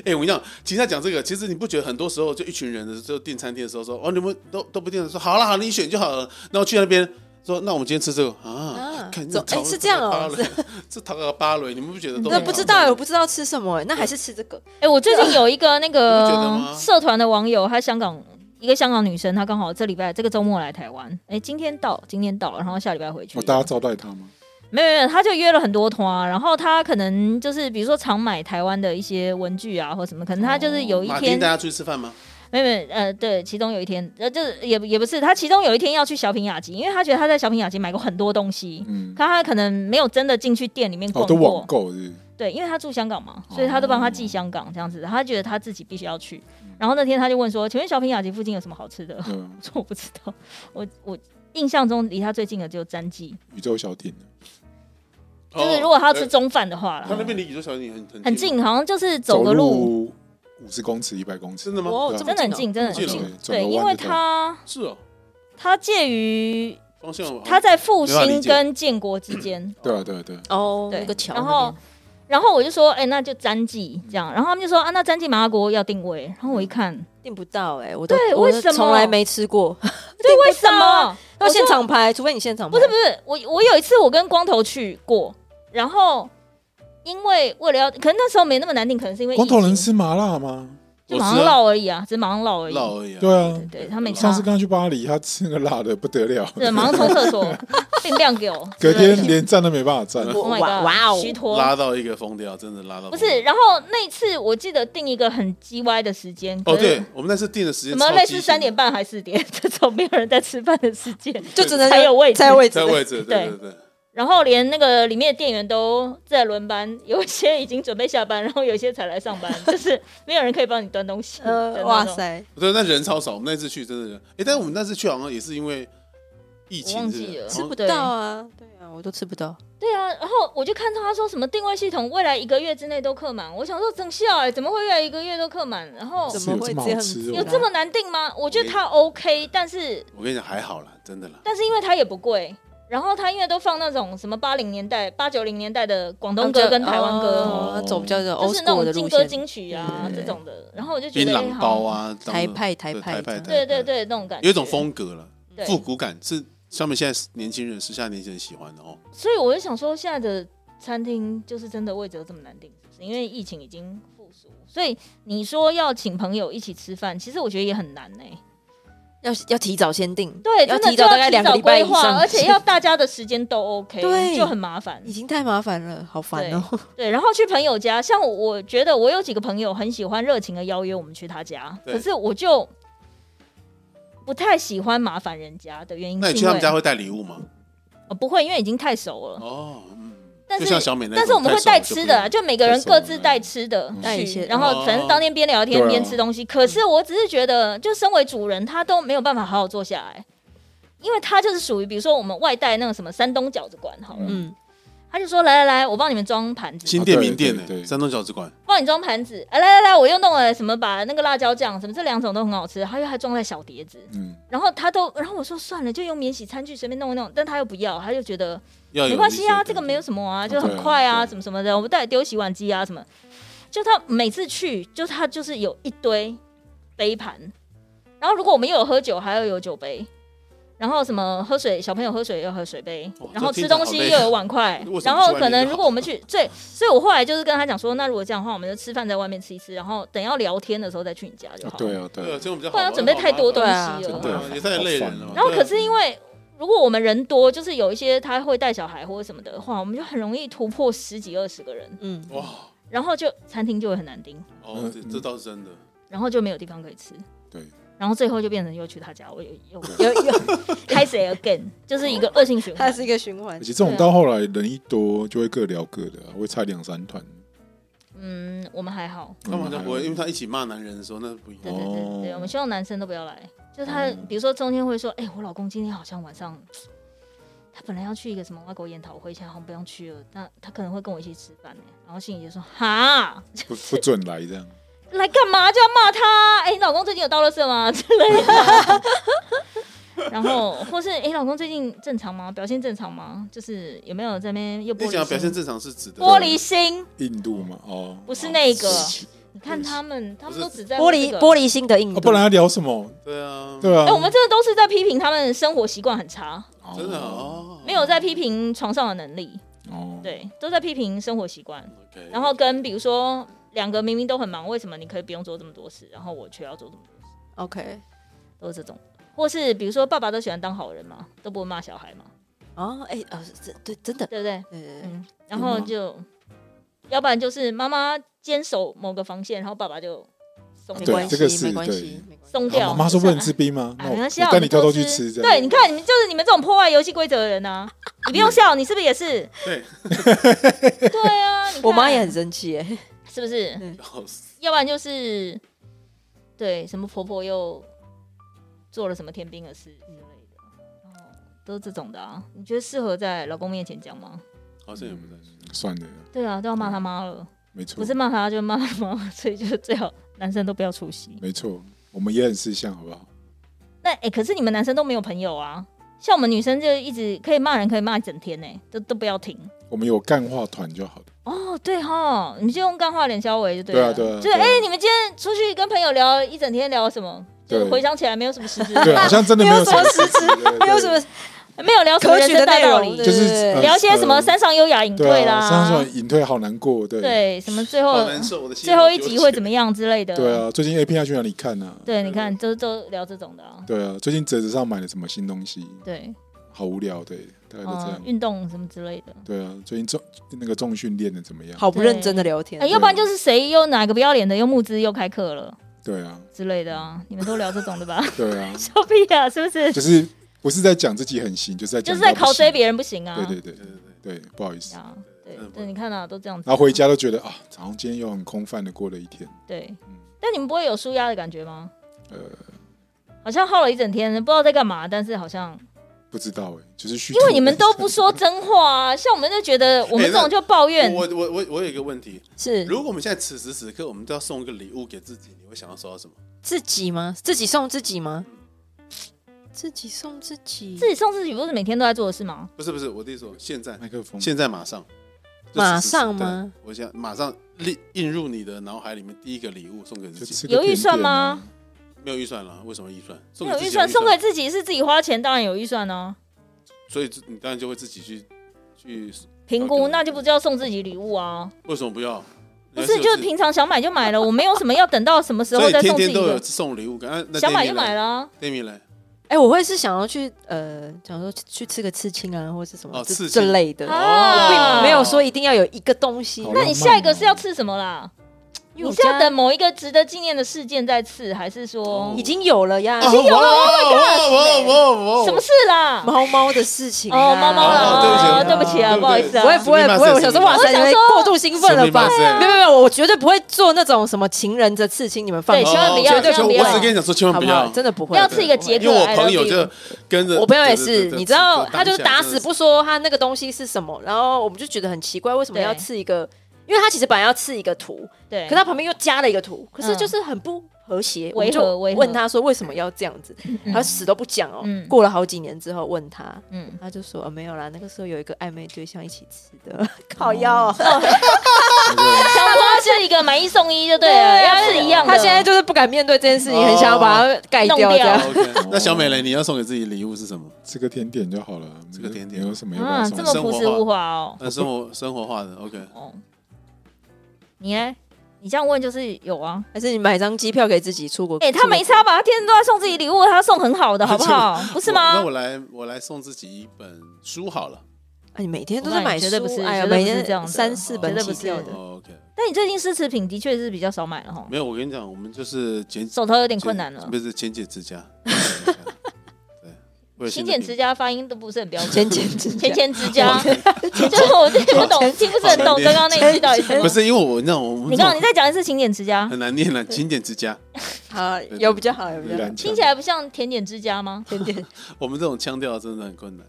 Speaker 2: 哎，我跟你讲，其实在讲这个，其实你不觉得很多时候就一群人的时候订餐厅的时候说，哦，你们都都不订了，说好了好了，你选就好了。然后去那边说，那我们今天吃这个啊
Speaker 4: 啊，
Speaker 2: 看
Speaker 4: 走哎是这样哦，
Speaker 2: 这 *laughs* 桃这桃个芭蕾，你们不觉得都
Speaker 3: 嗯对
Speaker 4: 那
Speaker 2: 很
Speaker 4: 不知
Speaker 2: 麻烦
Speaker 4: 道，我不知道吃什么，那还是吃这个。
Speaker 3: 哎、我最近有一个那
Speaker 2: 你不觉得吗
Speaker 3: 个社团的网友，她香港一个香港女生，她刚好这礼拜这个周末来台湾，哎、今天到，今天到，然后下礼拜回去。
Speaker 1: 哦，大家招待他吗？
Speaker 3: 没有没有，她就约了很多团、然后她可能就是比如说常买台湾的一些文具啊或什么，可能她就是有一
Speaker 2: 马
Speaker 3: 天
Speaker 2: 丁，大家出去吃饭吗？
Speaker 3: 没有没有，呃，对，其中有一天，呃，就是也也不是，她其中有一天要去小品雅集，因为她觉得她在小品雅集买过很多东西。
Speaker 1: 嗯，
Speaker 3: 可她可能没有真的进去店里面
Speaker 1: 哦，
Speaker 3: 逛
Speaker 1: 都
Speaker 3: 过
Speaker 1: 网，购是不是
Speaker 3: 对，因为他住香港嘛，所以他都帮他寄香港这样子。他觉得他自己必须要去。然后那天他就问说：“请问小品雅集附近有什么好吃的？” *laughs* 我
Speaker 1: 嗯，
Speaker 3: 说：“我不知道，我我印象中离他最近的只有詹记，
Speaker 1: 宇宙小艇
Speaker 3: *laughs* 就是如果他要吃
Speaker 2: 哦
Speaker 3: 中饭的话
Speaker 2: 他
Speaker 3: 啦，
Speaker 2: 那边离宇宙小艇很很
Speaker 3: 很
Speaker 2: 吗，
Speaker 3: 近，好像就是走个路，
Speaker 1: 路五十公尺、一百公尺
Speaker 2: 真，的吗？
Speaker 4: 哇
Speaker 1: 对啊
Speaker 3: 真的很
Speaker 4: 哦
Speaker 3: 近，真的很
Speaker 2: 很近
Speaker 3: 近
Speaker 2: 哦。
Speaker 1: 对
Speaker 3: 对，
Speaker 1: 走个弯
Speaker 3: 因为
Speaker 1: 就到
Speaker 3: 他
Speaker 2: 是哦，
Speaker 3: 他介于
Speaker 2: 方向
Speaker 3: 他在复
Speaker 2: 哦没办法理
Speaker 3: 兴
Speaker 2: 解
Speaker 3: 跟建国之间，
Speaker 1: 对啊，对啊，对啊，
Speaker 4: 哦，
Speaker 3: 对
Speaker 4: 那个桥那
Speaker 3: 然
Speaker 4: 边，
Speaker 3: 后然后我就说：“哎、那就詹记这样。”然后他们就说：“啊，那詹记麻辣锅要定位。”然后我一看，
Speaker 4: 订不到哎、我都
Speaker 3: 对
Speaker 4: 我都
Speaker 3: 为什么
Speaker 4: 从来没吃
Speaker 3: *laughs*
Speaker 4: 过？
Speaker 3: 对，为什么？我
Speaker 4: 要
Speaker 3: 说
Speaker 4: 现场拍，除非你现场拍。
Speaker 3: 不是不是，我我有一次我跟光头去过，然后因为为了要，可能那时候没那么难订，可能是因为
Speaker 1: 光头
Speaker 3: 疫
Speaker 1: 能
Speaker 3: 情
Speaker 1: 吃麻辣吗？
Speaker 3: 就
Speaker 2: 我
Speaker 3: 马
Speaker 2: 吃
Speaker 3: 上
Speaker 2: 啊
Speaker 3: 烙而已啊，只是马上烙而已。
Speaker 2: 绕而已啊。
Speaker 1: 对啊
Speaker 3: 对，对，他没
Speaker 1: 上
Speaker 3: 差
Speaker 1: 次，跟他去巴黎，他吃那个辣的不得了，
Speaker 2: *laughs*
Speaker 3: 对，马上冲厕所，定量给我。
Speaker 1: 隔天连站都没办法站。
Speaker 3: Oh my
Speaker 4: 哇
Speaker 3: god！
Speaker 4: 哇哦
Speaker 3: 虚脱
Speaker 2: 拉到一个疯掉，真的拉到
Speaker 3: 不
Speaker 2: 疯
Speaker 3: 是，
Speaker 2: 掉
Speaker 3: 然后那一次我记得定一个很鸡歪的时间，
Speaker 2: 哦，
Speaker 3: 可是
Speaker 2: 对，我们那次定的时间
Speaker 3: 什么
Speaker 2: 超
Speaker 3: 类
Speaker 2: 激
Speaker 3: 似
Speaker 2: 进
Speaker 3: 三点半还四点 *laughs* 这种没有人在吃饭的时间，
Speaker 4: 就只能
Speaker 3: 才有位置
Speaker 4: 才有位置
Speaker 2: 在，位置，对
Speaker 3: 对
Speaker 2: 对对，
Speaker 3: 然后连那个里面的店员都在轮班，有一些已经准备下班，然后有一些才来上班，就是没有人可以帮你端东西。
Speaker 4: 呃，哇
Speaker 3: 哇塞，
Speaker 4: 塞，
Speaker 2: 对，那人超少。我们那次去真的人，哎、但是我们那次去好像也是因为疫
Speaker 3: 我
Speaker 2: 情
Speaker 3: 忘
Speaker 2: 是
Speaker 3: 记
Speaker 2: 是
Speaker 3: 了
Speaker 2: 好
Speaker 4: 吃
Speaker 2: 像
Speaker 4: 不到啊，对啊，我都吃不到，
Speaker 3: 对啊，然后我就看到他说什么定位系统未来一个月之内都客满，我想说整笑哎、怎么会越来一个月都客满？然后
Speaker 4: 怎
Speaker 1: 是
Speaker 4: 么
Speaker 1: 有
Speaker 4: 会
Speaker 1: 这么
Speaker 4: 这样
Speaker 1: 好吃
Speaker 4: 子
Speaker 1: 哦
Speaker 3: 有
Speaker 4: 啊
Speaker 3: 这么难定吗？我觉得他 OK，但是
Speaker 2: 我跟你讲还好啦，真的啦。
Speaker 3: 但是因为它也不贵，然后它因为都放那种什么八零年代、八九零年代的广东歌跟台湾歌，
Speaker 4: 哦走比较的
Speaker 3: 就
Speaker 4: old
Speaker 3: 是那
Speaker 4: school
Speaker 3: 种
Speaker 4: 的
Speaker 3: 金
Speaker 4: 路
Speaker 3: 歌
Speaker 4: 线，
Speaker 3: 金曲啊
Speaker 4: 对
Speaker 3: 这种的，然后我就觉
Speaker 2: 槟
Speaker 3: 得
Speaker 2: 榔包，啊，当
Speaker 4: 台
Speaker 2: 做
Speaker 4: 派台派
Speaker 2: 台派
Speaker 4: 这
Speaker 3: 哎好
Speaker 2: 对
Speaker 3: 对对对，那种感觉，
Speaker 2: 有一种，风格了，
Speaker 3: 对，
Speaker 2: 复古感是他们现在年轻人，时下年轻人喜欢的哦。
Speaker 3: 所以我就想说，现在的餐厅就是真的位置有这么难定，是不是因为疫情已经复苏，所以你说要请朋友一起吃饭，其实我觉得也很难呢、
Speaker 4: 要要提早先定，
Speaker 3: 对，
Speaker 4: 要
Speaker 3: 真的
Speaker 4: 提
Speaker 3: 就
Speaker 4: 早大概
Speaker 3: 要提
Speaker 4: 两个
Speaker 3: 早
Speaker 4: 礼
Speaker 3: 规
Speaker 4: 拜以
Speaker 3: 划，
Speaker 4: 上，
Speaker 3: 而 *laughs* 且要大家的时间都 OK，
Speaker 4: 对
Speaker 3: 就很麻烦
Speaker 4: *laughs* 已。经太麻烦了，好烦哦，
Speaker 3: 对，然后去朋友家，像我我觉得我有几个朋友很喜欢热情的邀约我们去他家，
Speaker 2: 对
Speaker 3: 可是我就不太喜欢麻烦人家的原因
Speaker 2: 那
Speaker 3: 是
Speaker 2: 你
Speaker 3: 因
Speaker 2: 去
Speaker 3: 为
Speaker 2: 他们家会带礼物吗？
Speaker 3: 呃不会，因为已经太熟了。
Speaker 2: 哦，嗯，
Speaker 3: 但是
Speaker 2: 就像小美那种，
Speaker 3: 但是我们会带吃的啊，
Speaker 2: 就
Speaker 3: 就每个人各自带吃的
Speaker 2: 嗯
Speaker 4: 带一
Speaker 3: 去
Speaker 4: 些，
Speaker 3: 然
Speaker 2: 哦
Speaker 3: 后反正当天边聊天
Speaker 1: 对啊
Speaker 3: 边吃东西。可是我只是觉得，就身为主人，他都没有办法好好坐下来，因为他就是属于，比如说我们外带那种什么山东饺子馆好了，
Speaker 4: 嗯，
Speaker 3: 他就说来来来，我帮你们装盘子，
Speaker 2: 新店名店
Speaker 1: 啊对对
Speaker 2: 呢，
Speaker 1: 对
Speaker 2: 山东饺子馆，
Speaker 3: 帮你装盘子，哎、来来来，我又弄了什么，把那个辣椒酱什么，这两种都很好吃，还有还装在小碟子，
Speaker 1: 嗯，
Speaker 3: 然后他都，然后我说算了，就用免洗餐具随便弄一弄，但他又不要，他就觉得
Speaker 2: 要有
Speaker 3: 没关系
Speaker 2: 一
Speaker 3: 啊，
Speaker 2: 些
Speaker 3: 这个没有什么啊，
Speaker 1: 对
Speaker 3: 就
Speaker 1: 啊
Speaker 3: 很快啊，
Speaker 1: 对
Speaker 3: 什么什么的，我们带丢洗碗机啊什么，就他每次去，就他就是有一堆杯盘，然后如果我们又有喝酒，还要有酒杯。然后什么喝水，小朋友喝水要喝水杯
Speaker 2: 哇，
Speaker 3: 然后
Speaker 2: 这
Speaker 3: 吃
Speaker 2: 听起来
Speaker 3: 东
Speaker 2: 好
Speaker 3: 西
Speaker 2: 累啊
Speaker 3: 又有碗筷
Speaker 2: *laughs* 为，什
Speaker 3: 然
Speaker 2: 么去
Speaker 3: 后
Speaker 2: 外面
Speaker 3: 可能
Speaker 2: 就
Speaker 3: 如果我们去，所以所以我后来就是跟他讲说，那如果这样的话，我们就吃饭在外面吃一吃，然后等要聊天的时候再去你家就好。
Speaker 1: 对啊，
Speaker 2: 对
Speaker 1: 对
Speaker 2: 啊，
Speaker 1: 啊，
Speaker 2: 这种比较好
Speaker 3: 不
Speaker 2: 玩，
Speaker 3: 然要准备太多
Speaker 2: 好
Speaker 3: 东西
Speaker 2: 麻
Speaker 4: 啊
Speaker 3: 了。
Speaker 1: 对
Speaker 2: 烦对啊，也太累人了。
Speaker 3: 然后
Speaker 2: 对啊
Speaker 3: 可是因为如果我们人多，就是有一些他会带小孩或者什么的话，我们就很容易突破十几二十个人，
Speaker 4: 嗯，
Speaker 2: 哇，
Speaker 3: 然后就餐厅就会很难盯，
Speaker 2: 哦，
Speaker 1: 嗯
Speaker 2: 这这倒是真的，
Speaker 3: 然后就没有地方可以吃。
Speaker 1: 对。
Speaker 3: 然后最后就变成又去他家，我又
Speaker 1: *laughs*
Speaker 3: 又
Speaker 4: 有有，
Speaker 3: 开始 again，就是一个恶性循
Speaker 4: 它 *laughs*
Speaker 3: 环。
Speaker 4: 是一个循环
Speaker 1: 而且，这种到后来人一多，就会各聊各的啊，会拆两三
Speaker 3: *laughs*
Speaker 1: 团。
Speaker 3: 嗯，我们还好，
Speaker 2: 他们好像不会，因为
Speaker 1: 他
Speaker 2: 他一起骂男人的时候，那不一
Speaker 3: 对
Speaker 2: 样。
Speaker 3: 对对对，
Speaker 1: 哦
Speaker 3: 我们希望男生都不要来。就是他
Speaker 1: 嗯，
Speaker 3: 比如说中间会说，哎，我老公今天好像晚上，他本来要去一个什么外国研讨会，现在好像不用去了，那他可能会跟我一起吃饭呢。然后心里就说，哈，
Speaker 1: 不不准来这样，
Speaker 3: 来干嘛就要骂他？哎、你老公最近有倒垃圾吗？ *laughs* 之类的。然后，或是哎、老公最近正常吗？表现正常吗？就是有没有在那边又玻
Speaker 2: 你讲表现
Speaker 3: 璃心？
Speaker 2: 正常是指的
Speaker 3: 玻璃心
Speaker 1: 印度嘛，哦，
Speaker 3: 不是那个。
Speaker 1: 哦
Speaker 3: 你看他们，他们都只在
Speaker 4: 玻璃玻璃心的印
Speaker 1: 啊
Speaker 4: 度，
Speaker 1: 不然要聊什么？
Speaker 2: 对啊，
Speaker 1: 对啊，
Speaker 3: 哎、我们真的都是在批评他们生活习惯很差，
Speaker 1: 哦
Speaker 2: 真的哦，
Speaker 3: 没有在批评床上的能力，
Speaker 1: 哦，
Speaker 3: 对，都在批评生活习惯。
Speaker 2: OK。
Speaker 3: 然后
Speaker 2: *laughs*
Speaker 3: 跟比如说两个明明都很忙，为什么你可以不用做这么多事，然后我却要做这么多事，
Speaker 4: ，OK，
Speaker 3: 都是这种。或是比如说爸爸都喜欢当好人嘛，都不会骂小孩嘛，
Speaker 4: 哦，哎，呃，这对，真的，
Speaker 3: 对不对？
Speaker 4: 对对对，
Speaker 3: 嗯，然后就，要不然就是妈妈坚守某个防线，然后爸爸就松
Speaker 4: 没
Speaker 1: 对
Speaker 4: 关
Speaker 1: 这个
Speaker 4: 系，
Speaker 1: 是
Speaker 4: 没关
Speaker 1: 对
Speaker 4: 系，没关系
Speaker 3: 松
Speaker 1: 好
Speaker 3: 掉。
Speaker 1: 妈妈说不能吃冰吗？
Speaker 3: 哎，
Speaker 1: 那我
Speaker 3: 哎，没关系啊，
Speaker 1: 我带你
Speaker 3: 们都
Speaker 1: 偷偷去吃，这样
Speaker 3: 对，你看你们就是你们这种破坏游戏规则的人呐、你不用笑，
Speaker 1: 嗯
Speaker 3: 你是不是也是？
Speaker 2: 对，
Speaker 3: *laughs* 对啊，你看
Speaker 4: 我妈也很生气，哎，
Speaker 3: 是不是？
Speaker 2: 笑死
Speaker 3: 要不然就是，对，什么婆婆又做了什么天兵的事之类的，然后都是这种的啊。你觉得适合在老公面前讲吗？
Speaker 2: 好像也不
Speaker 4: 嗯
Speaker 2: 太
Speaker 1: 算了，
Speaker 3: 对啊，都要
Speaker 1: 嗯
Speaker 3: 骂他妈了，
Speaker 1: 没错，
Speaker 3: 不是骂他就骂他妈，所以就是最好男生都不要出席。
Speaker 1: 没错，我们也很识相，好不好？
Speaker 3: 那哎、欸可是你们男生都没有朋友啊，像我们女生就一直可以骂人，可以骂一整天呢、都都不要停。
Speaker 1: 我们有干话团就好了。
Speaker 3: 哦，对哈，你就用干话脸消为就
Speaker 1: 对啊，
Speaker 3: 了。
Speaker 1: 对啊，
Speaker 3: 就是
Speaker 1: 对啊
Speaker 3: 哎、欸你们今天出去跟朋友聊一整天，聊什么？就是
Speaker 1: 对
Speaker 3: 回想起来没有什
Speaker 1: *laughs*
Speaker 3: 么实质，
Speaker 1: 对，好啊像真的没有什么实
Speaker 3: *laughs*
Speaker 1: 质，对
Speaker 4: 没有什么
Speaker 3: 没有聊什么
Speaker 4: *laughs* 可
Speaker 3: 人
Speaker 4: 取的
Speaker 3: 生大
Speaker 4: 内
Speaker 3: 道
Speaker 4: 容，
Speaker 3: 理
Speaker 4: 对，
Speaker 1: 就是
Speaker 4: 对
Speaker 1: 呃
Speaker 3: 聊些什么山上优雅隐
Speaker 1: 对
Speaker 3: 退
Speaker 1: 啊，
Speaker 3: 啦，
Speaker 1: 山上隐退好难过，对
Speaker 3: 对，什么最
Speaker 2: 好
Speaker 3: 后
Speaker 2: 难受，我的心
Speaker 3: 最后一集会怎
Speaker 2: 么？
Speaker 3: 么样之类的。
Speaker 1: 对，啊，最近 A 片要去哪里看呢？
Speaker 3: 对，你看，都都聊这种的啊。
Speaker 1: 对啊，最近折子上买了什么新东西？
Speaker 3: 对，
Speaker 1: 好无聊，对，欸大概就这
Speaker 3: 嗯
Speaker 1: 样。
Speaker 3: 运动什么之类的。
Speaker 1: 对啊，最近重那个重训练的怎么
Speaker 3: *laughs*
Speaker 1: 样？
Speaker 4: 好不认真的聊天
Speaker 3: 哎，。要不然就是谁又哪个不要脸的又募资又开课了
Speaker 1: 对啊，
Speaker 3: 之类的啊，你们都聊这种
Speaker 1: *laughs*
Speaker 3: 的吧？
Speaker 1: 对
Speaker 3: *laughs*
Speaker 1: 啊，
Speaker 3: 笑屁啊，是不是？
Speaker 1: 就是不是在讲自己很行，就是在
Speaker 3: 就
Speaker 1: 讲
Speaker 3: 是在
Speaker 1: 人家不
Speaker 3: 考
Speaker 1: 行
Speaker 3: 追。别人不行啊。
Speaker 1: 对对对
Speaker 2: 对对对。
Speaker 1: 对，不好意思。
Speaker 3: 啊，对
Speaker 2: 真的不
Speaker 3: 对，你看啊，都这样子。
Speaker 1: 然后回家都觉得啊，好像今天又很空泛的过了一天。
Speaker 3: 对
Speaker 1: 嗯，
Speaker 3: 但你们不会有舒压的感觉吗？
Speaker 1: 呃，
Speaker 3: 好像耗了一整天，不知道在干嘛，但是好像
Speaker 1: 不知道哎、就是虚
Speaker 3: 因为你们
Speaker 1: 脱
Speaker 3: 都
Speaker 1: *laughs*
Speaker 3: 不说真话啊，像我们就觉得我们这种就抱
Speaker 1: 哎
Speaker 3: 怨，
Speaker 2: 我我我我有一个问题，
Speaker 4: 是
Speaker 2: 如果我们现在此时此刻我们都要送一个礼物给自己，你会想要收到什么？
Speaker 4: 自己吗？自己送自己吗？自己送自己
Speaker 3: 自，己送自己不是每天都在做的事吗？
Speaker 2: 不是不是，我弟说现在
Speaker 1: 麦克风，
Speaker 2: 现在马上，就
Speaker 4: 马
Speaker 2: 此时此
Speaker 4: 上吗？
Speaker 2: 对我想马上印印入你的脑海里面，第一个礼物送给自
Speaker 1: 就
Speaker 2: 己，
Speaker 1: 吃个
Speaker 3: 有预
Speaker 1: 甜
Speaker 3: 算
Speaker 1: 点啊？
Speaker 2: 没有预算了，为什么预算？送
Speaker 3: 没
Speaker 2: 给
Speaker 3: 有
Speaker 2: 自己
Speaker 3: 预算，
Speaker 2: 有
Speaker 3: 送给自己是自己花钱，当然有预算啊呢、
Speaker 2: 所以你当然就会自己去去，
Speaker 3: 评
Speaker 2: 对
Speaker 3: 估
Speaker 2: 哦对
Speaker 3: 那就不叫送自己礼物啊，
Speaker 2: 为什么不要？
Speaker 3: 不
Speaker 2: 你还
Speaker 3: 是
Speaker 2: 有
Speaker 3: 就
Speaker 2: 自己
Speaker 3: 平常想买就买了，我没有什么要等到什么
Speaker 2: *laughs*
Speaker 3: 时
Speaker 2: 所
Speaker 3: 候
Speaker 2: 以
Speaker 3: 再
Speaker 2: 天
Speaker 3: 送自
Speaker 2: 天
Speaker 3: 己
Speaker 2: 都有
Speaker 3: 的，
Speaker 2: 送礼物感，啊那
Speaker 3: 想买就买
Speaker 2: 了。
Speaker 3: 了、啊。
Speaker 2: Demi 嘞，
Speaker 4: 哎、我会是想要去呃，想说去去吃个刺青啊，或者是什么、
Speaker 2: 哦
Speaker 4: 这
Speaker 2: 刺青
Speaker 4: 这类的，
Speaker 3: 啊
Speaker 4: 并没有说一定要有一个东西
Speaker 1: 好。
Speaker 3: 那你
Speaker 1: 浪漫
Speaker 3: 下一个
Speaker 1: 哦
Speaker 3: 是要吃什么啦？
Speaker 4: 因为
Speaker 3: 你
Speaker 4: 我
Speaker 3: 是要
Speaker 4: 家
Speaker 3: 等某一个值得纪念的事件再刺，还是说
Speaker 4: 已经有了呀，
Speaker 2: 有了，我我我我
Speaker 3: 什么事啦？
Speaker 4: 猫猫的事情啊
Speaker 3: 哦，猫猫
Speaker 2: 了哦
Speaker 3: 啦，
Speaker 2: 哦对
Speaker 3: 哦，对
Speaker 2: 不
Speaker 3: 不
Speaker 2: 起
Speaker 3: 起
Speaker 2: 啊
Speaker 3: 啊，
Speaker 2: 对不起
Speaker 3: 不好意思啊，
Speaker 4: 不会不会不会，我想说哇塞，
Speaker 3: 我
Speaker 4: 你
Speaker 3: 想
Speaker 4: 们
Speaker 3: 说
Speaker 4: 过度兴奋了吧？
Speaker 2: 什么意思
Speaker 4: 没有没有，我绝对不会做那种什么情人的刺青，你们放
Speaker 3: 对
Speaker 4: 心
Speaker 3: 千万不要
Speaker 2: 绝对
Speaker 3: 千万不要
Speaker 2: 我只跟你讲说，千万
Speaker 4: 好
Speaker 2: 不
Speaker 4: 不好？
Speaker 2: 要，
Speaker 4: 真的不会，
Speaker 3: 要刺一个结
Speaker 2: 因为我朋友就跟着
Speaker 4: 我朋友也
Speaker 2: 对对对
Speaker 4: 是，
Speaker 2: 对
Speaker 4: 你知道，
Speaker 2: 对
Speaker 4: 他就是
Speaker 2: 当下
Speaker 4: 打
Speaker 2: 真
Speaker 4: 死
Speaker 2: 的是
Speaker 4: 不说他那个东西是什么，然后我们就觉得很奇怪，为什么
Speaker 3: 对
Speaker 4: 要刺一个？因为他其实本来要刺一个图，
Speaker 3: 对，嗯
Speaker 4: 可他旁边又加了一个图，可是就是很不和谐。我
Speaker 3: 违
Speaker 4: 们
Speaker 3: 和
Speaker 4: 就
Speaker 3: 违和
Speaker 4: 问他说为什么要这样子，他死都不讲哦
Speaker 3: 嗯。
Speaker 4: 过了好几年之后问他，
Speaker 3: 嗯，
Speaker 4: 他就说哦没有啦，那个时候有一个暧昧对象一起吃的， *laughs* 靠腰哦。
Speaker 3: 想说是一个买一送一就对了，要是一样的。
Speaker 4: 啊
Speaker 3: 哦
Speaker 4: 他现在就是不敢面对这件事情，很想要把它盖掉。
Speaker 3: 弄
Speaker 4: 这
Speaker 3: 掉
Speaker 4: 样
Speaker 2: OK，那小美人，你要送给自己礼物是什么？
Speaker 1: 吃个甜点就好了，
Speaker 2: 吃个甜点
Speaker 1: 没有什么要不要
Speaker 3: 啊，
Speaker 1: 送
Speaker 3: 这
Speaker 1: 的
Speaker 3: 么
Speaker 2: 生活
Speaker 3: 朴实
Speaker 2: 化
Speaker 3: 无华哦。
Speaker 2: 那生活生活化的 OK，
Speaker 3: 哦，你呢？你这样问就是有啊。
Speaker 4: 还是你买张机票给自己出国？
Speaker 3: 哎，他没
Speaker 4: 出国
Speaker 3: 差吧？他天天都在送自己礼物，他送很好的，好不好？不是
Speaker 2: 我那
Speaker 3: 吗
Speaker 2: 我？来我来送自己一本书好了。
Speaker 4: 啊，你每天都
Speaker 3: 我
Speaker 4: 在
Speaker 3: 告诉
Speaker 4: 买
Speaker 3: 你
Speaker 4: 书，
Speaker 3: 绝对不是
Speaker 4: 哎呀，
Speaker 3: 绝对
Speaker 4: 每
Speaker 3: 不是
Speaker 4: 天
Speaker 3: 这样子
Speaker 4: 三四本
Speaker 3: 绝对
Speaker 4: 起
Speaker 3: 不是
Speaker 4: 跳的，
Speaker 2: 哦 OK，
Speaker 3: 但你最近奢侈品的确是比较少买了哈，
Speaker 2: 没有，我跟你讲，我们就是简
Speaker 3: 手头有点困难了
Speaker 2: 不。是勤俭持家。对，我有
Speaker 3: 勤
Speaker 2: 新的
Speaker 3: 俭持
Speaker 2: 品
Speaker 3: 家发音都不是很标
Speaker 2: *laughs*
Speaker 3: 准，
Speaker 4: 简简直
Speaker 3: 勤俭持家，就是我自己不懂，听不是很懂刚刚那句到底是什 *laughs* 么
Speaker 2: 不。是因为我那我们
Speaker 3: 你刚刚你再讲一次勤俭持家，
Speaker 2: 很难念了，勤俭持家，
Speaker 4: 好，
Speaker 2: 对
Speaker 4: 有比较好，有比
Speaker 1: 依
Speaker 4: 较好
Speaker 1: 然，
Speaker 3: 听起来不像甜点之家吗？
Speaker 4: 点点。
Speaker 2: 我们这种腔调真的很困难。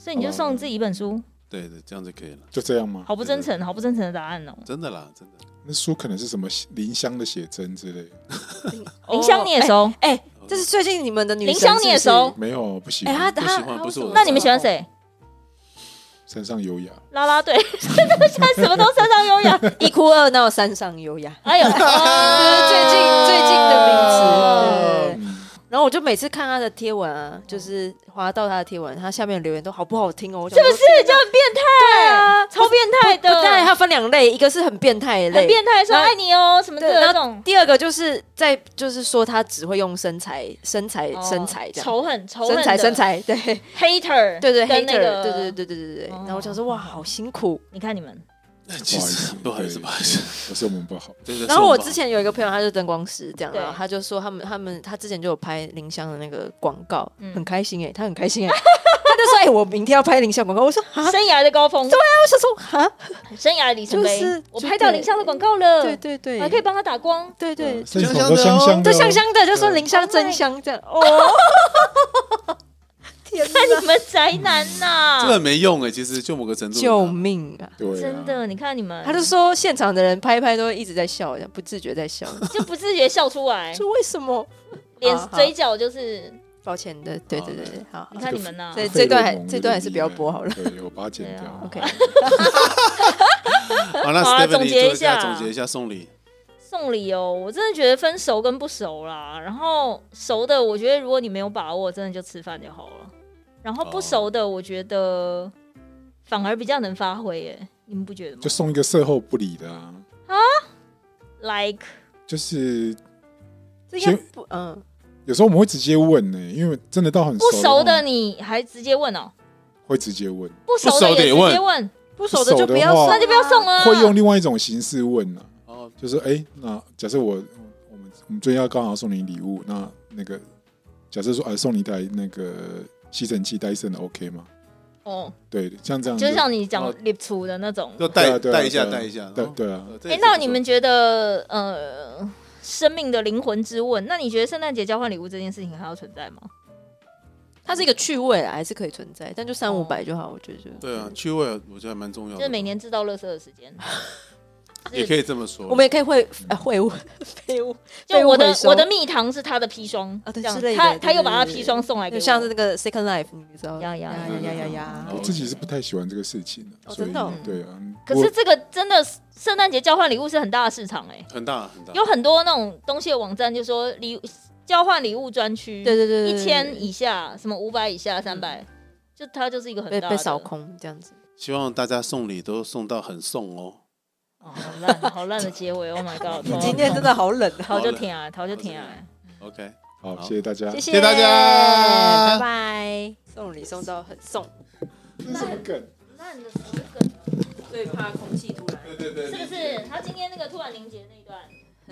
Speaker 3: 所以你就送自己一本书，
Speaker 2: 对对，这样就可以了，
Speaker 1: 就这样吗？
Speaker 3: 好不真诚，好不真诚的答案哦。
Speaker 2: 真的啦，真的。
Speaker 1: 那书可能是什么林香的写真之类的，
Speaker 3: 林香你也
Speaker 4: 哦？
Speaker 3: 熟，
Speaker 4: 哎，哎这是最近你们的女神
Speaker 3: 林香你也
Speaker 4: 是不是
Speaker 3: 熟？
Speaker 1: 没有不喜啊
Speaker 4: 哎，
Speaker 1: 欢。
Speaker 2: 不
Speaker 4: 他他
Speaker 2: 喜欢
Speaker 4: 他
Speaker 2: 不是我的
Speaker 3: 那你们喜欢？谁？
Speaker 1: 山上优雅，
Speaker 3: 啦啦队， *laughs* 现在什么都身上优雅。
Speaker 4: *laughs*
Speaker 2: *laughs*
Speaker 4: 一哭二闹三上优雅，
Speaker 3: 哎呦， *laughs*
Speaker 4: 呃最
Speaker 3: 最
Speaker 4: 近最近的名词。对对对
Speaker 1: 嗯，
Speaker 4: 然后我就每次看他的贴文啊，就是滑到他的贴文，他下面的留言都好不好听哦？是不是？
Speaker 3: 这就很变态啊，超变态的，
Speaker 4: 当然，它分两类，一个是很变态的类，
Speaker 3: 很变态，说
Speaker 4: 然后
Speaker 3: 爱你哦什么
Speaker 4: 对，
Speaker 3: 的那
Speaker 4: 然后
Speaker 3: 种。
Speaker 4: 第二个就是在就是说他只会用身材、身材、
Speaker 3: 哦
Speaker 4: 身材这样，
Speaker 3: 仇恨仇恨
Speaker 4: 身材、
Speaker 3: 的
Speaker 4: 身材，对
Speaker 3: hater
Speaker 4: 对对
Speaker 3: 跟
Speaker 4: ，hater，
Speaker 3: 那个哦
Speaker 4: 对对对对对对。然后我想说哇，好辛苦。
Speaker 3: 你看你们
Speaker 2: 其实不好意思，不好意思。
Speaker 1: 不是我们不好，
Speaker 2: 对对
Speaker 4: 然后
Speaker 2: 是
Speaker 4: 我
Speaker 2: 不好
Speaker 4: 之前有一个朋友，他是灯光师，这样，
Speaker 3: 对
Speaker 4: 然后他就说他们他们他之前就有拍林香的那个广告，
Speaker 3: 嗯
Speaker 4: 很开心哎，他很开心哎，他就说哎，我明天要拍林香广告，我说啊，
Speaker 3: 生涯的高峰，
Speaker 4: 我想说哈，
Speaker 3: 生涯的里程
Speaker 4: 就
Speaker 3: 碑
Speaker 4: 是。
Speaker 3: 我拍到林香的广告了，
Speaker 4: 对对对，
Speaker 3: 我嗯还可以帮他打光。
Speaker 4: 对对，
Speaker 1: 身
Speaker 2: 香
Speaker 1: 上都
Speaker 2: 香
Speaker 1: 香
Speaker 2: 的哦
Speaker 1: 香的
Speaker 4: 就
Speaker 1: 哦，
Speaker 4: 香香的，就说
Speaker 1: 对
Speaker 4: 林香
Speaker 3: Oh
Speaker 4: 真
Speaker 3: my-
Speaker 4: 香这样
Speaker 3: *laughs*
Speaker 4: 哦。天哪，
Speaker 3: 你们宅男呐、
Speaker 2: *laughs* 这个没用哎，其实就某个程度，
Speaker 4: 救命啊！
Speaker 1: 对啊，
Speaker 3: 真的，你看你们，
Speaker 4: 他就说现场的人拍拍都一直在笑，这样不自觉在笑，
Speaker 3: 就不自觉笑出来，
Speaker 4: 说为什么？
Speaker 3: 脸
Speaker 4: 啊好好
Speaker 3: 嘴角就是，
Speaker 4: 抱歉的，对对对对，好。好
Speaker 3: 你看你们呐、
Speaker 1: 费
Speaker 4: 这这段
Speaker 1: 洛
Speaker 4: 还
Speaker 1: 蒙
Speaker 4: 这
Speaker 1: 有
Speaker 4: 段
Speaker 1: 点
Speaker 4: 还是不要
Speaker 1: 厉害
Speaker 4: 播好了。
Speaker 1: 对，我把它剪
Speaker 3: 对
Speaker 1: 掉
Speaker 3: 啊。
Speaker 4: OK，
Speaker 2: 好，那
Speaker 3: 好啊
Speaker 2: Stephanie
Speaker 3: 总结
Speaker 2: 做
Speaker 3: 一下
Speaker 2: 总结一下送礼。
Speaker 3: 送礼哦，我真的觉得分熟跟不熟啦，然后熟的，我觉得如果你没有把握，真的就吃饭就好了。然后不熟的，我觉得反而比较能发挥耶，你们不觉得吗
Speaker 1: 就送一个售后不理的啊，
Speaker 3: ？Like
Speaker 1: 就是
Speaker 4: 这应该不嗯，
Speaker 1: 有时候我们会直接问呢、因为真的到很
Speaker 3: 不
Speaker 1: 熟
Speaker 3: 熟
Speaker 1: 的
Speaker 3: 的
Speaker 1: 话，
Speaker 3: 你还直接问哦，
Speaker 1: 会直接问，
Speaker 3: 不熟的也直
Speaker 2: 不熟
Speaker 3: 接
Speaker 2: 得
Speaker 3: 问，
Speaker 4: 不熟的就不要
Speaker 1: 不熟的话
Speaker 4: 送啊，
Speaker 3: 那就不要送啊。
Speaker 1: 会用另外一种形式问呢、
Speaker 2: 哦，
Speaker 1: 就是哎、诶那假设我我们我们最近要刚好送你礼物，那那个假设说啊，送你一台那个吸尘器戴森的 OK 吗？
Speaker 3: 哦，
Speaker 1: 对，像这样
Speaker 3: 就像你讲
Speaker 2: 哦
Speaker 3: lip 除的那种。
Speaker 2: 就
Speaker 1: 对
Speaker 2: 带
Speaker 1: 啊对啊
Speaker 2: 带一下
Speaker 1: 对啊
Speaker 2: 带一下。
Speaker 1: 对
Speaker 2: 哦
Speaker 1: 对啊，
Speaker 2: 呃这也
Speaker 3: 哎、
Speaker 2: 是
Speaker 3: 那
Speaker 2: 不
Speaker 3: 你
Speaker 2: 错
Speaker 3: 们觉得呃，生命的灵魂之问，那你觉得圣诞节交换礼物这件事情还要存在吗？
Speaker 4: 它是一个趣味啦，还是可以存在，但就三五百就好，我觉得就。
Speaker 2: 对啊，趣味我觉得还蛮重要
Speaker 3: 就
Speaker 2: 的，
Speaker 3: 是每年制造垃圾的时
Speaker 1: *laughs*
Speaker 3: 间，
Speaker 2: 也可以这么说。
Speaker 4: 我们也可以会 *laughs* 呃会物废物，
Speaker 3: 就我的
Speaker 4: 废物回收
Speaker 3: 我的蜜糖是他的砒霜
Speaker 4: 啊
Speaker 3: 这
Speaker 4: 对
Speaker 3: 样
Speaker 4: 之类的
Speaker 3: 他
Speaker 4: 对
Speaker 3: 他又
Speaker 4: 对
Speaker 3: 把他
Speaker 4: 对
Speaker 3: 砒霜送来给
Speaker 4: 就
Speaker 3: 我，
Speaker 4: 像是那个 Second Life，你知道？
Speaker 3: 呀呀
Speaker 4: 呀
Speaker 3: 呀
Speaker 4: 呀哎呀
Speaker 2: 嗯
Speaker 1: 我
Speaker 4: 呀！
Speaker 1: 自己是不太喜欢这个事情的，
Speaker 4: 哦
Speaker 1: 所以
Speaker 4: 真的哦
Speaker 1: 对啊，嗯
Speaker 3: 可
Speaker 1: 我
Speaker 3: 是这个真的是圣诞节交换礼物是很大的市场哎、
Speaker 2: 很大很大，
Speaker 3: 有很多那种东西的网站就说礼交换礼物专区，
Speaker 4: 对对对，嗯
Speaker 3: 一千以下，什么五百以下，三百、就它就是一个很
Speaker 4: 被
Speaker 3: 大
Speaker 4: 被
Speaker 3: 的
Speaker 4: 扫。空这样子。
Speaker 2: 希望大家送礼都送到很送哦。
Speaker 3: 哦，好烂，好烂的结尾。Oh my god！头好
Speaker 4: *laughs* 今天
Speaker 3: 痛
Speaker 4: 真的好冷啊！
Speaker 3: 头就甜啊，头就甜啊。
Speaker 2: OK，
Speaker 1: 好，
Speaker 2: 好
Speaker 1: 谢谢大家，
Speaker 3: 谢
Speaker 2: 谢谢大家
Speaker 3: 拜拜。
Speaker 4: 送礼送到很送，
Speaker 1: 嗯什么梗？
Speaker 3: 那你的手梗
Speaker 4: 最怕空气突然。
Speaker 2: 对对对
Speaker 3: 是不是？他今天那个突然凝结那一段，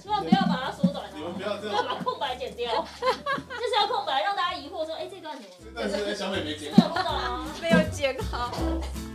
Speaker 3: 千万不要把它缩短
Speaker 2: 你们
Speaker 3: 哦，
Speaker 2: 不要这
Speaker 3: 要
Speaker 2: 样，
Speaker 3: 把空白剪掉， *laughs* 就是要空白，让大家疑惑说，哎，这段怎么
Speaker 2: 但是小美没结
Speaker 3: 没有空白啊？
Speaker 4: 没有剪好。
Speaker 3: 哎